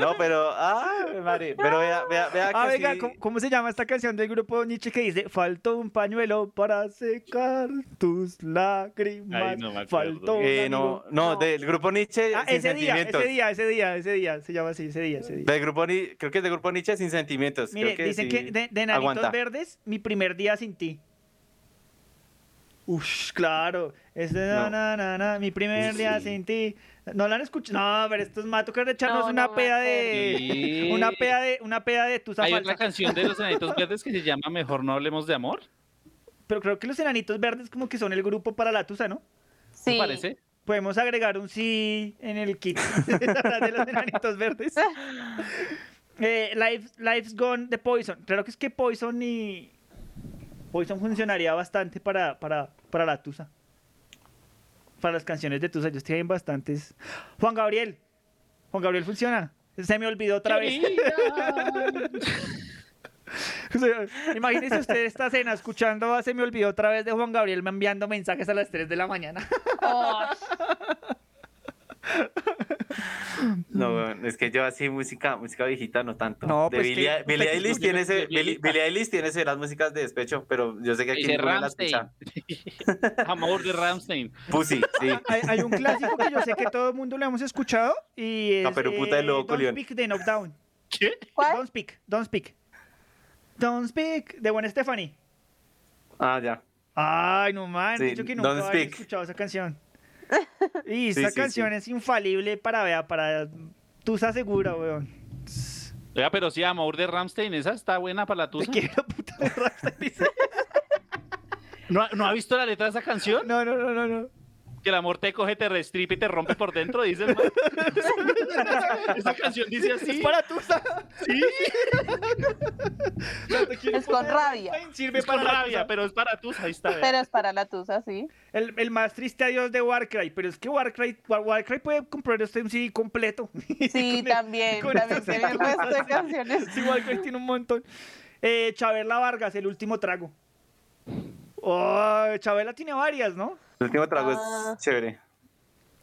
No, pero. Ah, madre. Pero vea, vea, vea que Ah, venga, sí- ¿cómo, cómo se llama esta canción del grupo Nietzsche que dice Faltó un pañuelo para secar tus lágrimas? Ay, no me acuerdo. Faltó un Eh, amigo". no, no, del grupo Nietzsche Ah, sin ese día, sentimientos. ese día, ese día, ese día, se llama así, ese día, ese día. Del grupo Ni- creo que es del grupo Nietzsche sin sentimientos. Mire, creo que dicen sí. que de, de Nanitos Aguanta. Verdes, mi primer día sin ti. Ush, claro. Es de na, No. na, na, na, mi primer día Sí. sin ti. No la han escuchado. No, pero estos matos que echarnos No, una no me peda acuerdo. de. Sí. Una peda de. Una peda de tus Hay otra canción de los enanitos verdes que se llama Mejor no hablemos de amor. Pero creo que los enanitos verdes como que son el grupo para la tusa, ¿no? Sí. <laughs> ¿Te parece? Podemos agregar un sí en el kit <laughs> de los enanitos verdes. Eh, Life- Life's Gone de Poison. Claro que es que Poison y... Poison funcionaría bastante para, para, para la tusa. Para las canciones de tusa. Ellos tienen bastantes... Juan Gabriel. Juan Gabriel funciona. Se me olvidó otra vez. <laughs> O sea, Imagínese usted esta cena escuchando a Se me olvidó otra vez de Juan Gabriel me enviando mensajes a las 3 de la mañana. No, weón, es que yo así música, música viejita no tanto. Mm. No, de pues Billie, que- Billie pues, Eilish no, tiene yo- ese, yo- Billie, Billie Eilish tiene ese- las músicas de despecho, pero yo sé que aquí Dice ninguno las Rammstein. escucha. <laughs> Amor de Ramstein. Pussy, <laughs> sí. Hay, hay un clásico que yo sé que todo el mundo lo hemos escuchado y es Ah, pero puta de loco, Don't Leon. Speak de Knockdown. ¿Qué? Don't Speak, Don't Speak. Don't Speak de Gwen Stephanie. Ah, ya. Ay, no man, Sí, dicho que nunca Don't había Speak. escuchado <laughs> esa canción. Y Sí, esa sí, canción sí. es infalible para vea, para tú se asegura, <laughs> weón. Oiga, pero sí, Amor de Ramstein, esa está buena para la tusa. ¿No, ha- ¿No ha visto la letra de esa canción? No, no, no, no, no. Que el amor te coge, te restripe y te rompe por dentro, dice el man. <laughs> Esa canción dice así. Es para Tusa. <laughs> Sí. Es con rabia. Sirve Es con para la rabia, tusa. pero es para tusa, ahí está. vea. Pero es para la tusa, sí. El, el más triste adiós de Warcry, pero es que Warcry, War- Warcry puede comprar este usted un CD completo. <laughs> Sí, también. con También estas- tiene el resto de canciones. <laughs> Sí, Warcry tiene un montón. Eh, Chabela Vargas, el último trago. Oh, Chabela tiene varias, ¿no? El último trago Ah. es chévere.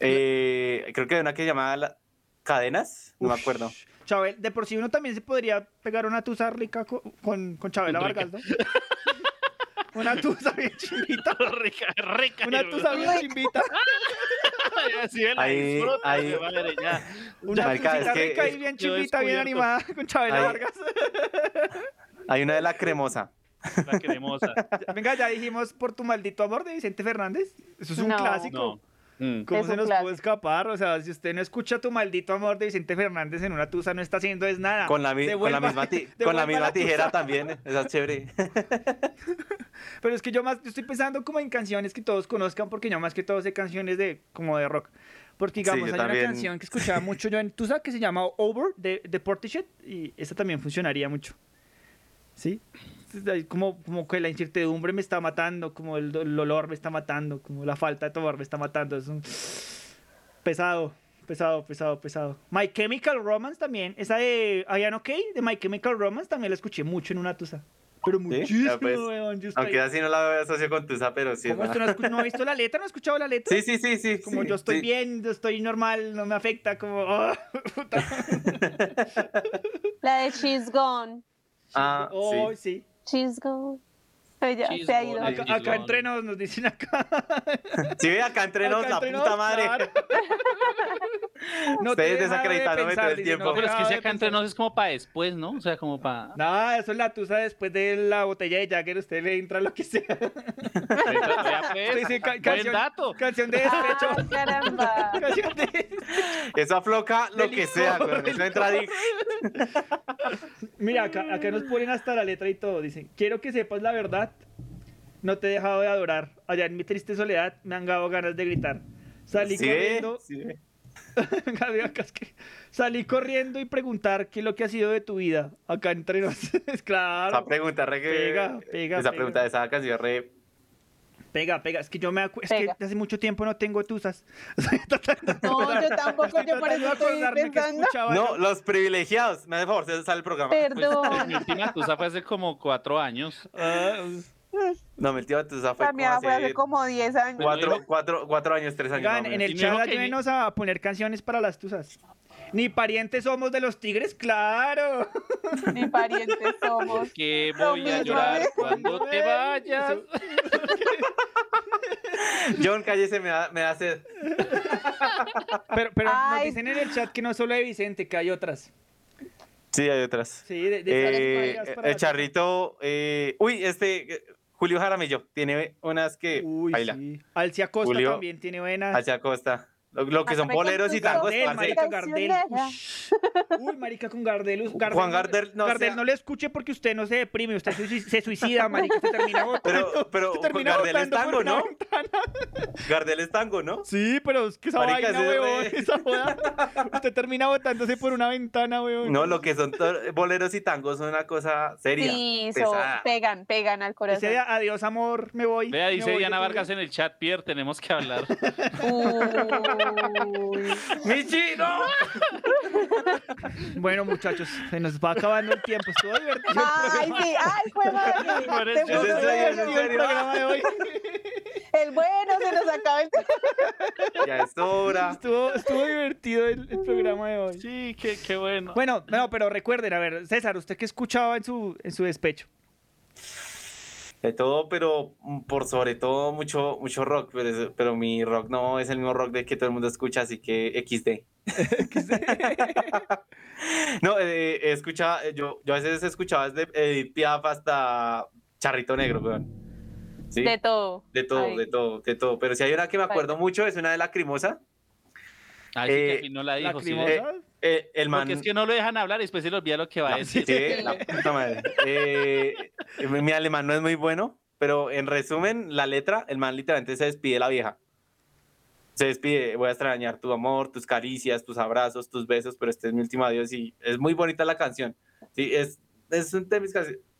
Eh, creo que hay una que llamaba la- Cadenas, no me acuerdo. Chabel, de por sí uno también se podría pegar una tusa rica co- con, con Chabela Rica. Vargas, ¿no? <laughs> Una tusa bien chimbita. <laughs> rica, rica. Una tusa <laughs> bien chimbita. Sí, la Ahí- disfruta, ahí- madre, ya. Una Marica, es tusita que- rica y es- bien yo he chimbita, bien descubierto. animada con Chabela Ahí- Vargas. Hay una de la cremosa. La cremosa. Venga, ya dijimos por tu maldito amor de Vicente Fernández. Eso es un No. clásico. No. Mm. ¿Cómo Es se un nos clásico. puede escapar? O sea, si usted no escucha tu maldito amor de Vicente Fernández en una tusa, no está haciendo es nada. Con la, mi- con la Ah, Devuelva- misma, <laughs> ti- con devuelva la misma tusa. tijera también, esa es <laughs> chévere. Pero es que yo más, yo estoy pensando como en canciones que todos conozcan, porque yo más que todo sé canciones de, como de rock. Porque Sí, digamos, yo hay también. una canción que escuchaba mucho yo en tusa que se llama Over de, de Portishead y esa también funcionaría mucho. ¿Sí? Entonces, ahí Como, como que la incertidumbre me está matando, como el, do- el olor me está matando, como la falta de tomar me está matando. Es un... Pesado, pesado, pesado, pesado. My Chemical Romance también. Esa de Ian OK, de My Chemical Romance, también la escuché mucho en una tusa. Pero Sí, muchísimo, ya, pues. weón, yo estoy- Aunque así no la asocio con Tusa, pero sí. es ¿Cómo buena. usted no, ha escu- no ha visto la letra? ¿No ha escuchado la letra? Sí, sí, sí, sí. Como sí, yo estoy sí. bien, yo estoy normal, no me afecta, como... <laughs> oh, <laughs> puta. La de She's Gone. Ah, Oh, sí. She's Gone. Ella se ha ido. Acá, acá entre nos, nos dicen acá. Si ve acá entre nos, Acá la entre puta nos, madre. <laughs> claro. te Ustedes deja de desacreditaron pensar, todo el dice, tiempo. no te pero es que deja si de acá entre nos es como para después, ¿no? O sea, como para. No, eso es la tusa después de la botella de Jagger. Usted le entra lo que sea. Sí, sí, ca- pues, canción, canción de despecho. <laughs> Ay, <laughs> caramba. canción de- Eso <laughs> afloca lo que sea, güey. Eso entra ahí. Mira, acá, Ah. acá nos ponen hasta la letra y todo. Dicen, quiero que sepas la verdad. No te he dejado de adorar. Allá en mi triste soledad me han dado ganas de gritar. Salí Sí, corriendo. <laughs> sí. Gaby, acá es que- Salí corriendo y preguntar qué es lo que ha sido de tu vida. Acá entre nos. <laughs> claro. Esa pregunta re que- Pega, pega, Esa pega. pregunta de esa canción re. Pega, pega. Es que yo me acu- es que Pega. hace mucho tiempo no tengo tusas. No, yo tampoco, yo tratando por de eso estoy acordarme que pensando. escuchaba. No, los privilegiados. Me hace favor, se sale el programa. Perdón. Pues, Mi Pues, última tusa fue hace como cuatro años. Ah, <laughs> No, mi tío Tusa fue La como mía fue hace hace como 10 años. cuatro, cuatro, cuatro años, tres años. Oigan, más o en menos. el chat ayúdenos a poner canciones para las tusas. Ni parientes somos de los tigres, claro. Ni parientes somos. Que voy a mismo, llorar ¿eh? cuando te vayas. John, cállese, me da, me da sed. Pero, pero nos Ay. dicen en el chat que no es solo de Vicente, que hay otras. Sí, hay otras. Sí, de, de- Eh, para las el tusas. charrito. eh, uy, este. eh, Julio Jaramillo tiene unas que. Uy, eh, baila. sí. Alcia Costa Julio, también tiene buenas. Hacia Costa. Lo, lo que son Hasta con boleros y tus tangos. Gardel, parce. marica, Gardel. Cancionera. Uy, uy, marica, con Gardel. Uy, Gardel Juan no- Gardel, no Gardel sea- no le escuche porque usted no se deprime. Usted se, suic- se suicida, marica. Usted termina votando. Pero, <laughs> pero usted termina Gardel es votando por tango, una ¿no? ventana. Gardel es tango, ¿no? Sí, pero es que esa Marica, vaina, sí, re. weón, esa joda. Usted termina botándose por una ventana, weón. No, lo que son to- <laughs> boleros y tangos son una cosa seria. Sí, so- pesada. pegan, pegan al Ese corazón. día, adiós, amor, me voy. Vea, me dice voy, Diana yo Vargas también. en el chat, Pierre, tenemos que hablar. Uy. ¡Michi, no! <laughs> Bueno, muchachos, se nos va acabando el tiempo. Estuvo divertido. el Ay, programa. sí, ay, <laughs> fue madre. Parece- Te ¿Es en puso serio? ¿Es <laughs> en el nervioso. serio? programa de hoy. El bueno se nos acaba el Ya es hora. Estuvo, estuvo divertido el, el programa de hoy. Sí, qué, qué bueno. Bueno, no, pero recuerden, a ver, César, ¿usted qué escuchaba en su, en su despecho? De todo, pero mm, por sobre todo mucho, mucho rock. Pero, es- pero mi rock no es el mismo rock de que todo el mundo escucha, así que XD. <laughs> no, eh, escuchaba, eh, yo, yo a veces escuchaba desde Edith Piaf hasta Charrito Negro, weón. Sí, De de, todo. todo, Ay. de todo, de todo. Pero si hay una que me acuerdo Vale. mucho, es una de Lacrimosa. Ay, Ah, sí, que al eh, fin no la dijo. sí, Lacrimosa. ve. Eh, el man. porque es que no lo dejan hablar y después se le olvida lo que va a Sí, decir. la puta madre. Eh, mi mi alemán no es muy bueno, pero en resumen, la letra, el man literalmente se despide de la vieja. Se despide, voy a extrañar tu amor, tus caricias, tus abrazos, tus besos, pero este es mi último adiós y es muy bonita la canción. Sí, es, es un tema.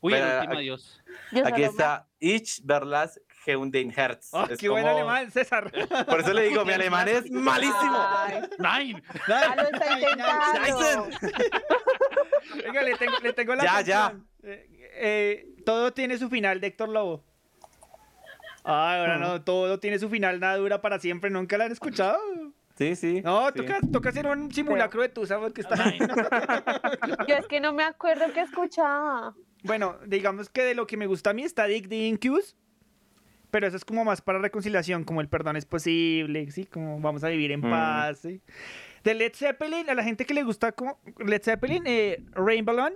Uy, el Pero, ah, último aquí, adiós. Yo aquí solo más. está Ich verlas und den Herz. Ah, Es qué buen como- alemán, <laughs> César. Por eso le digo, mi alemán es malísimo. Ay, Nein. ya lo está intentando. Venga, le tengo, le tengo la Ya, canción. Eh, eh, todo tiene su final de Héctor Lobo. Ah, ahora no, todo tiene su final, nada dura para siempre, nunca la han escuchado. Sí, sí. No, sí. toca, toca hacer un simulacro de tu sabes que está. Yo es que no me acuerdo qué escuchaba. Bueno, digamos que de lo que me gusta a mí está Dick de Incubus, pero eso es como más para reconciliación, como el perdón es posible, sí, como vamos a vivir en Mm. paz. ¿sí? De Led Zeppelin, a la gente que le gusta como Led Zeppelin, eh, Rainbow Balloon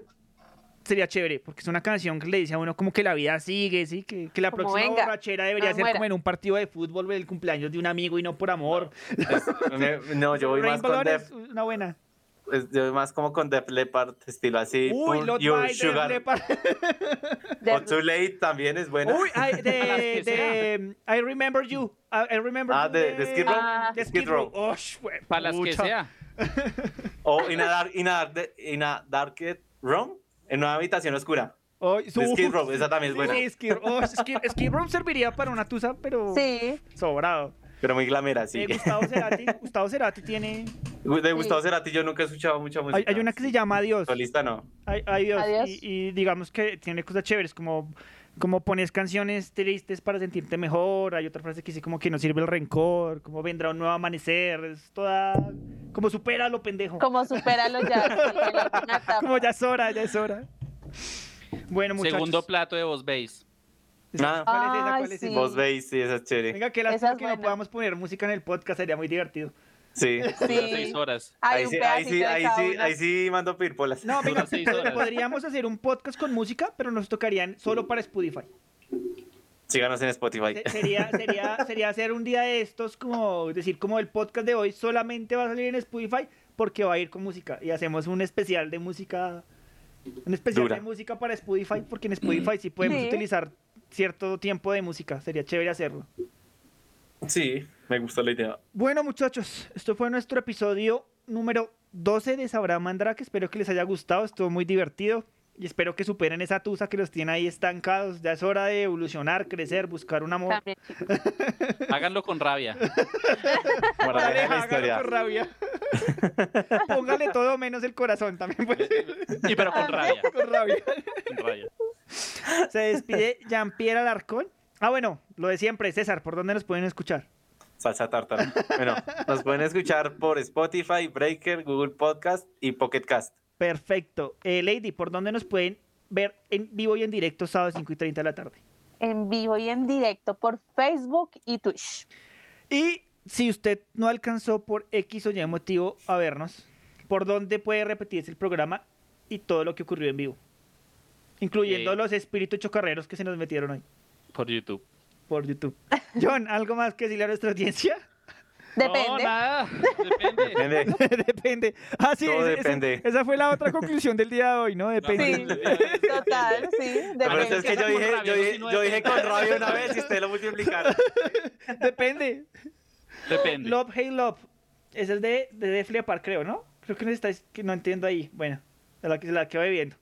sería chévere, porque es una canción que le dice a uno como que la vida sigue, sí, que, que la Como próxima venga, borrachera debería no ser muera. como en un partido de fútbol del cumpleaños de un amigo y no por amor. Me- no, yo voy más Rainbow con Balloon Def. es una buena. Es yo más como con Def Leppard, estilo así. Uy, Pull Lot Your by Def Sugar. Leppard. De- O Too Late también es buena. Uy, <laughs> ay, Las que de, de, sea. um, I Remember You. I, I remember Ah, you de- de Skid Row. Ah. de Skid Skid Row. Row. Osh, güey, Para las que pucha. sea. O In a, dark, in, a dark, in a Dark Room, en una habitación oscura. Oy, su- De Skid Row, esa también es buena. Sí, Skid Row. Osh, Skid, Skid Row serviría para una tusa, pero Sí, sobrado. Pero muy glamera, sí. Eh, <laughs> Gustavo Cerati, Gustavo Cerati tiene... De Gustavo Cerati yo nunca he escuchado mucha música. Hay, hay una que se llama Adiós. Solista no. Ay- Adiós. Adiós. Y, y digamos que tiene cosas chéveres, como, como pones canciones tristes para sentirte mejor. Hay otra frase que dice como que no sirve el rencor, como vendrá un nuevo amanecer. Es toda... Como supera lo pendejo. como supéralo ya. sí, en la última etapa. Como ya es hora, ya es hora. Bueno, muchachos. Segundo plato de Vos Veis. Ah, ¿Cuál es esa? ¿Cuál es esa? Vos veis, sí, esa es chévere. Venga, que lástima que no podamos poner música en el podcast, sería muy divertido. Sí. Dura seis horas. Hay Ahí un sí, ahí pedacito sí, de ahí cada sí, una. ahí sí mando pirpolas. No, venga, <laughs> seis pod- horas. podríamos hacer un podcast con música, pero nos tocarían solo para Spotify. Síganos en Spotify. Se- Sería, sería, sería hacer un día de estos, como decir, como el podcast de hoy solamente va a salir en Spotify porque va a ir con música. Y hacemos un especial de música, un especial Dura. de música para Spotify, porque en Spotify sí podemos Sí. utilizar cierto tiempo de música. Sería chévere hacerlo. <laughs> Sí, me gustó la <laughs> idea. Bueno, muchachos, esto fue nuestro episodio número 12 de Sabrá Mandrake. Espero que les haya gustado, estuvo muy divertido. Y espero que superen esa tusa que los tiene ahí estancados. Ya es hora de evolucionar, crecer, buscar un amor. También, chicos. Háganlo con rabia. Para Dale, la hágalo historia. con <laughs> rabia. Póngale todo menos el corazón también, pues, Y pero con rabia. <laughs> con rabia. Con rabia. Se despide Jean-Pierre Alarcón. Ah, bueno, lo de siempre, César, ¿por dónde nos pueden escuchar? Salsa tártara. Bueno, nos pueden escuchar por Spotify, Breaker, Google Podcast y Pocket Cast. Perfecto. Eh, Lady, ¿por dónde nos pueden ver en vivo y en directo sábado 5 y 30 de la tarde? En vivo y en directo por Facebook y Twitch. Y si usted no alcanzó por X o Y motivo a vernos, ¿por dónde puede repetirse el programa y todo lo que ocurrió en vivo? Incluyendo Eh. los espíritus chocarreros que se nos metieron hoy Por YouTube. por YouTube. <laughs> John, ¿algo más que decirle a nuestra audiencia? No, Depende. nada. Depende. Entiende? <laughs> depende. Ah, sí, Todo ese- ese- depende. esa fue la otra conclusión del día de hoy, ¿no? Depende. Sí, total, sí. Pero depende. es que yo Con dije, rabia, yo, no, dije, si no yo depende. dije con rabia una vez y ustedes lo multiplicaron. Depende. Depende. Love, Hey Love. Ese es de, de Def Leppard, creo, ¿no? Creo que no, está, que no entiendo ahí. Bueno, se la, se la quedo bebiendo.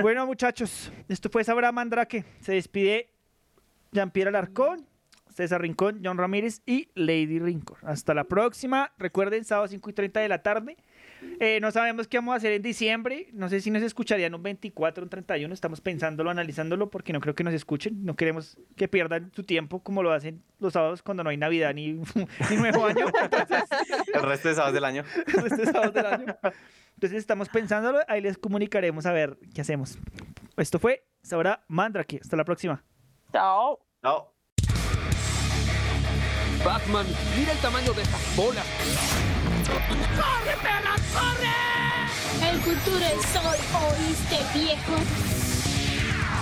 Bueno, muchachos, esto fue Sabra Mandrake. Se despide Jean-Pierre Alarcón, César Rincón, John Ramírez y Lady Rincón. Hasta la próxima. Recuerden, sábado 5 y 30 de la tarde. Eh, no sabemos qué vamos a hacer en diciembre. No sé si nos escucharían un 24 o un 31. Estamos pensándolo, analizándolo, porque no creo que nos escuchen. No queremos que pierdan su tiempo como lo hacen los sábados cuando no hay Navidad ni, <laughs> ni Nuevo Año. Entonces, <laughs> El resto de sábados del año. este sábado del año. Entonces, estamos pensándolo. Ahí les comunicaremos a ver qué hacemos. Esto fue Sabra Mandrake. Hasta la próxima. Chao. No. Batman, mira el tamaño de esas bolas. El futuro es hoy, oíste viejo.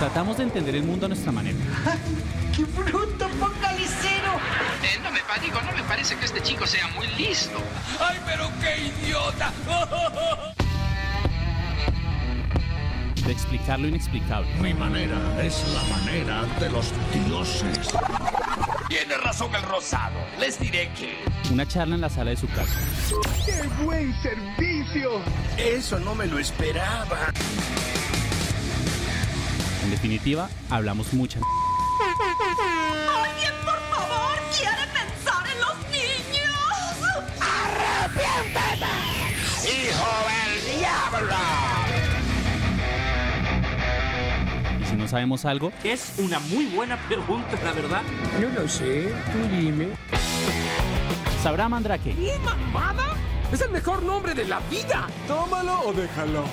Tratamos de entender el mundo a nuestra manera. ¡Qué bruto focalicero! Eh, no me pa- digo, no me parece que este chico sea muy listo. ¡Ay, pero qué idiota! De explicar lo inexplicable. Mi manera es la manera de los dioses. Tiene razón el rosado. Les diré que... Una charla en la sala de su casa. ¡Qué buen servicio! Eso no me lo esperaba. En definitiva, hablamos mucha. m- ¡Alguien, por favor, quiere pensar en los niños! Y si no sabemos algo, Es una muy buena pregunta, la verdad. No lo sé, tú dime. sabrá Mandrake. ¡Es el mejor nombre de la vida! Tómalo o déjalo.